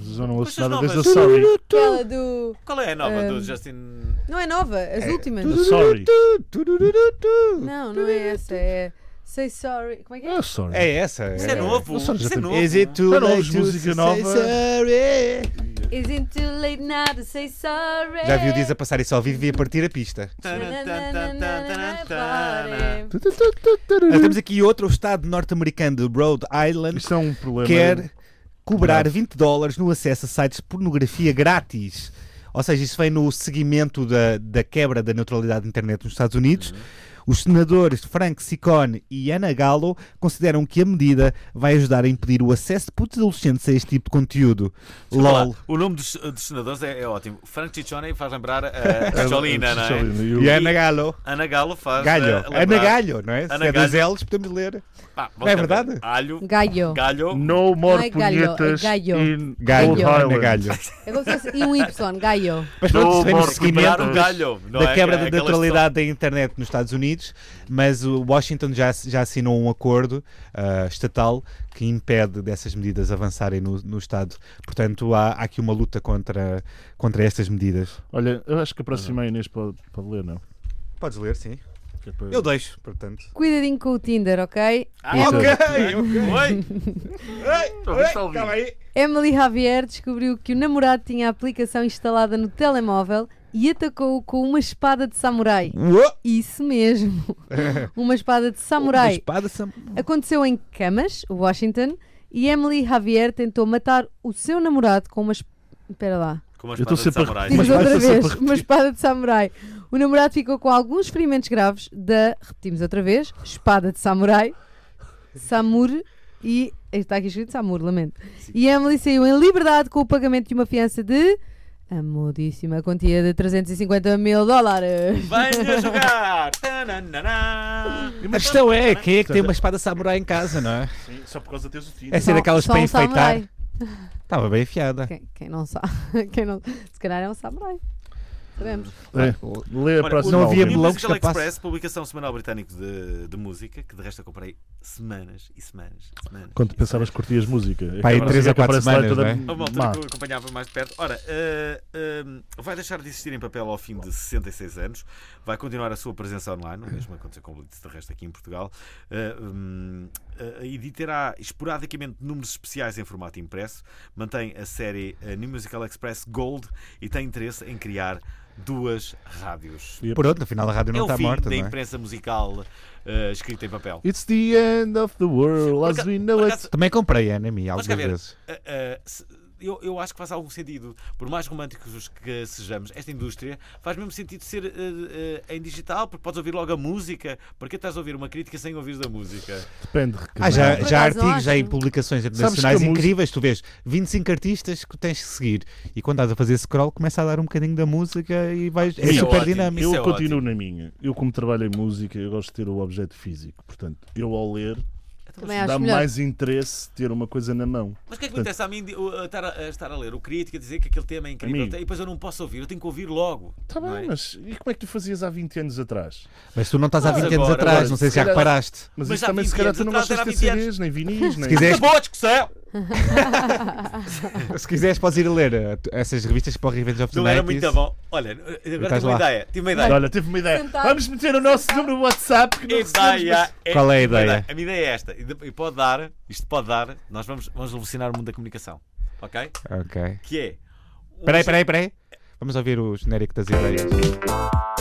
Speaker 4: Já não ouço
Speaker 1: Coisas
Speaker 4: nada desde
Speaker 1: novas.
Speaker 4: a Sorry.
Speaker 3: Aquela do.
Speaker 1: Qual é a nova do
Speaker 3: Ahm,
Speaker 1: Justin?
Speaker 3: Não é nova, as últimas.
Speaker 4: A Sorry.
Speaker 3: Não, não é essa, é. Say sorry. Como é que é?
Speaker 4: Ah, sorry.
Speaker 2: É essa.
Speaker 1: Isso é novo?
Speaker 4: Não
Speaker 1: Isso
Speaker 4: sei,
Speaker 1: é
Speaker 4: Justin-
Speaker 1: novo?
Speaker 2: Is it too
Speaker 4: Não, não,
Speaker 2: late to say
Speaker 4: música nova.
Speaker 2: sorry?
Speaker 3: Isn't too late now to say sorry.
Speaker 2: Já vi o Dias a passar isso ao vivo e a partir a pista.
Speaker 3: Tananana,
Speaker 4: Tu, tu, tu, tu, tu, tu.
Speaker 2: Nós temos aqui outro estado norte-americano de Rhode Island
Speaker 4: Isto é um problema.
Speaker 2: quer cobrar 20 dólares no acesso a sites de pornografia grátis.
Speaker 1: Uhum.
Speaker 2: Ou seja, isso vem no seguimento da, da quebra da neutralidade da internet nos Estados Unidos. Os senadores Frank Sicone e Ana Gallo consideram que a medida vai ajudar a impedir o acesso de putos adolescentes a este tipo de conteúdo.
Speaker 1: Desculpa lá,
Speaker 2: LOL.
Speaker 1: O nome dos, dos senadores é, é ótimo. Frank Ciccione faz lembrar a Cicciolina, não é?
Speaker 4: Cicciolina, e o-
Speaker 2: E a Ana Galo.
Speaker 1: Ana Galo faz.
Speaker 2: Galho.
Speaker 1: eh,
Speaker 2: Ana
Speaker 1: lembrar-
Speaker 2: Galho, não é? Se
Speaker 1: Ana
Speaker 2: é das
Speaker 1: Galho.
Speaker 2: L's, podemos ler.
Speaker 1: Pá,
Speaker 2: Não é
Speaker 1: vamos
Speaker 2: verdade?
Speaker 1: ver. Alho,
Speaker 3: Galho.
Speaker 1: galho.
Speaker 4: No
Speaker 3: Não
Speaker 4: more
Speaker 3: é galho, é
Speaker 4: punhetas
Speaker 3: galho.
Speaker 4: in
Speaker 2: Galho.
Speaker 4: Gold
Speaker 2: Ana
Speaker 4: Island.
Speaker 2: Galho.
Speaker 3: É como se fosse e um Y, Galho.
Speaker 2: Mas pronto,
Speaker 4: No
Speaker 2: se vem no
Speaker 4: more
Speaker 2: seguimento.
Speaker 1: Lembrar o galho. não
Speaker 2: da
Speaker 1: é?
Speaker 2: quebra da
Speaker 1: Aquela
Speaker 2: neutralidade da internet nos Estados Unidos, mas o Washington já, já assinou um acordo ah, estatal que impede dessas medidas avançarem no, no Estado. Portanto, há, há aqui uma luta contra, contra estas medidas.
Speaker 4: Olha, eu acho que aproximei a Inês para, para ler, não?
Speaker 2: Podes ler, sim.
Speaker 4: Que é para-
Speaker 2: Eu deixo, portanto.
Speaker 3: Cuidadinho com o Tinder, ok?
Speaker 1: Ah,
Speaker 4: Isso.
Speaker 2: ok,
Speaker 1: situação.
Speaker 2: ok.
Speaker 1: Oi!
Speaker 2: Oi, calma aí.
Speaker 3: Emily Javier descobriu que o namorado tinha a aplicação instalada no telemóvel e atacou-o com uma espada de samurai.
Speaker 2: Uou,
Speaker 3: Isso mesmo.
Speaker 2: [laughs]
Speaker 3: Uma espada de
Speaker 2: uma
Speaker 3: samurai.
Speaker 2: espada, sam-
Speaker 3: Aconteceu em Camas, Washington, e Emily Javier tentou matar o seu namorado com uma espada. Espera lá.
Speaker 1: Com uma
Speaker 4: Eu estou
Speaker 1: espada de
Speaker 4: sempre a
Speaker 1: samurai.
Speaker 4: Mas
Speaker 3: Diz
Speaker 4: vai-se
Speaker 3: outra
Speaker 4: sempre
Speaker 3: vez,
Speaker 4: repetir.
Speaker 3: uma espada de samurai. O namorado ficou com alguns ferimentos graves da, repetimos outra vez, espada de samurai, samur e, está aqui escrito samur, lamento. E Emily saiu em liberdade com o pagamento de uma fiança de, a modíssima quantia de 350 mil dólares.
Speaker 1: Venha jogar! Tananana.
Speaker 2: A questão é, quem é que tem uma espada samurai em casa, não é?
Speaker 4: Sim, só por causa de teres o Tinder.
Speaker 2: É ser
Speaker 3: Só-
Speaker 2: daquelas
Speaker 3: só
Speaker 2: para
Speaker 3: um samurai.
Speaker 2: enfeitar. Estava bem afiada.
Speaker 3: Quem, quem não sabe, [laughs] quem não, se calhar é um samurai. Sabemos.
Speaker 4: É, lê a
Speaker 1: Olha,
Speaker 4: próxima.
Speaker 2: não havia
Speaker 1: o
Speaker 4: Albino.
Speaker 2: melão que
Speaker 1: Musical
Speaker 2: escapasse.
Speaker 1: Express, publicação semanal britânica de, de música, que de resto eu comprei semanas e semanas e semanas.
Speaker 4: Quando pensavas que curtias música. é que
Speaker 2: Pá, aí
Speaker 4: a música
Speaker 2: três a
Speaker 4: que
Speaker 2: quatro
Speaker 4: aparece lá é
Speaker 2: semanas,
Speaker 4: toda
Speaker 1: Houve uma
Speaker 4: má.
Speaker 1: altura que eu acompanhava mais de perto. Ora, eh, ehm, vai deixar de existir em papel ao fim de 66 anos, vai continuar a sua presença online, o mesmo aconteceu com o Blitz de resto aqui em Portugal, eh, hum, eh, e editerá esporadicamente números especiais em formato impresso, mantém a série eh, New Musical Express Gold e tem interesse em criar duas rádios.
Speaker 2: Pronto, afinal a rádio
Speaker 1: é o
Speaker 2: não está
Speaker 1: fim
Speaker 2: morta,
Speaker 1: da
Speaker 2: não é?
Speaker 1: imprensa musical eh, escrita em papel.
Speaker 4: It's the end of the world
Speaker 1: Por
Speaker 4: as
Speaker 1: acaso-
Speaker 4: we know
Speaker 1: por
Speaker 4: it.
Speaker 1: acaso-
Speaker 2: Também comprei a Enemy
Speaker 1: Mas
Speaker 2: algumas
Speaker 1: quer ver,
Speaker 2: vezes.
Speaker 1: eh, eh, se- eu, eu acho que faz algum sentido. Por mais românticos que sejamos, esta indústria faz mesmo sentido ser eh, eh, em digital, porque podes ouvir logo a música. Para que estás a ouvir uma crítica sem ouvir a música?
Speaker 4: Depende. que
Speaker 2: Há Ah, já,
Speaker 4: merda.
Speaker 3: Por
Speaker 2: já há
Speaker 3: acaso,
Speaker 2: artigos, já há
Speaker 3: acho.
Speaker 2: em publicações
Speaker 4: que a
Speaker 2: internacionais
Speaker 4: música-
Speaker 2: incríveis, tu vês 25 artistas que tens que seguir e quando estás a fazer scroll começa a dar um bocadinho da música e vais, é
Speaker 1: Isso é
Speaker 2: super
Speaker 1: ótimo.
Speaker 2: dinâmico.
Speaker 1: Isso
Speaker 4: Eu
Speaker 1: é
Speaker 4: continuo na minha. Eu, como trabalho em música, eu gosto de ter o objeto físico. Portanto, eu ao ler,
Speaker 3: Também É, acho
Speaker 4: dá-me
Speaker 3: melhor.
Speaker 4: mais interesse ter uma coisa na mão.
Speaker 1: Mas o que é que me interessa a mim de- o- a estar, a, a estar a ler o crítico a dizer que aquele tema é incrível
Speaker 4: Amigo.
Speaker 1: e depois eu não posso ouvir, eu tenho que ouvir logo.
Speaker 4: Está
Speaker 1: Não é?
Speaker 4: bem, mas e como é que tu fazias há 20 anos atrás?
Speaker 2: Mas tu não estás há
Speaker 1: Mas
Speaker 2: 20 anos
Speaker 1: agora,
Speaker 2: atrás,
Speaker 1: agora,
Speaker 2: não sei se
Speaker 4: se
Speaker 2: já
Speaker 1: [laughs]
Speaker 4: calhar-
Speaker 2: reparaste.
Speaker 4: Mas,
Speaker 1: Mas
Speaker 4: isso
Speaker 1: há
Speaker 4: também, se
Speaker 1: 20
Speaker 4: calhar,
Speaker 1: anos
Speaker 4: tu não
Speaker 1: atrás,
Speaker 4: gostas de ter
Speaker 1: era há 20
Speaker 4: CDs, nem vinis, nem.
Speaker 2: quiseres-
Speaker 1: Acabou a discussão!
Speaker 2: Se quiseres podes ir a ler eh, tu- essas revistas para o Revenge of the
Speaker 1: Não era
Speaker 2: Night.
Speaker 1: muito bom. Olha, eh, agora
Speaker 2: Estás
Speaker 1: tive uma
Speaker 2: lá.
Speaker 1: ideia. Tive uma ideia.
Speaker 4: Olha, tive uma ideia.
Speaker 3: Sentar-
Speaker 4: Vamos meter o nosso número no WhatsApp que não recebemos, mas-
Speaker 1: Ideia é-
Speaker 2: Qual é a ideia?
Speaker 1: A minha ideia é esta. E de- e pode dar, isto pode dar, nós vamos, vamos revolucionar o mundo da comunicação. Ok?
Speaker 2: Ok.
Speaker 1: Que é. um-
Speaker 2: Peraí, peraí, peraí. Vamos ouvir o genérico das ideias.
Speaker 1: é,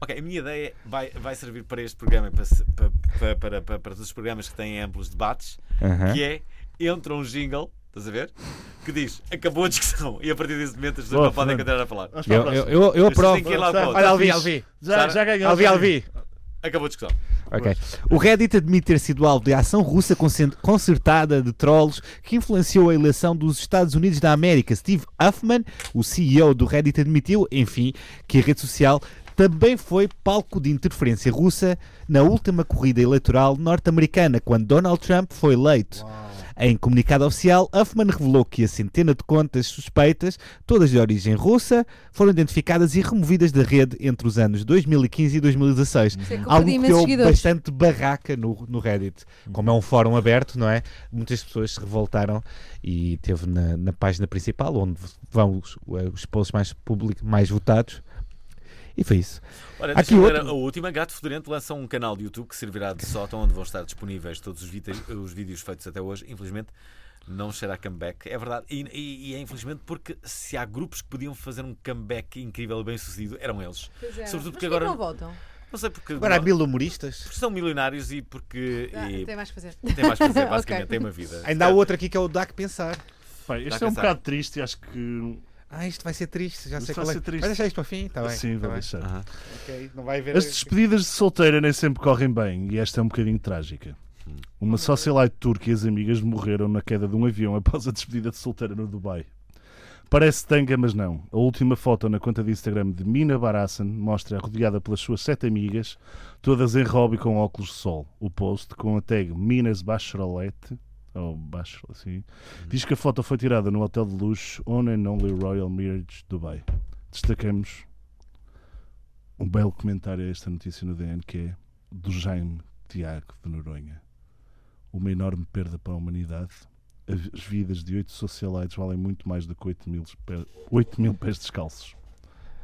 Speaker 1: Ok, a minha ideia vai, vai servir para este programa e para, se- pa- pa- para, para- para todos os programas que têm amplos debates,
Speaker 2: Aham.
Speaker 1: que é entra um jingle, estás a ver? Que diz acabou a discussão e a partir desse momento as pessoas
Speaker 4: Boa,
Speaker 1: não podem
Speaker 4: Fernando.
Speaker 1: continuar a falar.
Speaker 4: Vamos para
Speaker 2: Eu,
Speaker 4: a
Speaker 2: eu,
Speaker 4: próxima.
Speaker 2: eu, eu aprovo.
Speaker 1: têm que ir lá para o outro.
Speaker 2: Olha, Alvi,
Speaker 4: Fixe.
Speaker 2: Alvi.
Speaker 4: Já,
Speaker 1: Sara-
Speaker 4: já ganhou.
Speaker 2: Alvi,
Speaker 4: já
Speaker 2: Alvi.
Speaker 1: Acabou a discussão.
Speaker 2: Ok. O Reddit admite ter sido alvo de ação russa concen- concertada de trolls que influenciou a eleição dos Estados Unidos da América. Steve Huffman, o CEO do Reddit, admitiu, enfim, que a rede social também foi palco de interferência russa na última corrida eleitoral norte-americana, quando Donald Trump foi eleito. Em comunicado oficial, Huffman revelou que a centena de contas suspeitas, todas de origem russa, foram identificadas e removidas da rede entre os anos 2015 e 2016
Speaker 3: Isso é que eu
Speaker 2: algo
Speaker 3: perdi
Speaker 2: que
Speaker 3: imensos
Speaker 2: deu
Speaker 3: seguidores.
Speaker 2: bastante é. barraca no, no Reddit.
Speaker 4: Uhum.
Speaker 2: Como é um fórum aberto, não é? Muitas pessoas se revoltaram e teve na, na página principal, onde vão os, os posts mais, public, mais votados. E foi isso.
Speaker 1: Olha,
Speaker 2: Aqui
Speaker 1: deixa eu ler
Speaker 2: outro.
Speaker 1: a última. Gato Fedorento lança um canal de YouTube que servirá de sótão onde vão estar disponíveis todos os, vite- os vídeos feitos até hoje. Infelizmente, não será comeback. É verdade. E, e- e é infelizmente porque se há grupos que podiam fazer um comeback incrível e bem sucedido, eram eles.
Speaker 3: Pois é.
Speaker 1: Sobretudo
Speaker 3: Mas
Speaker 1: porque
Speaker 3: porquê que
Speaker 1: agora-
Speaker 3: não voltam?
Speaker 1: Não sei porque.
Speaker 2: Agora há
Speaker 1: não-
Speaker 2: mil humoristas.
Speaker 1: porque são milionários e porque.
Speaker 3: Ah,
Speaker 1: e
Speaker 3: tem mais que fazer.
Speaker 1: Tem mais para fazer,
Speaker 3: [laughs] Ok.
Speaker 1: basicamente. Tem uma vida.
Speaker 2: Ainda há outro aqui que é o Dá que pensar.
Speaker 1: Dá
Speaker 4: Bem, este
Speaker 1: que
Speaker 4: é um
Speaker 1: pensar.
Speaker 4: bocado triste e acho que.
Speaker 2: Ah, isto vai ser triste, já
Speaker 4: Isto
Speaker 2: sei
Speaker 4: vai
Speaker 2: qual é.
Speaker 4: ser triste.
Speaker 2: Vai deixar isto para o fim? Está bem.
Speaker 4: Sim,
Speaker 2: tá
Speaker 4: vou
Speaker 2: bem.
Speaker 4: deixar.
Speaker 1: Aham.
Speaker 2: Ok, Não vai haver.
Speaker 4: As despedidas de solteira nem sempre correm bem e esta é um bocadinho trágica. Uma socialite turca e as amigas morreram na queda de um avião [laughs] após a despedida de solteira no Dubai. Parece tanga, mas não. A última foto na conta de Instagram de Mina Barassan mostra-a rodeada pelas suas sete amigas, todas em robe e com óculos de sol. O post, com a tag Minas Bachelorette, ou Bachelor, assim, diz que a foto foi tirada no hotel de luxo One and Only Royal Marriage Dubai. Destacamos um belo comentário a esta notícia no DN que é do Jaime Tiago de Noronha. Uma enorme perda para a humanidade. As vidas de oito socialites valem muito mais do que 8 mil, pe- 8 mil pés descalços.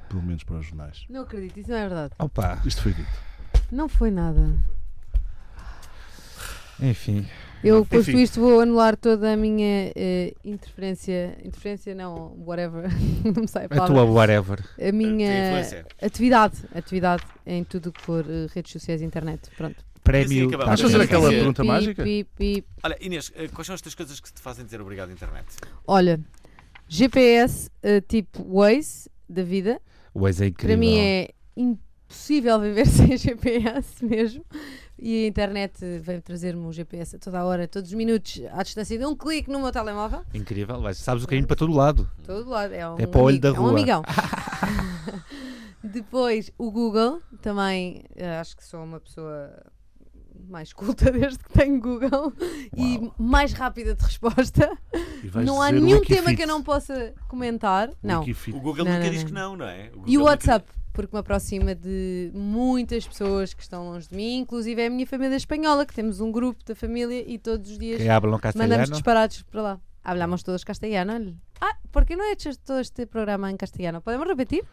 Speaker 4: Pelo menos para os jornais.
Speaker 3: Não acredito, isso não é verdade.
Speaker 2: Opa,
Speaker 4: Isto foi dito.
Speaker 3: Não foi nada.
Speaker 2: enfim.
Speaker 3: Eu, posto
Speaker 4: Enfim.
Speaker 3: isto, vou anular toda a minha eh, interferência. Interferência, não, whatever. [laughs] não me sai a
Speaker 2: A
Speaker 3: palavra.
Speaker 2: É tua whatever.
Speaker 3: A
Speaker 1: É, Tem
Speaker 3: minha
Speaker 1: influência.
Speaker 3: atividade. Atividade em tudo o que for eh, redes sociais e internet. Pronto.
Speaker 1: E
Speaker 2: Prémio.
Speaker 1: assim acabamos. Vamos
Speaker 2: Dá
Speaker 4: Vamos
Speaker 2: que
Speaker 1: fazer
Speaker 4: fazer
Speaker 2: Pensar.
Speaker 4: aquela
Speaker 1: sim.
Speaker 4: pergunta
Speaker 3: Pi,
Speaker 4: mágica?
Speaker 3: pi, pi.
Speaker 1: Olha, Inês, eh, quais são estas coisas que te fazem dizer obrigado, internet?
Speaker 3: Olha, GPS eh, tipo Waze da vida.
Speaker 2: O Waze é
Speaker 3: Para
Speaker 2: incrível.
Speaker 3: mim é impossível viver [laughs] sem GPS mesmo. E a internet eh, veio trazer-me um GPS a toda a hora, todos os minutos, à distância de um clique no meu telemóvel.
Speaker 2: Incrível. Vais- Sabes o caminho para todo lado.
Speaker 3: Todo lado. É, um
Speaker 2: É para o olho
Speaker 3: amigo-
Speaker 2: da
Speaker 3: É um
Speaker 2: rua.
Speaker 3: amigão. [laughs] Depois o Google, também eh, acho que sou uma pessoa mais culta [laughs] desde que tenho Google e mais rápida de resposta.
Speaker 4: E vais
Speaker 3: não há
Speaker 4: dizer o
Speaker 3: nenhum
Speaker 4: Wikifit.
Speaker 3: tema que eu não possa comentar.
Speaker 4: O
Speaker 3: Não.
Speaker 4: Wikifit.
Speaker 1: O Google
Speaker 3: Não,
Speaker 1: nunca
Speaker 3: não,
Speaker 1: diz
Speaker 3: não.
Speaker 1: que não, não é? Google
Speaker 3: E o
Speaker 1: nunca-
Speaker 3: WhatsApp, porque me aproxima de muitas pessoas que estão longe de mim, inclusive é a minha família espanhola, que temos um grupo da família e todos os dias
Speaker 2: Que hablam
Speaker 3: mandamos
Speaker 2: um castelhano.
Speaker 3: disparados para lá. Hablamos todos castellano. Ah, ¿por qué no he hecho todo este programa em castellano? Podemos repetir?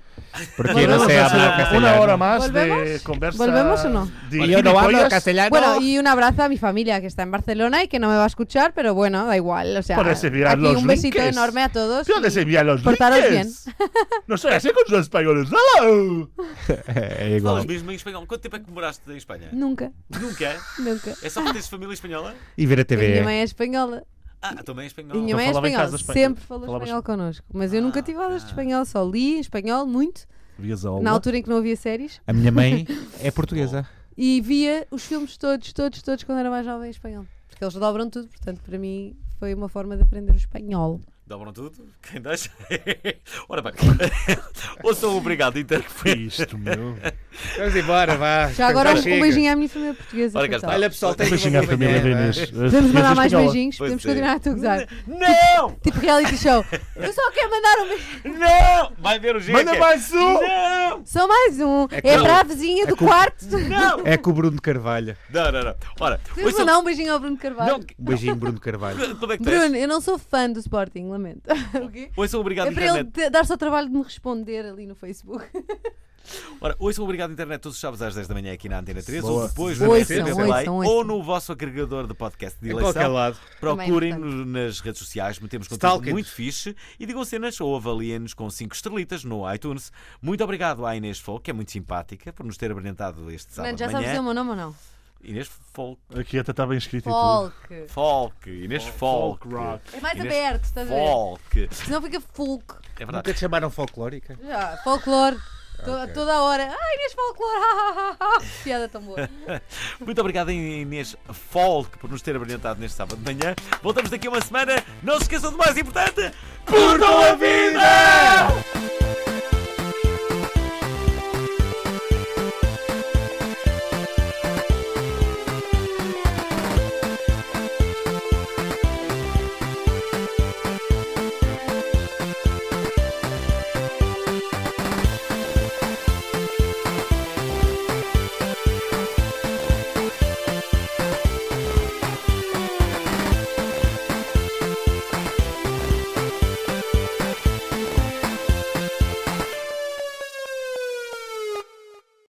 Speaker 2: Porque
Speaker 4: Volvemos
Speaker 2: não sei
Speaker 4: a
Speaker 2: hablar
Speaker 4: ser Uma
Speaker 2: castelhano.
Speaker 4: hora mais né? de Ah,
Speaker 3: Volvemos?
Speaker 4: conversa.
Speaker 3: Volvemos ou não?
Speaker 4: de
Speaker 2: E eu não hablo
Speaker 4: gilipollas.
Speaker 2: castelhano.
Speaker 3: Bueno,
Speaker 2: [laughs]
Speaker 3: y un abrazo a mi familia que está en Barcelona y que no me va a escuchar, pero bueno, da igual. O sea,
Speaker 4: Puedes enviar
Speaker 3: aquí
Speaker 4: los
Speaker 3: un besito
Speaker 4: links.
Speaker 3: enorme a todos.
Speaker 4: Yo les envía los
Speaker 3: Portaros
Speaker 4: links. No soy así con los españoles. ¡No!
Speaker 2: É igual.
Speaker 1: Falas mesmo em espanhol. Quanto tempo é que moraste em Espanha?
Speaker 2: [laughs]
Speaker 3: Nunca,
Speaker 1: Nunca?
Speaker 3: nunca.
Speaker 1: É só porque tens família espanhola?
Speaker 2: E ver a
Speaker 3: A minha
Speaker 2: TV.
Speaker 3: mãe é espanhola.
Speaker 1: Ah, também é espanhol.
Speaker 3: A minha
Speaker 4: Então
Speaker 3: mãe é
Speaker 4: falava em
Speaker 3: espanhola.
Speaker 4: casa espanhol.
Speaker 3: Sempre falou
Speaker 4: Falava
Speaker 3: espanhol connosco. Mas eu nunca tive aulas de
Speaker 1: Ah.
Speaker 3: espanhol, só li em espanhol muito.
Speaker 4: Vias a aula.
Speaker 3: na altura em que não havia séries
Speaker 2: A minha mãe é portuguesa.
Speaker 3: e via os filmes todos, todos, todos quando era mais jovem em espanhol. Porque eles dobram tudo, portanto, para mim foi uma forma de aprender o espanhol.
Speaker 1: Dobram tudo? Quem deixa? [laughs] Ora bem. [laughs] Ouçam o obrigado, internet.
Speaker 4: Foi isto, meu.
Speaker 2: Vamos embora, vá.
Speaker 3: Já agora um, um beijinho à minha família portuguesa.
Speaker 1: Ora, cá
Speaker 3: coitada.
Speaker 1: está.
Speaker 2: Olha pessoal, tem né?
Speaker 4: Beijinho à família da Inês.
Speaker 3: Podemos mandar mais
Speaker 4: Espanhola.
Speaker 3: beijinhos,
Speaker 1: Pois
Speaker 3: podemos
Speaker 1: é.
Speaker 3: continuar a tu gozar.
Speaker 1: [laughs] Não!
Speaker 3: Tipo reality show. Eu só quero mandar um beijo.
Speaker 1: Não! Vai ver o jeito.
Speaker 4: Manda mais um!
Speaker 1: Não!
Speaker 3: Só mais um.
Speaker 2: É
Speaker 3: É,
Speaker 2: que não.
Speaker 3: para a vizinha do
Speaker 2: culpa-
Speaker 3: quarto.
Speaker 1: Não!
Speaker 2: É com o Bruno de Carvalho.
Speaker 1: Não, não, não. Ora,
Speaker 3: Podemos
Speaker 1: ouçam...
Speaker 3: mandar um beijinho ao Bruno Carvalho.
Speaker 1: Não,
Speaker 2: Um beijinho, Bruno de Carvalho.
Speaker 1: como é que
Speaker 3: Bruno,
Speaker 1: tens?
Speaker 3: eu não sou fã do Sporting, lamento. [laughs] O quê?
Speaker 1: Ouçam o obrigado,
Speaker 3: É para ele
Speaker 1: internet.
Speaker 3: te- dar-se ao trabalho de me responder ali no Facebook.
Speaker 1: Ora, ouçam o Obrigado Internet todos os sábados às 10 da manhã aqui na Antena 3 ou
Speaker 4: Boa.
Speaker 1: depois na
Speaker 3: Ouçam,
Speaker 1: RTP
Speaker 3: ouçam,
Speaker 1: Play
Speaker 3: ouçam.
Speaker 1: ou no vosso agregador de podcast de
Speaker 2: Em qualquer
Speaker 1: eleição.
Speaker 2: lado.
Speaker 3: é
Speaker 1: Procurem-nos nas redes sociais, metemos conteúdo
Speaker 2: Stalkem-nos.
Speaker 1: muito fixe e digam cenas ou avaliem-nos com 5 estrelitas no iTunes. Muito obrigado à Inês Folk, que é muito simpática, por nos ter apresentado este sábado
Speaker 3: Fernando,
Speaker 1: de
Speaker 3: já sabes
Speaker 1: manhã.
Speaker 3: o meu nome ou não?
Speaker 1: Inês Folk.
Speaker 4: Aqui até estava inscrito e tudo.
Speaker 3: Folk.
Speaker 1: Folk. Inês Folk.
Speaker 3: É mais
Speaker 1: Inês-
Speaker 3: aberto, estás a ver?
Speaker 1: Folk.
Speaker 3: Senão fica folk.
Speaker 1: É verdade.
Speaker 2: Nunca te chamaram folclórica?
Speaker 3: Já, folclore. To- Toda a hora. Ai, Inês Folclore. [laughs] ah, ah, ah, ah. Piada tão boa.
Speaker 1: Muito obrigado, Inês Folk, por nos ter apresentado neste sábado de manhã. Voltamos daqui a uma semana. Não se esqueçam do mais importante: curtam a vida!